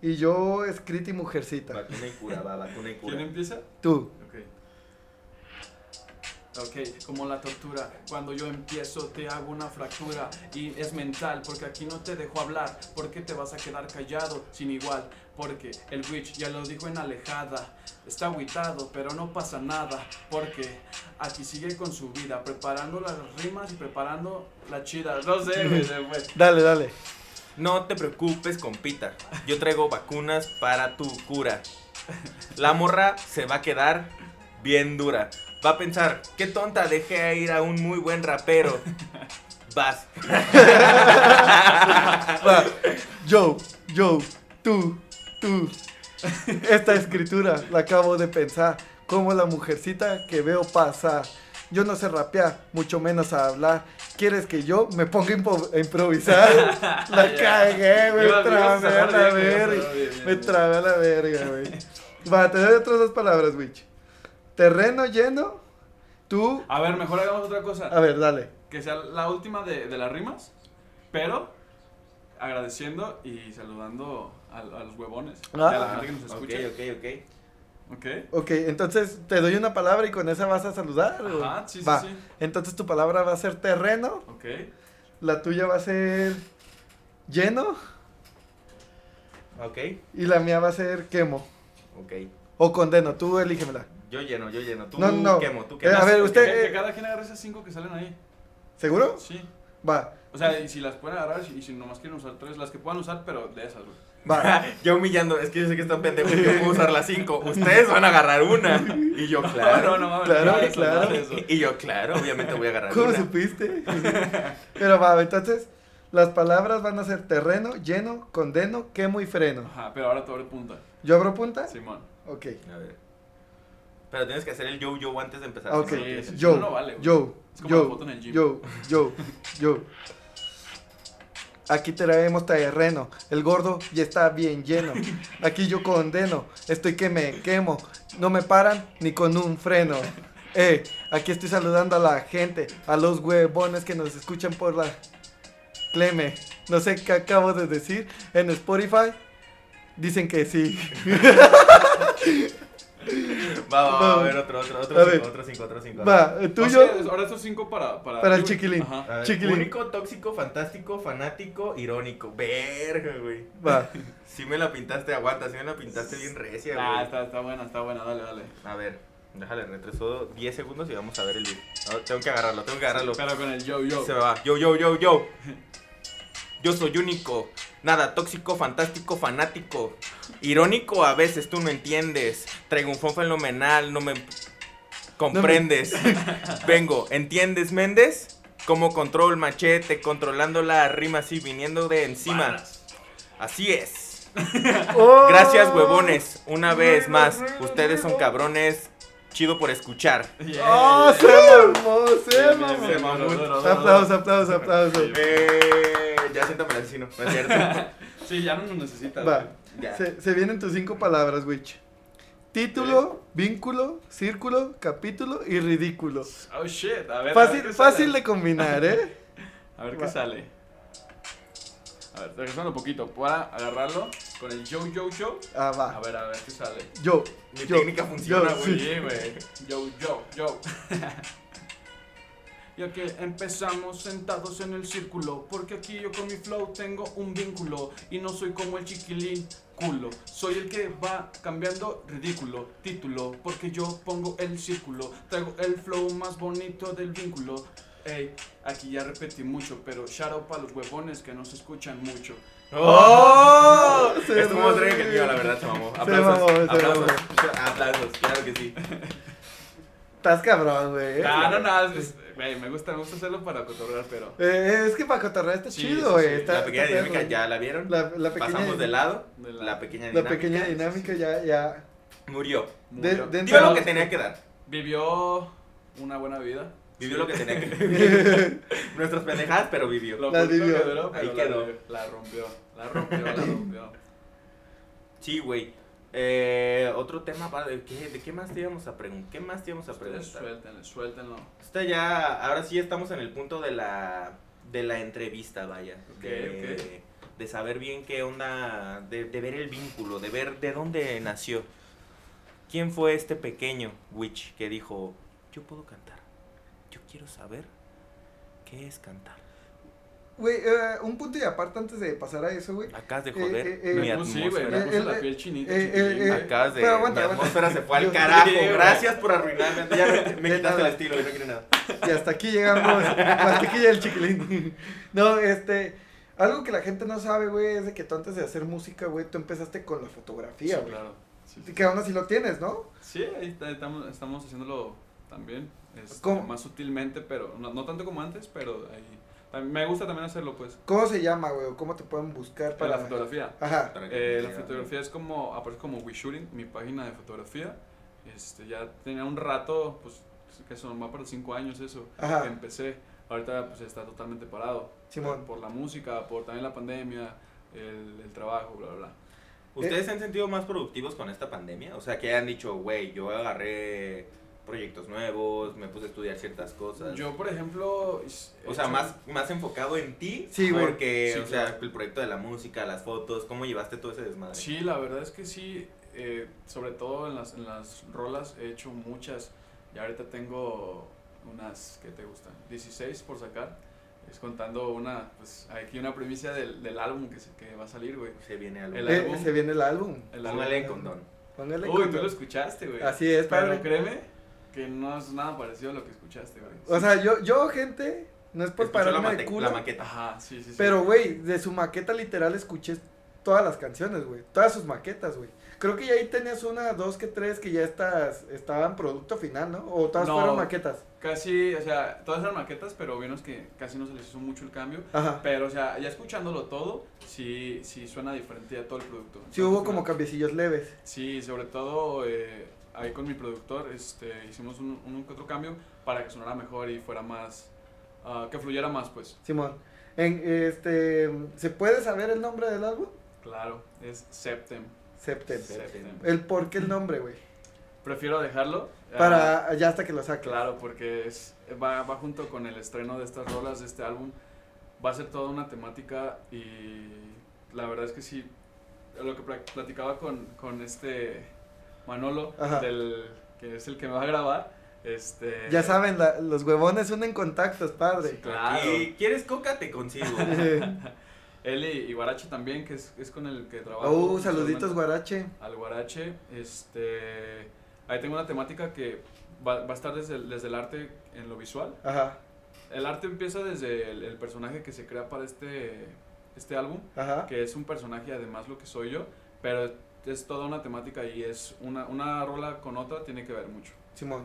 [SPEAKER 1] Y yo, escrita y mujercita.
[SPEAKER 2] Vacuna y cura, va,
[SPEAKER 3] [LAUGHS]
[SPEAKER 2] vacuna y
[SPEAKER 3] ¿Quién
[SPEAKER 2] cura.
[SPEAKER 3] empieza?
[SPEAKER 1] Tú.
[SPEAKER 3] Ok. Ok, como la tortura. Cuando yo empiezo te hago una fractura. Y es mental, porque aquí no te dejo hablar. Porque te vas a quedar callado, sin igual.
[SPEAKER 5] Porque el witch ya lo dijo en alejada. Está agüitado, pero no pasa nada. Porque aquí sigue con su vida, preparando las rimas y preparando la chida. No sé, güey, se fue.
[SPEAKER 1] Dale, dale.
[SPEAKER 2] No te preocupes, compita. Yo traigo vacunas para tu cura. La morra se va a quedar bien dura. Va a pensar, qué tonta, dejé ir a un muy buen
[SPEAKER 3] [LAUGHS]
[SPEAKER 2] rapero. Vas.
[SPEAKER 1] Va. Yo, yo, tú, tú. Esta escritura la acabo de pensar. Como la mujercita que veo pasar. Yo no sé rapear, mucho menos hablar. ¿Quieres que yo me ponga a impo- a improvisar? La cagué, me
[SPEAKER 3] Iba- iba a
[SPEAKER 1] trabé a
[SPEAKER 3] cerrar
[SPEAKER 1] la
[SPEAKER 3] bien, iba a
[SPEAKER 1] verga.
[SPEAKER 3] cerrar bien, bien,
[SPEAKER 1] Me
[SPEAKER 3] bien.
[SPEAKER 1] trabé a la verga, güey. Va, te doy otras dos palabras, witch. Terreno lleno, tú.
[SPEAKER 3] A ver, mejor hagamos otra cosa.
[SPEAKER 1] A ver, dale.
[SPEAKER 3] que sea la última de, de las rimas, pero agradeciendo y saludando a, a los huevones y a la
[SPEAKER 1] Ah,
[SPEAKER 3] gente que nos
[SPEAKER 2] Ok,
[SPEAKER 3] escucha.
[SPEAKER 2] ok, ok.
[SPEAKER 3] Ok.
[SPEAKER 1] Ok, entonces te doy una palabra y con esa vas a saludar. o?
[SPEAKER 3] Ajá, sí, sí,
[SPEAKER 1] Va.
[SPEAKER 3] sí.
[SPEAKER 1] Entonces tu palabra va a ser terreno,
[SPEAKER 3] Ok.
[SPEAKER 1] la tuya va a ser lleno
[SPEAKER 2] Ok,
[SPEAKER 1] y la mía va a ser quemo
[SPEAKER 2] ok.
[SPEAKER 1] o condeno. Tú elígemela.
[SPEAKER 2] Yo lleno, yo lleno. Tú
[SPEAKER 1] No, no.
[SPEAKER 2] quemo, tú
[SPEAKER 1] Eh,
[SPEAKER 2] quemo.
[SPEAKER 1] a
[SPEAKER 2] [LAUGHS]
[SPEAKER 1] ver, usted-
[SPEAKER 3] Que, que cada quien agarre esas cinco que salen ahí.
[SPEAKER 1] ¿Seguro?
[SPEAKER 3] Sí.
[SPEAKER 1] Va,
[SPEAKER 3] O sea, y si las pueden agarrar y si nomás quieren usar tres, las que puedan usar, pero de esas, güey. [LAUGHS]
[SPEAKER 1] va.
[SPEAKER 2] Ya humillando, es que yo sé que están pendejos, yo puedo usar las cinco. Ustedes van a agarrar una. Y
[SPEAKER 1] [LAUGHS]
[SPEAKER 2] yo, claro.
[SPEAKER 3] [LAUGHS] No, no, mames,
[SPEAKER 1] Claro,
[SPEAKER 3] no de esas,
[SPEAKER 1] claro.
[SPEAKER 3] no de esas.
[SPEAKER 2] Y yo, claro, obviamente voy a agarrar
[SPEAKER 1] ¿Cómo
[SPEAKER 2] una.
[SPEAKER 3] [LAUGHS]
[SPEAKER 1] supiste? Pero va, entonces las palabras van a ser terreno, lleno, condeno, quemo y freno.
[SPEAKER 3] Ajá, pero ahora tú abre punta,
[SPEAKER 1] ¿Yo abro punta?
[SPEAKER 3] Simón.
[SPEAKER 1] Ok.
[SPEAKER 2] A ver. Pero tienes que hacer el yo yo antes de empezar.
[SPEAKER 1] Ok.
[SPEAKER 2] si no,
[SPEAKER 3] Sí,
[SPEAKER 2] no
[SPEAKER 3] sí,
[SPEAKER 1] Yo,
[SPEAKER 3] no vale, güey.
[SPEAKER 1] yo,
[SPEAKER 3] Es como la
[SPEAKER 1] yo,
[SPEAKER 3] foto en el gym.
[SPEAKER 1] yo, yo, yo. Aquí traemos terreno, el gordo ya está bien lleno. Aquí yo condeno, estoy que me quemo, no me paran ni con un freno. Eh, aquí estoy saludando a la gente, a los huevones que nos escuchan por la Cleme. No sé qué acabo de decir. En Spotify dicen que sí.
[SPEAKER 2] Va, va, va,
[SPEAKER 1] Va.
[SPEAKER 2] a ver, otro, otro, otro,
[SPEAKER 1] A
[SPEAKER 2] cinco,
[SPEAKER 1] ver.
[SPEAKER 2] otro cinco, otro cinco.
[SPEAKER 1] Va,
[SPEAKER 3] O
[SPEAKER 1] tuyo.
[SPEAKER 3] sea, es- ahora estos cinco para... Para,
[SPEAKER 1] Para el
[SPEAKER 3] ti, güey.
[SPEAKER 1] chiquilín.
[SPEAKER 2] A
[SPEAKER 3] Ajá.
[SPEAKER 2] ver,
[SPEAKER 1] Chiquilín.
[SPEAKER 2] Único, tóxico, fantástico, fanático, irónico. Verga, güey.
[SPEAKER 3] [LAUGHS]
[SPEAKER 1] Va.
[SPEAKER 2] Si me la pintaste, aguanta, si me la pintaste bien recia,
[SPEAKER 3] Ah,
[SPEAKER 2] güey.
[SPEAKER 3] está, está buena, está buena, dale, dale.
[SPEAKER 2] A ver, déjale, retrocedo 10 segundos y vamos a ver el video. A ver, tengo que agarrarlo, tengo que agarrarlo.
[SPEAKER 3] Pero con el yo, yo.
[SPEAKER 2] Se va. Yo, yo, yo, yo. Yo soy único. Nada tóxico, fantástico, fanático. Irónico a veces, tú no entiendes. Traigo un fon fenomenal, no me comprendes. [LAUGHS] Vengo, ¿entiendes, Méndez? Como control machete, controlando la rima así, viniendo de encima. Así es. Gracias, huevones. Una vez más, ustedes son cabrones. Chido por escuchar.
[SPEAKER 3] Yeah.
[SPEAKER 1] ¡Oh, se mamó, se
[SPEAKER 3] Bien, bien,
[SPEAKER 1] mamó!
[SPEAKER 3] bien,
[SPEAKER 2] mamó.
[SPEAKER 3] duro, duro, duro.
[SPEAKER 1] Aplausos, aplausos, aplausos.
[SPEAKER 2] Eh, ya siéntame el asesino, no es cierto.
[SPEAKER 3] Sí, ya no nos necesitas.
[SPEAKER 1] Va.
[SPEAKER 3] güey.
[SPEAKER 2] [LAUGHS] Ya.
[SPEAKER 1] Se, se vienen tus cinco palabras, witch. Título, vínculo, círculo, capítulo y ridículo.
[SPEAKER 3] Oh shit, a ver. a ver
[SPEAKER 1] Fácil,
[SPEAKER 3] qué
[SPEAKER 1] fácil
[SPEAKER 3] sale.
[SPEAKER 1] de combinar, ¿eh?
[SPEAKER 3] A ver qué
[SPEAKER 1] Va.
[SPEAKER 3] sale. A ver, regresando un poquito para agarrarlo con el yo, yo, yo.
[SPEAKER 1] Ah,
[SPEAKER 3] A
[SPEAKER 1] va.
[SPEAKER 3] ver, a ver qué sale.
[SPEAKER 1] Yo.
[SPEAKER 2] Mi
[SPEAKER 1] yo,
[SPEAKER 2] técnica funciona,
[SPEAKER 1] yo, sí.
[SPEAKER 2] güey.
[SPEAKER 3] Sí, güey. Yo, yo, [LAUGHS] yo. Y aquí empezamos sentados en el círculo, porque aquí yo con mi flow tengo un vínculo y no soy como el chiquilín culo. Soy el que va cambiando ridículo título, porque yo pongo el círculo, traigo el flow más bonito del vínculo. Ey, aquí ya repetí mucho, pero shout out para los huevones que nos escuchan mucho.
[SPEAKER 2] ¡Oh!
[SPEAKER 1] Se
[SPEAKER 2] Estuvo más
[SPEAKER 1] mamó.
[SPEAKER 2] reír que el mío, la verdad, se mamó.
[SPEAKER 1] Se
[SPEAKER 2] Aplausos,
[SPEAKER 1] mamó, se
[SPEAKER 2] aplausos, aplausos, claro que sí.
[SPEAKER 1] Estás cabrón, güey. ¿eh?
[SPEAKER 3] Ah, No, no, no, es- es- güey, me gusta, me gusta hacerlo para cotorrear, pero.
[SPEAKER 1] Eh, es que para cotorrear está
[SPEAKER 3] Sí, sí,
[SPEAKER 1] chido, güey.
[SPEAKER 3] sí.
[SPEAKER 1] está-
[SPEAKER 2] La pequeña
[SPEAKER 1] está perro.
[SPEAKER 2] dinámica, ¿ya la vieron?
[SPEAKER 1] La, la pequeña,
[SPEAKER 2] Pasamos de lado,
[SPEAKER 3] de la-
[SPEAKER 2] la pequeña
[SPEAKER 1] la
[SPEAKER 2] dinámica
[SPEAKER 1] pequeña dinámica ya, ya.
[SPEAKER 2] murió.
[SPEAKER 1] De-
[SPEAKER 3] murió.
[SPEAKER 1] de-
[SPEAKER 2] Dio
[SPEAKER 1] Pero-
[SPEAKER 2] lo que tenía que dar,
[SPEAKER 3] Vivió una buena vida.
[SPEAKER 2] vivió lo que [LAUGHS] tenía que dar. Nuestras pendejadas, pero vivió.
[SPEAKER 3] Lo
[SPEAKER 1] La
[SPEAKER 3] justo que
[SPEAKER 1] vivió.
[SPEAKER 3] duró, pero
[SPEAKER 2] Ahí
[SPEAKER 3] la
[SPEAKER 2] quedó.
[SPEAKER 3] vivió. La rompió, la rompió, la rompió.
[SPEAKER 2] Sí, güey. Eh, otro tema, para- ¿de qué, de qué más te íbamos a preguntar? ¿Qué más te íbamos a
[SPEAKER 3] Ustedes
[SPEAKER 2] preguntar?
[SPEAKER 3] Suéltenlo, suéltenlo.
[SPEAKER 2] Esta ya, ahora sí estamos en el punto de la, de la entrevista, vaya.
[SPEAKER 3] Ok,
[SPEAKER 2] de, de saber bien qué onda, de, de ver el vínculo, de ver de dónde nació. ¿Quién fue este pequeño witch que dijo, yo puedo cantar? Yo quiero saber qué es cantar.
[SPEAKER 1] Güey, eh, un punto y aparte antes de pasar a eso, güey.
[SPEAKER 2] Acabas de
[SPEAKER 1] Eh,
[SPEAKER 2] joder
[SPEAKER 1] eh, eh,
[SPEAKER 2] mi
[SPEAKER 1] eh,
[SPEAKER 6] Pues sí, güey,
[SPEAKER 2] atmósfera.
[SPEAKER 6] me puse
[SPEAKER 1] Eh,
[SPEAKER 6] la
[SPEAKER 1] eh,
[SPEAKER 6] piel chinita,
[SPEAKER 1] eh,
[SPEAKER 6] chiquitín,
[SPEAKER 1] eh,
[SPEAKER 6] güey.
[SPEAKER 2] Acabas de.
[SPEAKER 1] pero aguanta,
[SPEAKER 2] mi
[SPEAKER 1] aguanta.
[SPEAKER 2] atmósfera se fue al
[SPEAKER 1] Yo-
[SPEAKER 2] carajo.
[SPEAKER 6] Sí, güey.
[SPEAKER 2] Gracias por arruinarme. Ya me, me
[SPEAKER 1] De
[SPEAKER 2] quitaste el
[SPEAKER 1] nada.
[SPEAKER 2] estilo, güey, no quiero nada.
[SPEAKER 1] Y hasta aquí llegamos. Mantequilla del chiquilín. No, este. Algo que la gente no sabe, güey, es de que tú antes de hacer música, güey, tú empezaste con la
[SPEAKER 6] Sí,
[SPEAKER 1] fotografía, güey.
[SPEAKER 6] claro. Sí, sí,
[SPEAKER 1] Que aún así lo tienes, ¿no?
[SPEAKER 6] Sí, ahí está- estamos, estamos haciéndolo también. este,
[SPEAKER 1] ¿Cómo?
[SPEAKER 6] Más sutilmente, pero no, no tanto como antes, pero ahí. tam- me gusta también hacerlo, pues.
[SPEAKER 1] ¿Cómo se llama, güey? ¿O ¿Cómo te pueden buscar
[SPEAKER 6] Para
[SPEAKER 1] para
[SPEAKER 6] la fotografía.
[SPEAKER 1] Ajá.
[SPEAKER 6] Eh, la fotografía es como, aparece como We Shooting, mi página de fotografía. Este, ya tenía un rato, pues, que son más para cinco años eso.
[SPEAKER 1] Ajá.
[SPEAKER 6] que empecé. Ahorita, pues, está totalmente parado.
[SPEAKER 1] Simón.
[SPEAKER 6] Por la música, por también la pandemia, el, el trabajo, bla, bla, bla.
[SPEAKER 2] ¿Ustedes se han sentido más productivos con esta pandemia? O sea, que han dicho, güey, yo agarré proyectos nuevos, me puse a estudiar ciertas cosas.
[SPEAKER 3] Yo, eh, por ejemplo. es-
[SPEAKER 2] o sea,
[SPEAKER 3] hecho-
[SPEAKER 2] más, más enfocado en ti.
[SPEAKER 1] Sí, güey.
[SPEAKER 2] Porque,
[SPEAKER 6] Sí,
[SPEAKER 2] o sea, el proyecto de la música, las fotos, ¿cómo llevaste todo ese desmadre?
[SPEAKER 3] Sí, la verdad es que sí. eh, sobre todo en las, en las rolas he hecho muchas. Y ahorita tengo unas que te gustan. 16 por sacar. Es contando una. Pues aquí una primicia del, del álbum que, se- que va a salir, güey.
[SPEAKER 2] Se viene algo.
[SPEAKER 3] El
[SPEAKER 1] Eh,
[SPEAKER 3] álbum.
[SPEAKER 1] se viene el álbum.
[SPEAKER 3] El Pues álbum-
[SPEAKER 2] Póngale en condón.
[SPEAKER 1] Póngale
[SPEAKER 3] Uy,
[SPEAKER 1] con-
[SPEAKER 3] tú lo escuchaste, güey.
[SPEAKER 1] Así es, padre.
[SPEAKER 3] Pero créeme que no es nada parecido a lo que escuchaste, güey.
[SPEAKER 1] O sea, yo, yo, gente, no es por
[SPEAKER 2] Escuchó la,
[SPEAKER 1] pararme
[SPEAKER 2] mate-
[SPEAKER 1] de
[SPEAKER 2] la
[SPEAKER 1] culo.
[SPEAKER 2] maqueta.
[SPEAKER 3] Ajá, sí, sí, sí.
[SPEAKER 1] Pero, güey, de su maqueta literal escuché todas las canciones, güey. Todas sus maquetas, güey. Creo que ya ahí tenías una, dos, que tres que ya estas estaban producto final, ¿no? O todas
[SPEAKER 3] No.
[SPEAKER 1] fueron maquetas.
[SPEAKER 3] Casi, o sea, todas eran maquetas, pero vimos que casi no se les hizo mucho el cambio.
[SPEAKER 1] Ajá.
[SPEAKER 3] Pero, o sea, ya escuchándolo todo, sí, sí suena diferente ya todo el producto.
[SPEAKER 1] Sí hubo como
[SPEAKER 3] Entonces,
[SPEAKER 1] cambiecillos leves.
[SPEAKER 3] Sí, sobre todo eh, ahí con mi productor este, hicimos un, un que otro cambio para que sonara mejor y fuera más, ah, que fluyera más, pues.
[SPEAKER 1] Simón, en, este, ¿se puede saber el nombre del álbum?
[SPEAKER 3] Claro, es Septem.
[SPEAKER 1] Septem.
[SPEAKER 2] Sí.
[SPEAKER 3] Septem.
[SPEAKER 1] El por qué el nombre, güey.
[SPEAKER 3] Prefiero dejarlo. ah,
[SPEAKER 1] Para ya hasta que lo saque.
[SPEAKER 3] Claro, porque es, va, va junto con el estreno de estas rolas, de este álbum. Va a ser toda una temática y la verdad es que sí, lo que pla- platicaba con, con este Manolo,
[SPEAKER 1] Ajá.
[SPEAKER 3] del, que es el que me va a grabar, este...
[SPEAKER 1] Ya saben, la- los huevones unen contactos, padre.
[SPEAKER 3] Claro.
[SPEAKER 2] Y quieres coca, te
[SPEAKER 3] [LAUGHS]
[SPEAKER 2] consigo.
[SPEAKER 1] [LAUGHS]
[SPEAKER 3] Él y, y Guarache también, que es, es con el que trabajo.
[SPEAKER 1] Uh, saluditos,
[SPEAKER 3] usualmente.
[SPEAKER 1] Guarache.
[SPEAKER 3] al Guarache. Este, ahí tengo una temática que va, va a estar desde, el- desde el arte en lo visual.
[SPEAKER 1] Ajá,
[SPEAKER 3] El arte empieza desde el, el personaje que se crea para este, este álbum,
[SPEAKER 1] ajá.
[SPEAKER 3] que es un personaje además lo que soy yo, pero es toda una temática y es una, una rola con otra tiene que ver mucho.
[SPEAKER 1] Simón.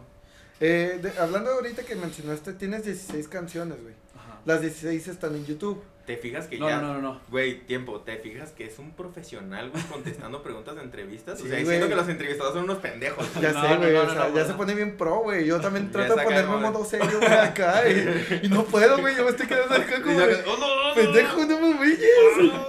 [SPEAKER 1] Eh, de- hablando ahorita que mencionaste, tienes 16 canciones, güey.
[SPEAKER 3] Ajá.
[SPEAKER 1] Las 16 están en YouTube.
[SPEAKER 2] ¿Te fijas que
[SPEAKER 3] No,
[SPEAKER 2] ya
[SPEAKER 3] no, no, no, no.
[SPEAKER 2] Güey, tiempo, ¿te fijas que es un profesional, güey, contestando preguntas de entrevistas?
[SPEAKER 1] Sí,
[SPEAKER 2] o sea, diciendo
[SPEAKER 1] güey.
[SPEAKER 2] que los entrevistados son unos pendejos.
[SPEAKER 1] Ya
[SPEAKER 3] Ah, No,
[SPEAKER 1] sé,
[SPEAKER 3] no,
[SPEAKER 1] güey.
[SPEAKER 3] no,
[SPEAKER 1] o
[SPEAKER 3] no,
[SPEAKER 1] sea,
[SPEAKER 3] no,
[SPEAKER 1] ya
[SPEAKER 3] no.
[SPEAKER 1] se pone bien pro, güey. Yo
[SPEAKER 3] [LAUGHS]
[SPEAKER 1] también
[SPEAKER 2] Ya
[SPEAKER 1] trato de
[SPEAKER 2] saca,
[SPEAKER 1] ponerme en
[SPEAKER 2] güey.
[SPEAKER 1] modo serio, güey, acá. Y, y no puedo, güey. Yo me estoy quedando acá como. de,
[SPEAKER 2] "Oh,
[SPEAKER 1] Pendejo, no me humilles.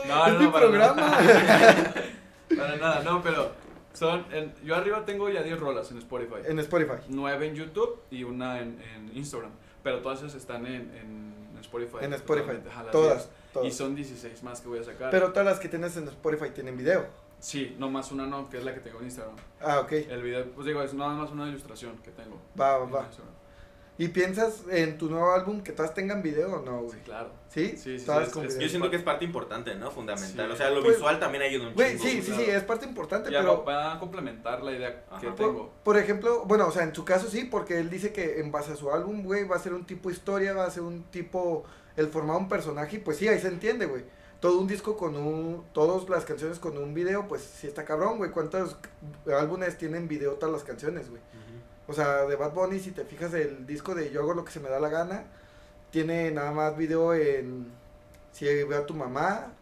[SPEAKER 3] No,
[SPEAKER 1] es
[SPEAKER 3] no,
[SPEAKER 1] mi
[SPEAKER 3] no, para
[SPEAKER 1] programa.
[SPEAKER 3] [LAUGHS] Para nada, no, pero son, en- yo arriba tengo ya 10 rolas en Spotify.
[SPEAKER 1] en Spotify.
[SPEAKER 3] nueve en YouTube y una en, en Instagram. Pero todas esas están en, en- en Spotify.
[SPEAKER 1] En Spotify.
[SPEAKER 3] Pues, totalmente, ajá, las
[SPEAKER 1] Todas.
[SPEAKER 3] 10. Y
[SPEAKER 1] todas.
[SPEAKER 3] son 16 más que voy a sacar.
[SPEAKER 1] Pero todas las que tienes en Spotify tienen video.
[SPEAKER 3] Sí, nomás una no, que es la que tengo en Instagram.
[SPEAKER 1] Ah, ok.
[SPEAKER 3] El video, pues digo, es nada más una ilustración que tengo.
[SPEAKER 1] Va, va,
[SPEAKER 3] en
[SPEAKER 1] va.
[SPEAKER 3] Instagram.
[SPEAKER 1] ¿Y piensas en tu nuevo álbum que todas tengan video o no,
[SPEAKER 3] Sí,
[SPEAKER 1] güey?
[SPEAKER 3] claro.
[SPEAKER 1] ¿Sí?
[SPEAKER 3] Sí, sí,
[SPEAKER 1] todas
[SPEAKER 3] sí,
[SPEAKER 1] con
[SPEAKER 3] es- es-
[SPEAKER 2] Yo
[SPEAKER 1] video.
[SPEAKER 2] siento que es parte importante, ¿no? Fundamental.
[SPEAKER 3] Sí.
[SPEAKER 2] O sea, lo
[SPEAKER 1] Pues-
[SPEAKER 2] visual también ayuda un
[SPEAKER 1] Güey,
[SPEAKER 2] chingo,
[SPEAKER 1] sí, sí, sí,
[SPEAKER 3] claro.
[SPEAKER 1] es parte importante,
[SPEAKER 3] Ya
[SPEAKER 1] pero.
[SPEAKER 3] va a complementar la idea que
[SPEAKER 1] Por,
[SPEAKER 2] Ajá.
[SPEAKER 3] tengo.
[SPEAKER 1] por ejemplo, bueno, o sea, en su caso sí, porque él dice que en base a su álbum, güey, va a ser un tipo historia, va a ser un tipo, el formar un personaje, y pues sí, ahí se entiende, güey. Todo un disco con un, todas las canciones con un video, pues sí está cabrón, güey. ¿Cuántos álbumes tienen video todas las canciones, güey? O sea, de Bad Bunny, si te fijas, el disco de Yo hago lo que se me da la gana, tiene nada más video en Si veo a tu mamá,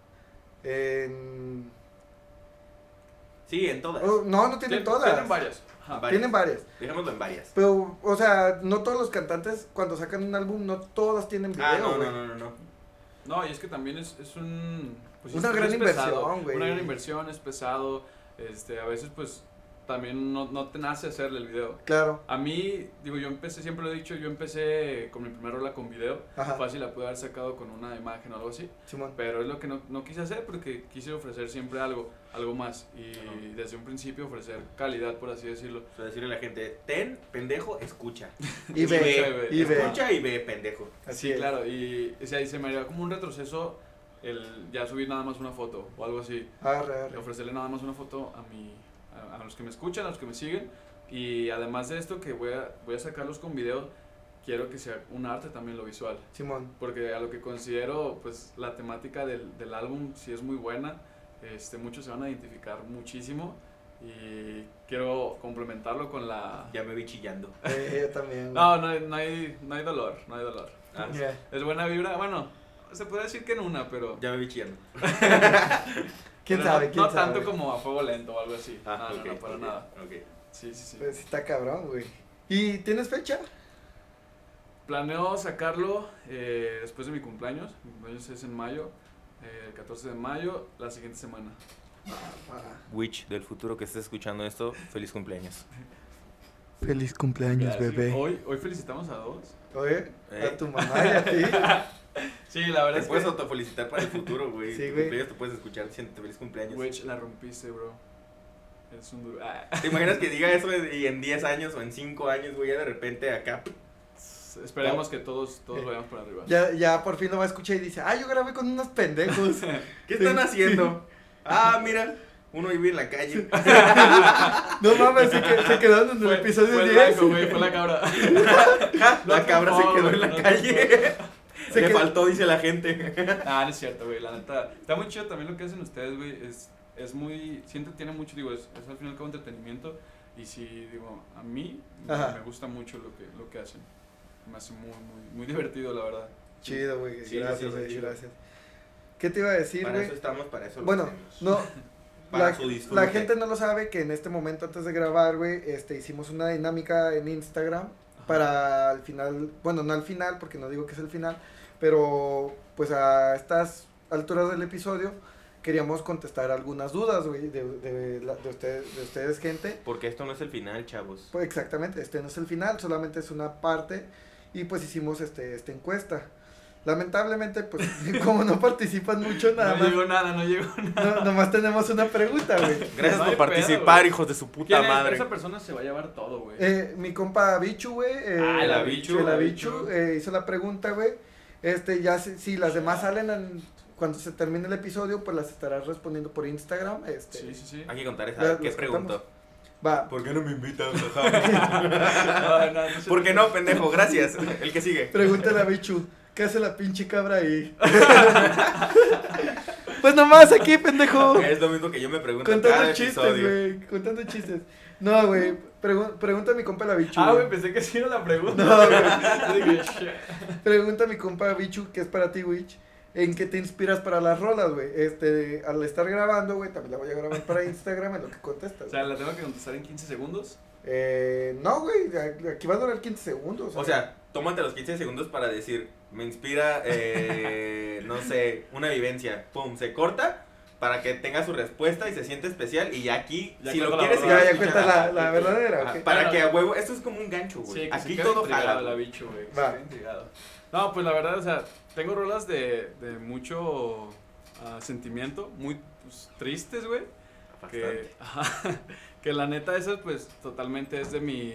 [SPEAKER 1] en...
[SPEAKER 2] Sí, en todas.
[SPEAKER 1] oh, no, no tienen
[SPEAKER 3] Tien-
[SPEAKER 1] todas.
[SPEAKER 3] Tienen varias. Ajá.
[SPEAKER 2] Varias.
[SPEAKER 1] Tienen varias.
[SPEAKER 2] Dejémoslo en varias.
[SPEAKER 1] Pero, o sea, no todos los cantantes cuando sacan un álbum, no todas tienen video,
[SPEAKER 2] Ah, no,
[SPEAKER 1] güey.
[SPEAKER 2] no, no, no, no.
[SPEAKER 3] No, y es que también es, es un... pues,
[SPEAKER 1] Una
[SPEAKER 3] es-
[SPEAKER 1] gran
[SPEAKER 3] es pesado,
[SPEAKER 1] inversión, güey.
[SPEAKER 3] Una gran inversión, es pesado. Este, a veces, pues, también no, no te nace hacerle el video.
[SPEAKER 1] Claro.
[SPEAKER 3] A mí, digo, yo empecé, siempre lo he dicho, yo empecé con mi primera rola con video.
[SPEAKER 1] Ajá.
[SPEAKER 3] Fácil la pude haber sacado con una imagen o algo así. [LAUGHS]
[SPEAKER 1] Simón.
[SPEAKER 3] Pero es lo que no, no quise hacer porque quise ofrecer siempre algo, algo más. Y desde un principio ofrecer calidad, por así decirlo.
[SPEAKER 2] O sea, decirle a la gente, ten, pendejo, escucha.
[SPEAKER 1] Y ve. y ve.
[SPEAKER 2] Escucha y ve, pendejo.
[SPEAKER 1] Así
[SPEAKER 3] Sí,
[SPEAKER 1] es.
[SPEAKER 3] claro. Y, o sea, y se me haría como un retroceso el ya subir nada más una foto o algo así.
[SPEAKER 1] Arre, arre.
[SPEAKER 3] ofrecerle nada más una foto a, mi, a, a los que me escuchan, a los que me siguen. Y además de esto que voy a, voy a sacarlos con video, quiero que sea un arte también lo visual. [LAUGHS]
[SPEAKER 1] Simón.
[SPEAKER 3] Porque a lo que considero, pues la temática del, del álbum sí es muy buena. Este, muchos se van a identificar muchísimo. Y quiero complementarlo con la...
[SPEAKER 2] Ya me vi chillando.
[SPEAKER 1] Eh, yo también. güey.
[SPEAKER 3] No, no, hay- no, hay, no hay dolor, no hay dolor.
[SPEAKER 2] Ah,
[SPEAKER 1] Yeah.
[SPEAKER 3] Es buena vibra, bueno, se puede decir que en una, pero...
[SPEAKER 2] Ya me vi chillando.
[SPEAKER 1] ¿Quién
[SPEAKER 3] pero no-
[SPEAKER 1] sabe? ¿Quién
[SPEAKER 3] no
[SPEAKER 1] sabe?
[SPEAKER 3] tanto como a fuego lento o algo así.
[SPEAKER 2] Ah,
[SPEAKER 3] no, no,
[SPEAKER 2] ok,
[SPEAKER 3] no, para
[SPEAKER 2] ok,
[SPEAKER 3] nada.
[SPEAKER 2] ok.
[SPEAKER 3] Sí, sí, sí.
[SPEAKER 1] Pues está cabrón, güey. ¿Y tienes fecha?
[SPEAKER 3] Planeo sacarlo eh, después de mi cumpleaños. Mi cumpleaños es en mayo, eh, el 14 de mayo, la siguiente semana.
[SPEAKER 1] Ah,
[SPEAKER 2] Witch del futuro que esté escuchando esto, feliz cumpleaños.
[SPEAKER 1] Feliz cumpleaños,
[SPEAKER 3] Gracias.
[SPEAKER 1] bebé.
[SPEAKER 3] Hoy, hoy felicitamos a dos.
[SPEAKER 1] Oye,
[SPEAKER 2] Eh.
[SPEAKER 1] a tu mamá y a
[SPEAKER 3] [LAUGHS]
[SPEAKER 1] ti.
[SPEAKER 3] Sí, la verdad
[SPEAKER 2] Te
[SPEAKER 3] es
[SPEAKER 2] puedes
[SPEAKER 3] que.
[SPEAKER 2] autofelicitar para el futuro, güey.
[SPEAKER 1] Sí,
[SPEAKER 2] Tu
[SPEAKER 1] güey.
[SPEAKER 2] cumpleaños te puedes escuchar diciendo feliz cumpleaños.
[SPEAKER 3] Güey, la rompiste, bro. Es un duro. Ah. [LAUGHS]
[SPEAKER 2] ¿Te imaginas que diga eso y en 10 años o en 5 años, güey, ya de repente acá?
[SPEAKER 3] Esperemos que todos, todos vayamos para arriba. [LAUGHS]
[SPEAKER 1] Ya, ya por fin lo va a escuchar y dice, ah, yo grabé con unos pendejos.
[SPEAKER 2] ¿Qué están haciendo? Ah, mira, uno vive en la calle.
[SPEAKER 1] No mames, se, que- se quedaron en el
[SPEAKER 3] Fue-
[SPEAKER 1] episodio
[SPEAKER 3] fue el
[SPEAKER 1] 10.
[SPEAKER 3] blanco, güey, fue
[SPEAKER 1] [LAUGHS]
[SPEAKER 3] la cabra. [LAUGHS]
[SPEAKER 2] La cabra se quedó en la calle.
[SPEAKER 1] Se
[SPEAKER 2] [LAUGHS] Le
[SPEAKER 1] quedó-
[SPEAKER 2] faltó, dice la gente.
[SPEAKER 3] Ah, no es cierto, güey, la neta. Está muy chido también lo que hacen ustedes, güey. Es, es muy. Siento, tiene mucho, digo, es, es al final como entretenimiento. Y sí, digo, a mí me-
[SPEAKER 1] Ajá.
[SPEAKER 3] me gusta mucho lo que, lo que hacen. Me hace muy, muy, muy divertido, la verdad.
[SPEAKER 1] Chido, güey.
[SPEAKER 2] Sí, sí,
[SPEAKER 1] gracias,
[SPEAKER 2] sí,
[SPEAKER 1] güey.
[SPEAKER 2] chido.
[SPEAKER 1] gracias. ¿Qué te iba a decir,
[SPEAKER 2] Para
[SPEAKER 1] güey?
[SPEAKER 2] eso estamos, para eso lo
[SPEAKER 1] Bueno,
[SPEAKER 2] hacemos.
[SPEAKER 1] No,
[SPEAKER 2] [LAUGHS] Para
[SPEAKER 1] la,
[SPEAKER 2] su disfrute.
[SPEAKER 1] la gente no lo sabe que en este momento antes de grabar, güey, este, hicimos una dinámica en Instagram para al final, bueno, no al final, porque no digo que es el final, pero pues a estas alturas del episodio queríamos contestar algunas dudas, güey, de, de, la- de ustedes, de ustedes, gente.
[SPEAKER 2] Porque esto no es el final, chavos.
[SPEAKER 1] Pues exactamente, este no es el final, solamente es una parte y pues hicimos este esta encuesta. Lamentablemente, pues [LAUGHS] como no participan mucho, nada
[SPEAKER 3] no
[SPEAKER 1] más,
[SPEAKER 3] llegó nada, no llegó nada.
[SPEAKER 1] no- nomás tenemos una pregunta,
[SPEAKER 3] [LAUGHS]
[SPEAKER 1] güey.
[SPEAKER 2] Gracias
[SPEAKER 3] No hay
[SPEAKER 2] por
[SPEAKER 3] pedo,
[SPEAKER 2] participar,
[SPEAKER 3] güey.
[SPEAKER 2] hijos de su
[SPEAKER 3] ¿Quién
[SPEAKER 2] puta
[SPEAKER 3] es?
[SPEAKER 2] madre.
[SPEAKER 3] Esa persona se va a llevar todo, güey.
[SPEAKER 1] Eh, mi compa Bichu, güey. eh,
[SPEAKER 3] Ah,
[SPEAKER 2] el Abichu,
[SPEAKER 1] El
[SPEAKER 2] el
[SPEAKER 1] Abichu
[SPEAKER 3] Abichu.
[SPEAKER 1] eh, hizo la pregunta, güey. Este, ya si, si las demás salen en- cuando se termine el episodio, pues las estarás respondiendo por Instagram. Este.
[SPEAKER 3] sí, sí, sí.
[SPEAKER 2] Hay que contar
[SPEAKER 1] Ya,
[SPEAKER 2] esa. ¿Qué
[SPEAKER 1] los
[SPEAKER 2] preguntó?
[SPEAKER 1] Va.
[SPEAKER 2] ¿Por qué no me invitan?
[SPEAKER 1] [LAUGHS]
[SPEAKER 3] [LAUGHS] No, no, no sé.
[SPEAKER 2] ¿Por qué no, pendejo? Gracias. El que sigue.
[SPEAKER 1] Pregúntale a Bichu, ¿qué hace la pinche cabra
[SPEAKER 3] [LAUGHS]
[SPEAKER 1] ahí? [LAUGHS] pues nomás aquí, pendejo.
[SPEAKER 2] Es lo mismo que yo me pregunto en
[SPEAKER 1] Contando
[SPEAKER 2] cada
[SPEAKER 1] chistes,
[SPEAKER 2] episodio.
[SPEAKER 1] güey. Contando chistes. No, güey. pregun- pregunta a mi compa la Bichu.
[SPEAKER 3] Ah,
[SPEAKER 1] güey.
[SPEAKER 3] güey, pensé que sí era la pregunta.
[SPEAKER 1] No, güey.
[SPEAKER 3] [LAUGHS] Dije, "Shit".
[SPEAKER 2] pues.
[SPEAKER 1] Pregunta a mi compa Bichu, que es para ti, Witch, ¿en qué te inspiras para las rolas, güey? Este, al estar grabando, güey, también la voy a grabar para Instagram en lo que contestas.
[SPEAKER 3] o sea, la tengo que contestar en 15 segundos.
[SPEAKER 1] Eh, no, güey, a- aquí va a durar 15 segundos.
[SPEAKER 2] O sea, tómate los 15 segundos para decir, me inspira, eh, no sé, una vivencia. Pum, se corta para que tenga su respuesta y se siente especial. Y ya aquí,
[SPEAKER 3] Ya
[SPEAKER 2] si lo
[SPEAKER 3] cuento la
[SPEAKER 2] quieres,
[SPEAKER 3] verdad.
[SPEAKER 1] ya, ya
[SPEAKER 2] escucha-
[SPEAKER 1] cuenta la, la verdadera,
[SPEAKER 2] Ajá,
[SPEAKER 1] ok.
[SPEAKER 2] Para
[SPEAKER 3] No,
[SPEAKER 2] que
[SPEAKER 3] no.
[SPEAKER 2] a huevo, esto es como un gancho, güey.
[SPEAKER 3] Sí, que se
[SPEAKER 2] aquí
[SPEAKER 3] quede
[SPEAKER 2] todo
[SPEAKER 3] intrigado
[SPEAKER 2] jala.
[SPEAKER 3] la
[SPEAKER 2] güey.
[SPEAKER 3] bicho, güey.
[SPEAKER 1] Va.
[SPEAKER 3] Se quede intrigado. No, pues la verdad, o sea, tengo rolas de, de mucho ah, sentimiento, muy pues, tristes, güey. Que,
[SPEAKER 2] Bastante.
[SPEAKER 3] [LAUGHS] ajá, que la neta esa pues totalmente es de mi,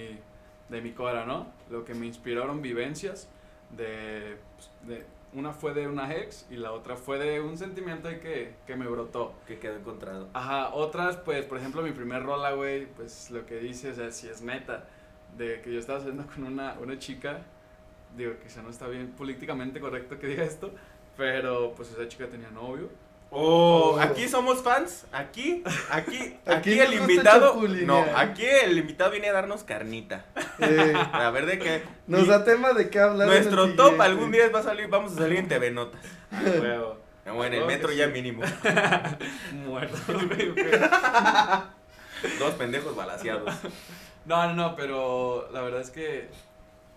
[SPEAKER 3] de mi cora, ¿no? Lo que me inspiraron vivencias de, pues, de- una fue de una ex y la otra fue de un sentimiento ahí que, que me brotó.
[SPEAKER 2] Que quedó encontrado.
[SPEAKER 3] Ajá, otras, pues, por ejemplo, mi primer rola, güey, pues lo que dice, o sea, si es neta, de que yo estaba saliendo con una, una chica, digo, quizá no está bien políticamente correcto que diga esto, pero pues esa chica tenía
[SPEAKER 2] [LAUGHS]
[SPEAKER 3] novio.
[SPEAKER 2] Oh,
[SPEAKER 1] Oh.
[SPEAKER 2] aquí somos fans, aquí, aquí, aquí,
[SPEAKER 1] [LAUGHS] Aquí
[SPEAKER 2] el
[SPEAKER 1] nos gusta
[SPEAKER 2] invitado, no,
[SPEAKER 1] chapulinear.
[SPEAKER 2] aquí el invitado viene a darnos carnita,
[SPEAKER 1] Eh,
[SPEAKER 2] a ver de qué,
[SPEAKER 1] nos da tema de qué hablar. en el
[SPEAKER 2] nuestro top
[SPEAKER 1] siguiente.
[SPEAKER 2] algún día va a salir, vamos a salir en TV Notas,
[SPEAKER 3] Huevo.
[SPEAKER 2] o en el
[SPEAKER 3] Claro que
[SPEAKER 2] metro
[SPEAKER 3] sí.
[SPEAKER 1] [LAUGHS]
[SPEAKER 2] ya mínimo,
[SPEAKER 3] Muerto, [LAUGHS] güey. güey.
[SPEAKER 2] dos pendejos balaseados,
[SPEAKER 3] No, no, no, pero la verdad es que,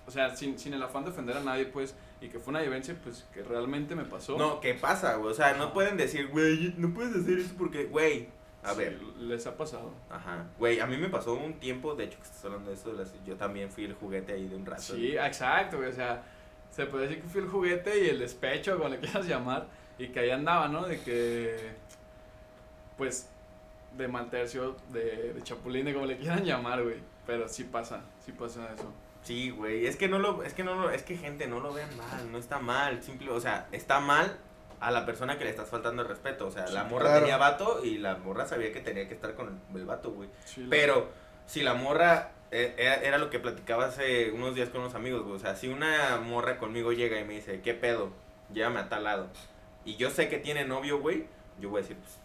[SPEAKER 3] o sea, sin, sin el afán de ofender a nadie, pues, y que fue una vivencia, pues, que realmente me pasó.
[SPEAKER 2] no, ¿qué pasa, güey? O sea, no pueden decir, güey, no puedes hacer eso porque, güey, A ver.
[SPEAKER 3] les ha pasado.
[SPEAKER 2] Ajá. Güey, a mí me pasó un tiempo, de hecho, que estás hablando de eso, de las- yo también fui el juguete ahí de un rato.
[SPEAKER 3] Sí, exacto, güey, O sea, se puede decir que fui el juguete y el despecho, como le [LAUGHS] quieras llamar, y que ahí andaba, ¿no? De que, pues, de maltercio, de, de chapulín, de como le quieran [LAUGHS] llamar, güey. Pero sí pasa, sí pasa eso.
[SPEAKER 2] Sí, güey, es que no lo, es que no lo, es que gente, no lo vean mal, no está mal, simple, o sea, está mal a la persona que le estás faltando el respeto, o sea, la morra
[SPEAKER 1] claro.
[SPEAKER 2] tenía vato y la morra sabía que tenía que estar con el, el vato, güey.
[SPEAKER 3] Sí, la-
[SPEAKER 2] Pero si la morra eh, era, era lo que platicaba hace unos días con unos amigos, güey, o sea, si una morra conmigo llega y me dice, "¿Qué pedo? Llévame a tal lado." Y yo sé que tiene novio, güey, yo voy a decir, pues,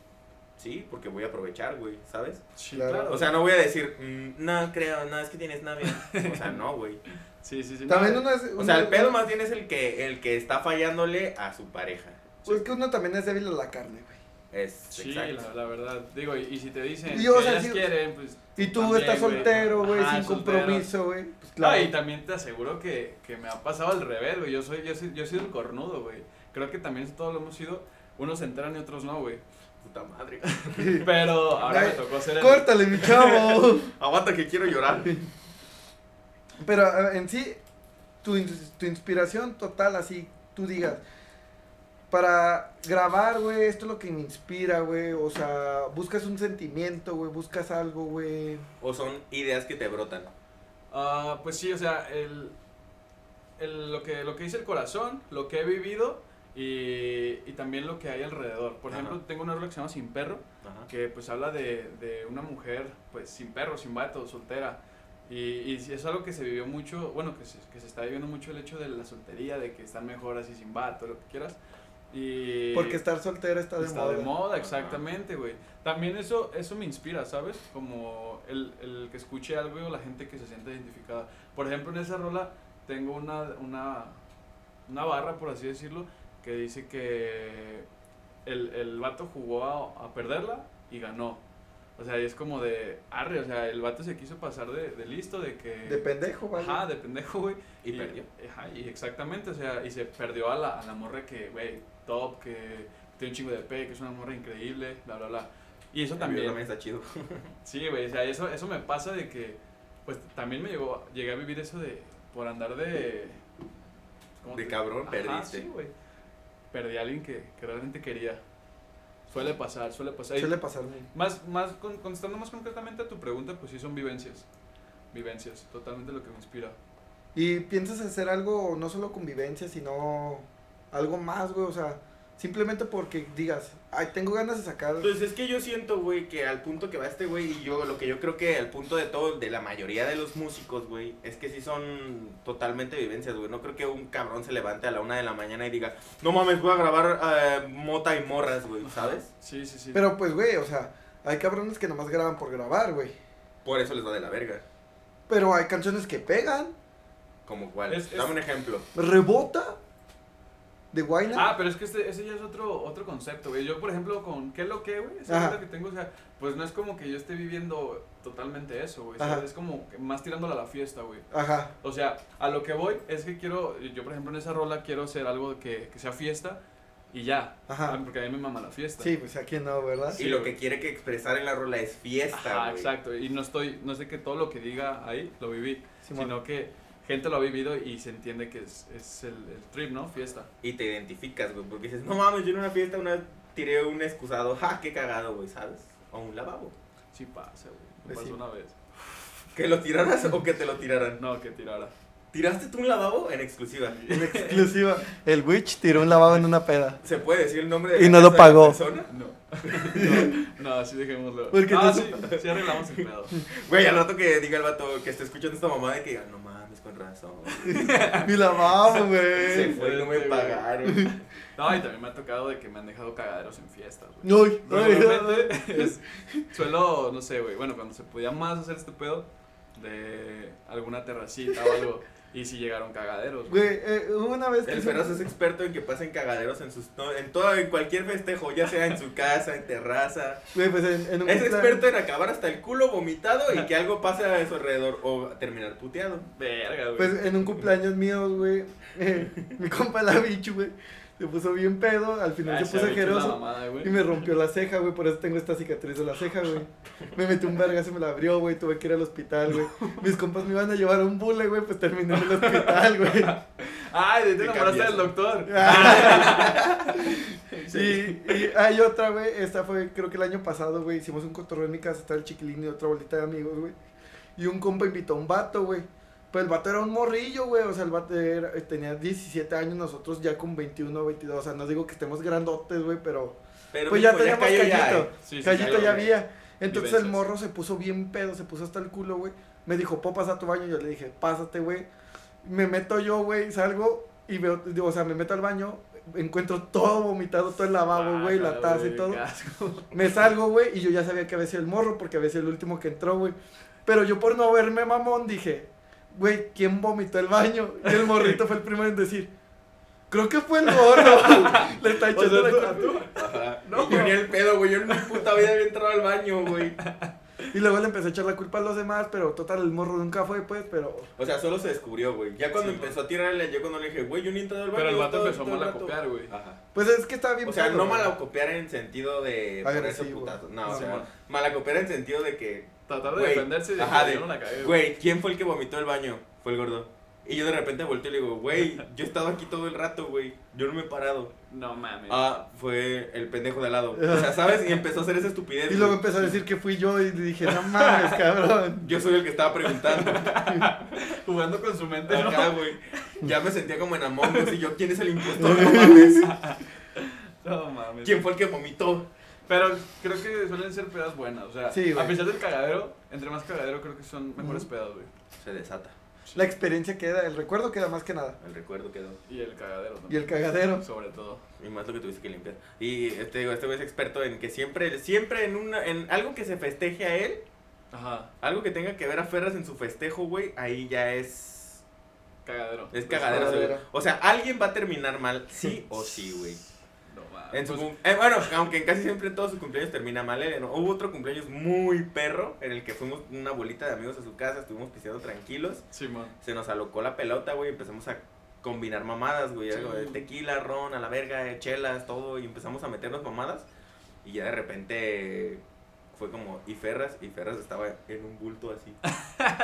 [SPEAKER 2] "Sí, porque voy a aprovechar, güey", ¿sabes?
[SPEAKER 3] Sí,
[SPEAKER 1] Claro.
[SPEAKER 3] claro.
[SPEAKER 2] O sea, no voy a decir, "Mm, "No, creo, no, es que tienes novio." O sea, no, güey.
[SPEAKER 3] Sí, sí, sí.
[SPEAKER 1] También
[SPEAKER 3] no,
[SPEAKER 1] uno es.
[SPEAKER 2] O
[SPEAKER 1] uno-
[SPEAKER 2] sea, el pedo más bien es el que el que está fallándole a su pareja.
[SPEAKER 1] Pues que uno también es débil a la carne, güey.
[SPEAKER 2] Es
[SPEAKER 3] Sí,
[SPEAKER 2] exacto.
[SPEAKER 3] la, la verdad. Digo, y, y si te dicen
[SPEAKER 1] Y, o
[SPEAKER 3] que
[SPEAKER 1] sea,
[SPEAKER 3] ellas
[SPEAKER 1] sí-
[SPEAKER 3] quieren, pues.
[SPEAKER 1] Y tú
[SPEAKER 3] también,
[SPEAKER 1] estás
[SPEAKER 3] güey.
[SPEAKER 1] soltero, güey,
[SPEAKER 3] Ajá,
[SPEAKER 1] sin
[SPEAKER 3] soltero.
[SPEAKER 1] compromiso, güey. Pues
[SPEAKER 3] No, y
[SPEAKER 1] claro.
[SPEAKER 3] también te aseguro que, que me ha pasado al revés, güey. Yo soy, yo soy, yo he sido el cornudo, güey. Creo que también todos lo hemos sido. Unos se enteran y otros no, güey.
[SPEAKER 2] Puta madre.
[SPEAKER 3] Pero ahora me
[SPEAKER 1] Ay,
[SPEAKER 3] tocó ser el.
[SPEAKER 1] Córtale, mi chavo.
[SPEAKER 2] Aguanta que quiero llorar.
[SPEAKER 1] Pero a- en sí, tu, ins- tu inspiración total, así, tú digas, para grabar, güey, esto es lo que me inspira, güey, o sea, buscas un sentimiento, güey, buscas algo, güey.
[SPEAKER 2] O son ideas que te brotan.
[SPEAKER 3] Ah, pues sí, o sea, el, el- lo, que, lo que dice el corazón, lo que he vivido y, y también lo que hay alrededor. Por
[SPEAKER 2] Ajá.
[SPEAKER 3] ejemplo, tengo una rola que se llama Sin Perro,
[SPEAKER 2] Ajá.
[SPEAKER 3] que pues habla de, de una mujer pues sin perro, sin vato, soltera. Y, y sí, es algo que se vivió mucho, bueno, que se, que se está viviendo mucho el hecho de la soltería, de que están mejor así sin vato, lo que quieras. Y
[SPEAKER 1] Porque estar soltero está de
[SPEAKER 3] está
[SPEAKER 1] moda.
[SPEAKER 3] de moda,
[SPEAKER 2] Ajá.
[SPEAKER 3] exactamente, güey. También eso, eso me inspira, ¿sabes? Como el, el que escuche algo o la gente que se siente identificada. Por ejemplo, en esa rola tengo una, una, una barra, por así decirlo, que dice que el, el vato jugó a, a perderla y ganó. O sea, y es como de arre, o sea, el vato se quiso pasar de, de listo, de que...
[SPEAKER 1] De pendejo, güey.
[SPEAKER 3] Ajá, de pendejo, güey.
[SPEAKER 2] Y perdió.
[SPEAKER 3] Ajá, y exactamente, o sea, y se perdió a la, a la morra que, güey, top, que tiene un chingo de pe, que es una morra increíble, bla, bla, bla. Y eso
[SPEAKER 2] También. también
[SPEAKER 3] también,
[SPEAKER 2] está chido.
[SPEAKER 3] sí, güey, o sea, eso, eso me pasa de que, pues, también me llegó, llegué a vivir eso de, por andar de... ¿cómo
[SPEAKER 2] De
[SPEAKER 3] te-
[SPEAKER 2] cabrón,
[SPEAKER 3] Ajá,
[SPEAKER 2] perdiste.
[SPEAKER 3] sí, güey. Perdí a alguien que, que realmente quería. Suele pasar, suele pasar. Y
[SPEAKER 1] Suele pasar, güey.
[SPEAKER 3] más, más, con- contestando más concretamente a tu pregunta, pues sí son vivencias. Vivencias, totalmente lo que me inspira.
[SPEAKER 1] Y piensas hacer algo, no solo convivencia, sino algo más, güey, o sea, simplemente porque digas, ay, tengo ganas de sacar.
[SPEAKER 2] Pues es que yo siento, güey, que al punto que va este güey y yo, lo que yo creo que al punto de todo, de la mayoría de los músicos, güey, es que sí son totalmente vivencias, güey. No creo que un cabrón se levante a la una de la mañana y diga, no mames, voy a grabar eh, mota y morras, güey, ¿sabes?
[SPEAKER 3] Sí, sí, sí.
[SPEAKER 1] Pero pues, güey, o sea, hay cabrones que nomás graban por grabar, güey.
[SPEAKER 2] Por eso les va de la verga.
[SPEAKER 1] Pero hay canciones que pegan.
[SPEAKER 2] Como cuál.
[SPEAKER 3] Es- es-
[SPEAKER 2] Dame un ejemplo.
[SPEAKER 1] Rebota de Guayna.
[SPEAKER 3] Ah, pero es que este, ese ya es otro, otro concepto, güey. Yo, por ejemplo, con qué lo que, güey,
[SPEAKER 1] Ajá.
[SPEAKER 3] esa vida que tengo, o sea, pues no es como que yo esté viviendo totalmente eso, güey. o sea,
[SPEAKER 1] Ajá.
[SPEAKER 3] es como que más tirándola a la fiesta, güey.
[SPEAKER 1] Ajá.
[SPEAKER 3] O sea, a lo que voy es que quiero, yo, por ejemplo, en esa rola quiero hacer algo que, que sea fiesta y ya.
[SPEAKER 1] Ajá.
[SPEAKER 3] Ah, Porque a mí me mama la fiesta.
[SPEAKER 1] Sí, pues aquí no, ¿verdad?
[SPEAKER 2] y
[SPEAKER 3] Sí,
[SPEAKER 2] lo
[SPEAKER 3] güey.
[SPEAKER 2] que quiere que expresar en la rola es fiesta,
[SPEAKER 3] Ajá,
[SPEAKER 2] güey.
[SPEAKER 3] exacto. Y no estoy, no sé que todo lo que diga ahí lo viví,
[SPEAKER 1] Simón.
[SPEAKER 3] sino que gente lo ha vivido y se entiende que es, es el, el trip, ¿no? Fiesta.
[SPEAKER 2] Y te identificas, güey, porque dices, no mames, yo en una fiesta una vez tiré un excusado, ja, qué cagado, güey, ¿sabes? O un lavabo.
[SPEAKER 3] Sí pasa, güey. Me
[SPEAKER 1] Pues
[SPEAKER 3] pasó
[SPEAKER 1] sí.
[SPEAKER 3] una vez.
[SPEAKER 2] Que lo tiraras o que te lo tiraran.
[SPEAKER 3] No, que tirara.
[SPEAKER 2] ¿Tiraste tú un lavabo? En exclusiva.
[SPEAKER 1] En exclusiva. El witch tiró un lavado en una peda.
[SPEAKER 2] [LAUGHS] ¿Se puede decir el nombre de
[SPEAKER 1] Y
[SPEAKER 2] la
[SPEAKER 1] no lo
[SPEAKER 2] casa de la
[SPEAKER 1] pagó.
[SPEAKER 2] persona?
[SPEAKER 1] [LAUGHS]
[SPEAKER 3] No. no, no, así dejémoslo.
[SPEAKER 1] Porque
[SPEAKER 3] ah,
[SPEAKER 1] no-
[SPEAKER 3] sí, sí arreglamos el pedo.
[SPEAKER 2] Güey, al rato que diga el vato que esté escuchando esta mamada y que diga, no mames, con razón.
[SPEAKER 1] Mi lavado,
[SPEAKER 2] Se
[SPEAKER 1] güey.
[SPEAKER 2] fue y no me
[SPEAKER 3] Este, güey.
[SPEAKER 2] pagaron.
[SPEAKER 3] No, y también me ha tocado de que me han dejado cagaderos en fiestas, güey.
[SPEAKER 1] No, ay, [LAUGHS]
[SPEAKER 3] Normalmente es- suelo, no sé, güey, bueno, cuando se podía más hacer este pedo de alguna terracita o algo, y si llegaron cagaderos,
[SPEAKER 1] Güey, eh, hubo una vez que.
[SPEAKER 2] El
[SPEAKER 1] hice-
[SPEAKER 2] perro es experto en que pasen cagaderos en sus no, en todo, en cualquier festejo, ya sea en su casa, en terraza.
[SPEAKER 1] Güey, pues en, en un
[SPEAKER 2] Es
[SPEAKER 1] cumpleaños-
[SPEAKER 2] experto en acabar hasta el culo vomitado y que algo pase a su alrededor o terminar puteado.
[SPEAKER 1] eh,
[SPEAKER 3] Verga, güey.
[SPEAKER 1] Pues en un cumpleaños mío, güey. eh, mi compa la bicho, güey. Se puso bien pedo, al
[SPEAKER 3] Ah,
[SPEAKER 1] final
[SPEAKER 7] Ay,
[SPEAKER 1] se puso
[SPEAKER 7] Chavito, la
[SPEAKER 1] asqueroso.
[SPEAKER 7] mamada, güey.
[SPEAKER 1] Y me rompió la ceja, güey, por eso tengo esta cicatriz de la ceja, güey. Me metí un vergazo y me la abrió, güey, tuve que ir al hospital, güey. Mis compas me iban a llevar a un bule, güey, pues terminé en el hospital, güey.
[SPEAKER 7] Ay, de- te
[SPEAKER 2] Te
[SPEAKER 7] enamoraste
[SPEAKER 2] cambias.
[SPEAKER 7] del doctor.
[SPEAKER 1] Ah, y, y hay otra, güey, esta fue creo que el año pasado, güey, hicimos un cotorreo en mi casa, estaba el chiquilín y otra bolita de amigos, güey. Y un compa invitó a un vato, güey. Pues el vato era un morrillo, güey, o sea, el vato era- tenía 17 años, nosotros ya con 21, 22, o sea, no digo que estemos grandotes, güey, pero
[SPEAKER 2] Pero
[SPEAKER 1] pues
[SPEAKER 2] mijo,
[SPEAKER 1] ya teníamos
[SPEAKER 2] cayó ya,
[SPEAKER 1] callito.
[SPEAKER 2] eh.
[SPEAKER 3] Sí, sí,
[SPEAKER 1] Callito
[SPEAKER 2] ya,
[SPEAKER 1] ya
[SPEAKER 2] güey.
[SPEAKER 1] había. Entonces el
[SPEAKER 3] Vivencias.
[SPEAKER 1] morro se puso bien pedo, se puso hasta el culo, güey. Me dijo, ¿puedo pasar a tu baño? Yo le dije, pásate, güey. Me meto yo, güey, salgo y veo, digo, o sea, me meto al baño, encuentro todo vomitado, todo el lavabo, güey, la
[SPEAKER 3] Guácala,
[SPEAKER 1] taza y
[SPEAKER 3] güey,
[SPEAKER 1] todo.
[SPEAKER 3] Ah, qué
[SPEAKER 1] [LAUGHS]
[SPEAKER 3] asco.
[SPEAKER 1] Me salgo, güey, y yo ya sabía que había sido el morro porque había sido el último que entró, güey. Pero yo por no verme mamón dije, güey, ¿quién vomitó el baño? Y el morrito fue el primero en decir, creo que fue el morro. [LAUGHS] le está
[SPEAKER 3] O sea,
[SPEAKER 1] echando la
[SPEAKER 3] tú-
[SPEAKER 1] culpa. [LAUGHS]
[SPEAKER 2] Ajá.
[SPEAKER 3] No,
[SPEAKER 2] yo ni el pedo, güey. Yo en mi puta vida había entrado al baño, güey.
[SPEAKER 1] Y luego le empecé a echar la culpa a los demás, pero total, el morro nunca fue, pues, pero...
[SPEAKER 2] O sea, solo se descubrió, güey. Ya cuando
[SPEAKER 3] Sí,
[SPEAKER 2] empezó a tirarle, yo cuando le dije, güey, yo ni he entrado al baño.
[SPEAKER 3] Pero el vato
[SPEAKER 2] todo-
[SPEAKER 3] empezó
[SPEAKER 2] todo
[SPEAKER 3] mal
[SPEAKER 2] el
[SPEAKER 3] a
[SPEAKER 2] rato.
[SPEAKER 3] copiar, güey.
[SPEAKER 2] Ajá.
[SPEAKER 1] Pues es que estaba bien...
[SPEAKER 2] O sea,
[SPEAKER 1] pedo,
[SPEAKER 2] no
[SPEAKER 1] güey.
[SPEAKER 2] malacopiar en sentido de ponerse
[SPEAKER 1] Agresivo.
[SPEAKER 2] putazo. No,
[SPEAKER 1] No,
[SPEAKER 2] o sea,
[SPEAKER 3] man.
[SPEAKER 2] malacopiar en sentido de que,
[SPEAKER 3] Tratar de
[SPEAKER 2] Güey.
[SPEAKER 3] defenderse y de
[SPEAKER 2] Ajá,
[SPEAKER 3] que
[SPEAKER 2] de-
[SPEAKER 3] yo no la
[SPEAKER 1] Eh,
[SPEAKER 3] cagué, güey.
[SPEAKER 2] güey, ¿quién fue el que vomitó el baño? Fue el gordo. Y yo de repente volteo y le digo, güey, yo he estado aquí todo el rato, güey. Yo no me he parado.
[SPEAKER 3] No mames.
[SPEAKER 2] Ah, fue el pendejo de al lado. O sea, ¿sabes? Y empezó a hacer esa
[SPEAKER 1] [LAUGHS]
[SPEAKER 2] estupidez.
[SPEAKER 1] Y luego
[SPEAKER 2] güey.
[SPEAKER 1] empezó a decir que fui yo y le dije, no mames,
[SPEAKER 2] [LAUGHS]
[SPEAKER 1] cabrón.
[SPEAKER 2] Yo soy el que estaba
[SPEAKER 1] [LAUGHS]
[SPEAKER 2] preguntando.
[SPEAKER 3] Jugando con su mente, ¿no?
[SPEAKER 2] Acá, güey. Ya me sentía como en Among Us. Y yo, ¿quién es el
[SPEAKER 1] [LAUGHS]
[SPEAKER 2] impostor? No mames.
[SPEAKER 3] No [LAUGHS] mames.
[SPEAKER 2] ¿Quién fue el que vomitó?
[SPEAKER 3] Pero creo que suelen ser pedas buenas. O sea,
[SPEAKER 1] Sí, güey.
[SPEAKER 3] a pesar del cagadero, entre más cagadero creo que son mejores
[SPEAKER 1] Ujú.
[SPEAKER 3] pedas, güey.
[SPEAKER 2] Se desata.
[SPEAKER 1] La experiencia queda, el recuerdo queda más que nada.
[SPEAKER 2] El recuerdo quedó.
[SPEAKER 3] Y el cagadero
[SPEAKER 1] Y
[SPEAKER 3] también.
[SPEAKER 1] el cagadero.
[SPEAKER 3] Sobre todo.
[SPEAKER 2] Y más lo que tuviste que limpiar. Y este, digo, este güey es experto en que siempre, siempre en una, en algo que se festeje a él,
[SPEAKER 3] Ajá.
[SPEAKER 2] algo que tenga que ver a Ferras en su festejo, güey, ahí ya es.
[SPEAKER 3] Cagadero. Pues,
[SPEAKER 2] Es cagadero. ese güey.
[SPEAKER 1] cagadero.
[SPEAKER 2] O sea, alguien va a terminar mal, sí o sí, güey.
[SPEAKER 3] No mames.
[SPEAKER 2] En su
[SPEAKER 3] Pues,
[SPEAKER 2] cum- eh, bueno, aunque en casi siempre en todos sus cumpleaños termina mal. eh, no. Hubo otro cumpleaños muy perro en el que fuimos una bolita de amigos a su casa, estuvimos piseando tranquilos.
[SPEAKER 3] Simón.
[SPEAKER 2] Se nos alocó la pelota, güey, empezamos a combinar mamadas, güey. algo de
[SPEAKER 3] Sí.
[SPEAKER 2] tequila, ron, a la verga, eh, chelas, todo, y empezamos a meternos mamadas. Y ya de repente fue como, y Ferras, y Ferras estaba en un bulto así.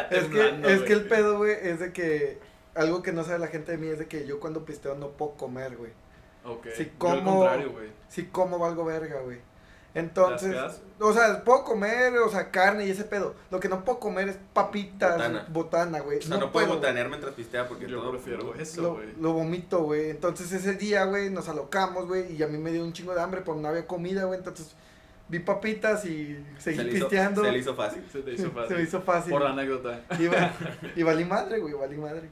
[SPEAKER 1] Es
[SPEAKER 3] temblando,
[SPEAKER 1] que, es
[SPEAKER 3] güey.
[SPEAKER 1] que el pedo, güey, es de que... Algo que no sabe la gente de mí es de que yo cuando pisteo no puedo comer, güey.
[SPEAKER 3] Ok.
[SPEAKER 1] Sí,
[SPEAKER 3] Yo
[SPEAKER 1] como-
[SPEAKER 3] al contrario, güey.
[SPEAKER 1] Si como valgo verga, güey. Entonces,
[SPEAKER 3] ¿Las pedas?
[SPEAKER 1] o sea, puedo comer, o sea, carne y ese pedo. Lo que no puedo comer es papitas,
[SPEAKER 2] Botana.
[SPEAKER 1] botana, güey.
[SPEAKER 2] O sea, no, puedo
[SPEAKER 1] güey.
[SPEAKER 2] botanear mientras pistea porque
[SPEAKER 3] Yo
[SPEAKER 2] todo.
[SPEAKER 3] prefiero eso,
[SPEAKER 1] lo,
[SPEAKER 3] güey.
[SPEAKER 1] lo vomito, güey. Entonces ese día, güey, nos alocamos, güey, y a mí me dio un chingo de hambre porque no había comida, güey. Entonces vi papitas y seguí
[SPEAKER 2] se le, hizo,
[SPEAKER 1] pisteando.
[SPEAKER 2] se le hizo fácil.
[SPEAKER 3] Se te
[SPEAKER 1] [LAUGHS]
[SPEAKER 3] hizo
[SPEAKER 1] Se me
[SPEAKER 3] fácil.
[SPEAKER 1] hizo fácil.
[SPEAKER 3] Por la anécdota.
[SPEAKER 1] Y,
[SPEAKER 2] [LAUGHS]
[SPEAKER 1] va- y valí madre, güey, valí madre.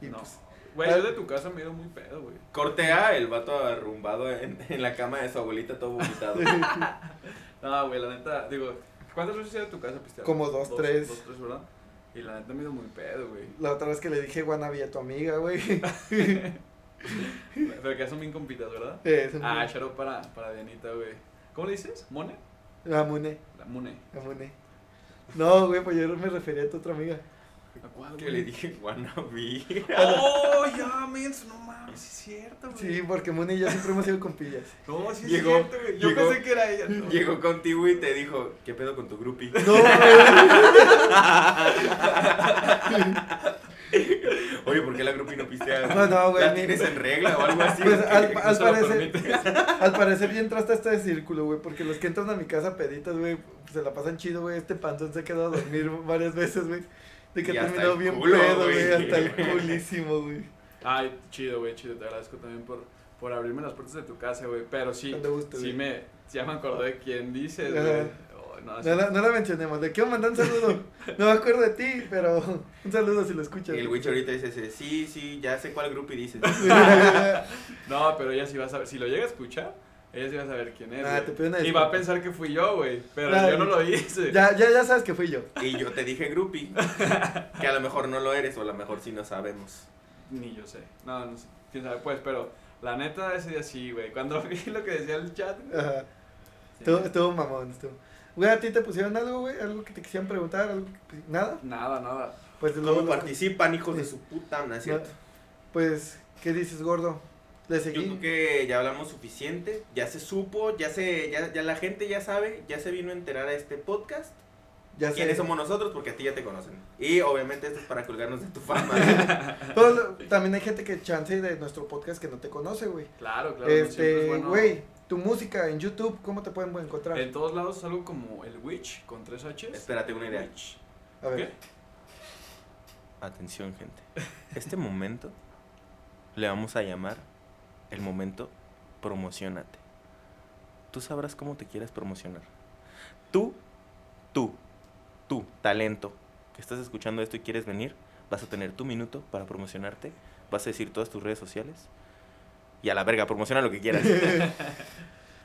[SPEAKER 1] Y
[SPEAKER 3] No.
[SPEAKER 1] pues, [LAUGHS]
[SPEAKER 3] Güey, yo de tu casa me he ido muy pedo, güey.
[SPEAKER 2] Cortea el vato arrumbado en, en la cama de su abuelita,
[SPEAKER 1] [LAUGHS]
[SPEAKER 2] todo vomitado.
[SPEAKER 3] No, güey, la neta, digo, ¿cuántas veces he ido a tu casa a pistear?
[SPEAKER 1] Como dos, tres.
[SPEAKER 3] Dos, tres, ¿verdad? Y la neta me he ido muy pedo, güey.
[SPEAKER 1] la otra vez que le dije guanabí a tu amiga, güey. [LAUGHS]
[SPEAKER 3] Pero que son bien compitas, ¿verdad?
[SPEAKER 1] Eh, se me-
[SPEAKER 3] Ah, shout para, para Dianita, güey. ¿Cómo le dices? ¿Mone?
[SPEAKER 1] la Ah, Mune,
[SPEAKER 3] La Mune.
[SPEAKER 1] la Mune. No, güey, pues yo me refería a tu otra amiga.
[SPEAKER 3] ¿A cuál,
[SPEAKER 2] que le dije, wannabe.
[SPEAKER 3] [LAUGHS] ¡Oh, ya, mens! No mames, sí es cierto, güey.
[SPEAKER 1] Sí, porque Mune y yo siempre hemos sido compillas.
[SPEAKER 2] [LAUGHS]
[SPEAKER 3] No, sí es
[SPEAKER 2] Llegó,
[SPEAKER 3] cierto, güey. Yo
[SPEAKER 2] llegó.
[SPEAKER 3] pensé que
[SPEAKER 1] [LAUGHS]
[SPEAKER 3] era ella.
[SPEAKER 2] [LAUGHS]
[SPEAKER 3] No.
[SPEAKER 2] Llegó contigo y te dijo, ¿qué pedo con tu groupie?
[SPEAKER 1] No, güey.
[SPEAKER 2] Oye, ¿por qué la groupie no pistea?
[SPEAKER 1] [LAUGHS] No, no, güey,
[SPEAKER 2] ¿La
[SPEAKER 1] ni-
[SPEAKER 2] tienes en regla o algo así? [LAUGHS]
[SPEAKER 1] Pues
[SPEAKER 2] ¿O qué?
[SPEAKER 1] al,
[SPEAKER 3] no
[SPEAKER 1] al
[SPEAKER 3] se lo
[SPEAKER 1] parecer, [LAUGHS] al parecer ya entraste a este círculo, güey, porque los que entran a mi casa peditas, güey, se la pasan chido, güey, este pantón se ha quedado a dormir varias veces, güey, de que
[SPEAKER 2] Y
[SPEAKER 1] ha
[SPEAKER 2] hasta
[SPEAKER 1] terminado
[SPEAKER 2] el
[SPEAKER 1] bien
[SPEAKER 2] culo,
[SPEAKER 1] pedo,
[SPEAKER 2] güey.
[SPEAKER 1] güey, hasta
[SPEAKER 2] [LAUGHS]
[SPEAKER 1] el culísimo, güey,
[SPEAKER 3] Ay, chido, güey, chido. Te agradezco también por, por abrirme las puertas de tu casa, güey. Pero sí,
[SPEAKER 1] cuando gusto,
[SPEAKER 3] sí
[SPEAKER 1] güey.
[SPEAKER 3] me, ya me acordé de quién dices,
[SPEAKER 1] Ajá.
[SPEAKER 3] güey. Oh, no, sí.
[SPEAKER 1] No la, no la mencionemos, le quiero mandar un saludo, no me acuerdo de ti, pero un saludo si lo escuchas.
[SPEAKER 2] Y
[SPEAKER 1] [LAUGHS]
[SPEAKER 2] el witch ahorita dice, ese, sí, sí, ya sé cuál groupie dices.
[SPEAKER 3] No, pero ella sí va a saber. Si lo llega a escuchar, ella sí va a saber quién es.
[SPEAKER 1] Ah,
[SPEAKER 3] güey.
[SPEAKER 1] te pido una
[SPEAKER 3] y va
[SPEAKER 1] disculpa.
[SPEAKER 3] a pensar que fui yo, güey. Pero
[SPEAKER 1] Ah,
[SPEAKER 3] yo no lo hice.
[SPEAKER 1] ya, ya, ya sabes que fui yo.
[SPEAKER 2] Y yo te dije groupie, que a lo mejor no lo eres o a lo mejor sí no sabemos.
[SPEAKER 3] Ni yo sé. No, no sé. Quién sabe, pues. Pero la neta, ese día sí, güey. Cuando [LAUGHS] vi lo que decía el chat. güey,
[SPEAKER 1] Ajá.
[SPEAKER 3] sí.
[SPEAKER 1] Estuvo, estuvo mamón, estuvo. Güey, ¿a ti te pusieron algo, güey? ¿Algo que te quisieran preguntar? ¿Algo que- pues, ¿Nada?
[SPEAKER 3] Nada, nada.
[SPEAKER 1] Pues
[SPEAKER 2] ¿Cómo
[SPEAKER 1] luego lo-
[SPEAKER 2] participan, hijos de su puta? No es
[SPEAKER 1] No,
[SPEAKER 2] cierto.
[SPEAKER 1] Pues, ¿qué dices, gordo? Le
[SPEAKER 2] Yo creo
[SPEAKER 1] seguí.
[SPEAKER 2] que ya hablamos suficiente, ya se supo, ya se, ya, ya la gente ya sabe, ya se vino a enterar a este podcast.
[SPEAKER 1] Ya
[SPEAKER 2] ¿Quiénes
[SPEAKER 1] sé.
[SPEAKER 2] somos nosotros? Porque a ti ya te conocen. Y obviamente esto es para colgarnos de
[SPEAKER 1] [LAUGHS]
[SPEAKER 2] tu fama.
[SPEAKER 1] Pero lo- también hay gente que chance de nuestro podcast que no te conoce, güey.
[SPEAKER 3] Claro, claro. no siempre
[SPEAKER 1] este,
[SPEAKER 3] es bueno.
[SPEAKER 1] güey, tu música en YouTube, ¿cómo te pueden encontrar?
[SPEAKER 3] En todos lados algo como el Witch con tres H's.
[SPEAKER 2] Espérate una idea.
[SPEAKER 3] Witch.
[SPEAKER 1] A ver.
[SPEAKER 3] ¿Qué?
[SPEAKER 2] Atención, gente. Este momento le vamos a llamar el momento promocionate. Tú sabrás cómo te quieras promocionar. Tú, tú, tú, talento, que estás escuchando esto y quieres venir, vas a tener tu minuto para promocionarte. Vas a decir todas tus redes sociales. Y a la verga, promociona lo que quieras.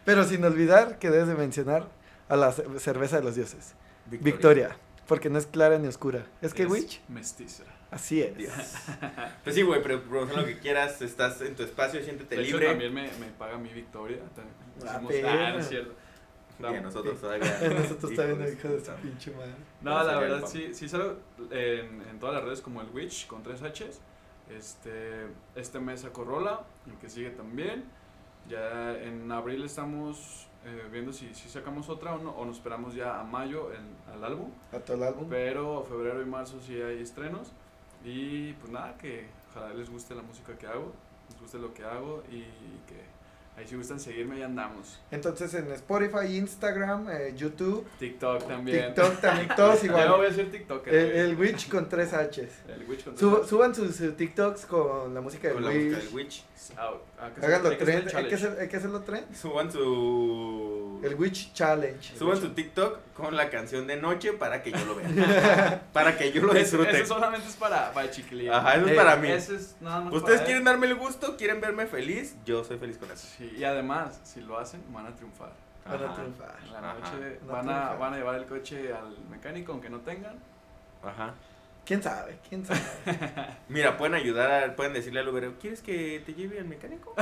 [SPEAKER 1] Pero sin olvidar que debes de mencionar a la ce- cerveza de los dioses. [LAUGHS] Victoria. Porque no es clara ni oscura. Es que
[SPEAKER 3] Es
[SPEAKER 1] Witch,
[SPEAKER 3] Mestiza.
[SPEAKER 1] así es.
[SPEAKER 2] Dios. [LAUGHS]
[SPEAKER 1] [LAUGHS]
[SPEAKER 2] Pues sí, güey, pero promociona lo que quieras. Estás en tu espacio, siéntete
[SPEAKER 3] De hecho,
[SPEAKER 2] libre.
[SPEAKER 3] también me, me paga mi Victoria. también
[SPEAKER 1] Ah,
[SPEAKER 3] hicimos-
[SPEAKER 1] perra.
[SPEAKER 3] ah, no es cierto.
[SPEAKER 2] Y a nosotros todavía.
[SPEAKER 1] [LAUGHS] Nosotros
[SPEAKER 2] Hijo
[SPEAKER 1] también,
[SPEAKER 2] de
[SPEAKER 1] hijo de su
[SPEAKER 2] puta.
[SPEAKER 1] pinche madre.
[SPEAKER 3] No,
[SPEAKER 2] Pero
[SPEAKER 3] la
[SPEAKER 2] sería el
[SPEAKER 3] verdad
[SPEAKER 2] pam.
[SPEAKER 3] sí, sí salgo en, en todas las redes como el Witch con tres H's. Este, este mes sacó Rola, el que sigue también. Ya en abril estamos eh, viendo si, si sacamos otra o no, o nos esperamos ya a mayo en- al álbum.
[SPEAKER 1] A todo el álbum.
[SPEAKER 3] Pero febrero y marzo sí hay estrenos. Y pues nada, que ojalá les guste la música que hago, les guste lo que hago y que ahí si gustan seguirme, ya andamos.
[SPEAKER 1] Entonces en Spotify, Instagram, eh, YouTube,
[SPEAKER 3] TikTok también.
[SPEAKER 1] TikTok, también todos
[SPEAKER 3] [LAUGHS] Ya no voy
[SPEAKER 1] igual.
[SPEAKER 3] a decir TikTok.
[SPEAKER 1] El, el Witch con tres H's.
[SPEAKER 3] Witch con tres
[SPEAKER 1] Suba-
[SPEAKER 3] Hs.
[SPEAKER 1] suban sus eh, TikToks con la música del
[SPEAKER 2] Con la música
[SPEAKER 1] Witch.
[SPEAKER 2] del Witch.
[SPEAKER 3] Ah, ah, que se-
[SPEAKER 1] Háganlo
[SPEAKER 3] hay que hacer el
[SPEAKER 1] trend. Hay que,
[SPEAKER 3] challenge.
[SPEAKER 1] hacer- hay que hacerlo trend.
[SPEAKER 2] Suban su.
[SPEAKER 1] El Witch Challenge.
[SPEAKER 2] Suban su TikTok con la canción de noche para que yo lo vea.
[SPEAKER 3] [LAUGHS]
[SPEAKER 2] para que yo lo
[SPEAKER 3] Eso,
[SPEAKER 2] disfrute.
[SPEAKER 3] eso solamente es para, para chiquilín.
[SPEAKER 2] Ajá, eso es
[SPEAKER 1] Eh,
[SPEAKER 2] para mí.
[SPEAKER 3] Ese es nada más
[SPEAKER 2] Ustedes
[SPEAKER 3] para él.
[SPEAKER 2] quieren darme el gusto, quieren verme feliz, yo soy feliz con eso.
[SPEAKER 3] Sí, y además, si lo hacen, van a triunfar.
[SPEAKER 1] Van a
[SPEAKER 2] Ajá.
[SPEAKER 1] triunfar.
[SPEAKER 3] En la
[SPEAKER 2] Ajá.
[SPEAKER 3] noche
[SPEAKER 1] Van a
[SPEAKER 3] van a,
[SPEAKER 1] triunfar.
[SPEAKER 3] van a llevar el coche al mecánico, aunque no tengan.
[SPEAKER 2] Ajá.
[SPEAKER 1] ¿Quién sabe? ¿Quién
[SPEAKER 2] [LAUGHS]
[SPEAKER 1] sabe?
[SPEAKER 2] Mira, pueden ayudar, a- pueden decirle al Uber, ¿quieres que te lleve al
[SPEAKER 3] [LAUGHS]
[SPEAKER 2] mecánico?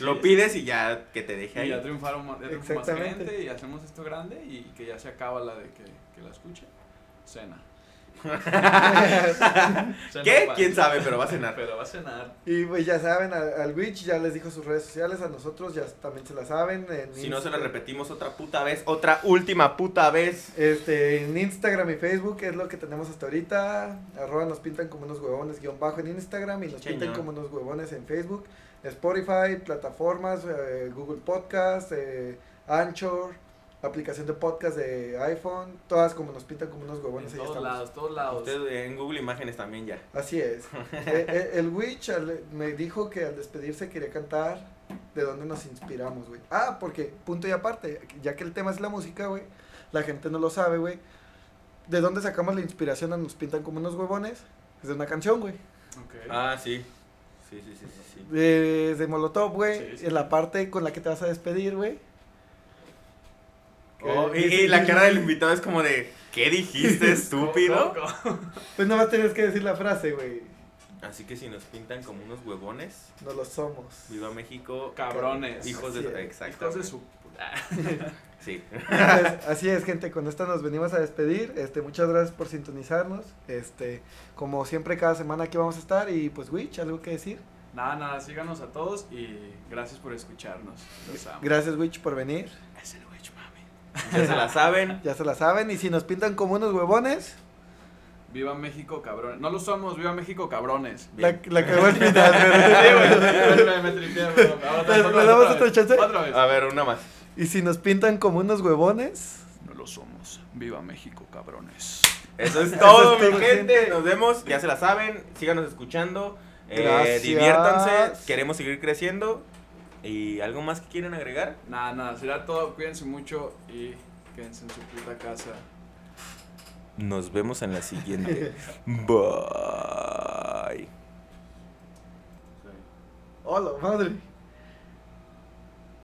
[SPEAKER 2] Lo pides y ya que te deje
[SPEAKER 3] Y ya
[SPEAKER 2] ahí.
[SPEAKER 3] triunfaron más, ya triunfó más
[SPEAKER 1] Exactamente.
[SPEAKER 3] gente y hacemos esto grande y que ya se acaba la de que, que la escuche. Cena. Cena
[SPEAKER 2] ¿Qué?
[SPEAKER 3] para-
[SPEAKER 2] ¿Quién sabe? Pero va a cenar.
[SPEAKER 3] [LAUGHS] Pero va a cenar.
[SPEAKER 1] Y pues ya saben, al, al Witch ya les dijo sus redes sociales, a nosotros ya también se la saben. en
[SPEAKER 2] Si no se lo
[SPEAKER 1] Insta-
[SPEAKER 2] repetimos otra puta vez, otra última puta vez.
[SPEAKER 1] Este, en Instagram y Facebook es lo que tenemos hasta ahorita. Arroba nos pintan como unos huevones guión bajo en Instagram y nos
[SPEAKER 2] Señor.
[SPEAKER 1] pintan como unos huevones en Facebook. Spotify, plataformas, eh, Google Podcast, eh, Anchor, aplicación de podcast de iPhone, todas como nos pintan como unos
[SPEAKER 3] En
[SPEAKER 1] huevones. ahí
[SPEAKER 3] todos
[SPEAKER 1] estamos.
[SPEAKER 3] lados, todos lados.
[SPEAKER 2] Ustedes en Google Imágenes también ya.
[SPEAKER 1] Así
[SPEAKER 2] [LAUGHS]
[SPEAKER 1] es. Eh, eh, el Witch al- me dijo que al despedirse quería cantar de dónde nos inspiramos, güey. Ah, porque, punto y aparte, ya que el tema es la música, güey, la gente no lo sabe, güey. ¿De dónde sacamos la inspiración a Nos Pintan como unos huevones? Es de una canción, güey.
[SPEAKER 3] Ok.
[SPEAKER 2] Ah, sí. Sí, sí, sí, sí. sí.
[SPEAKER 1] De, de Molotov, güey.
[SPEAKER 3] Sí, sí.
[SPEAKER 1] En la parte con la que te vas a despedir, güey.
[SPEAKER 2] Oh, y,
[SPEAKER 1] Que-
[SPEAKER 2] y la cara del invitado es como de,
[SPEAKER 1] [LAUGHS]
[SPEAKER 2] ¿qué dijiste, estúpido?
[SPEAKER 3] Co- co-
[SPEAKER 1] Pues nada más tenías que decir la frase, güey.
[SPEAKER 2] Así que si nos pintan como unos huevones,
[SPEAKER 1] No lo somos.
[SPEAKER 2] viva México,
[SPEAKER 3] Cabrones.
[SPEAKER 2] hijos
[SPEAKER 1] Así
[SPEAKER 2] de...
[SPEAKER 1] es.
[SPEAKER 2] Exacto.
[SPEAKER 3] Hijos de su puta.
[SPEAKER 2] Sí.
[SPEAKER 1] Pues, [LAUGHS] así es, gente, con esta nos venimos a despedir. Este, muchas gracias por sintonizarnos. Este, como siempre, cada semana aquí vamos a estar. Y pues, Witch, algo que decir.
[SPEAKER 3] Nada, nada, síganos a todos y gracias por escucharnos. Los amo.
[SPEAKER 1] Gracias, Witch, por venir.
[SPEAKER 3] Es el witch, mami.
[SPEAKER 2] Ya se
[SPEAKER 1] [LAUGHS]
[SPEAKER 2] la saben.
[SPEAKER 1] Ya se la saben. Y si nos pintan como unos huevones,
[SPEAKER 3] Viva México, cabrones. No lo somos, viva México,
[SPEAKER 1] [LAUGHS]
[SPEAKER 3] cabrones.
[SPEAKER 1] la,
[SPEAKER 2] Bien.
[SPEAKER 1] la cagó al final.
[SPEAKER 3] Sí, güey,
[SPEAKER 1] pero-
[SPEAKER 3] me- me tripié, güey. Ahora otra vez,
[SPEAKER 1] ¿Le
[SPEAKER 3] otra
[SPEAKER 1] damos
[SPEAKER 3] vez,
[SPEAKER 1] otra chance? Ah.
[SPEAKER 3] Otra vez.
[SPEAKER 2] A ver, una más.
[SPEAKER 1] Y si nos pintan como unos huevones,
[SPEAKER 3] No lo somos. Viva México, cabrones.
[SPEAKER 2] Eso es
[SPEAKER 1] Eso
[SPEAKER 2] todo,
[SPEAKER 1] es todo,
[SPEAKER 2] mi gente.
[SPEAKER 1] gente.
[SPEAKER 2] Nos vemos. Ya se la saben. Síganos escuchando. Eh,
[SPEAKER 1] Gracias.
[SPEAKER 2] diviértanse. Queremos seguir creciendo. ¿Y algo más que quieren agregar?
[SPEAKER 3] Nada, nada, será todo. Cuídense mucho y quédense en su puta casa.
[SPEAKER 2] Nos vemos en
[SPEAKER 1] [LAUGHS]
[SPEAKER 2] la siguiente. Bye.
[SPEAKER 1] hola, madre.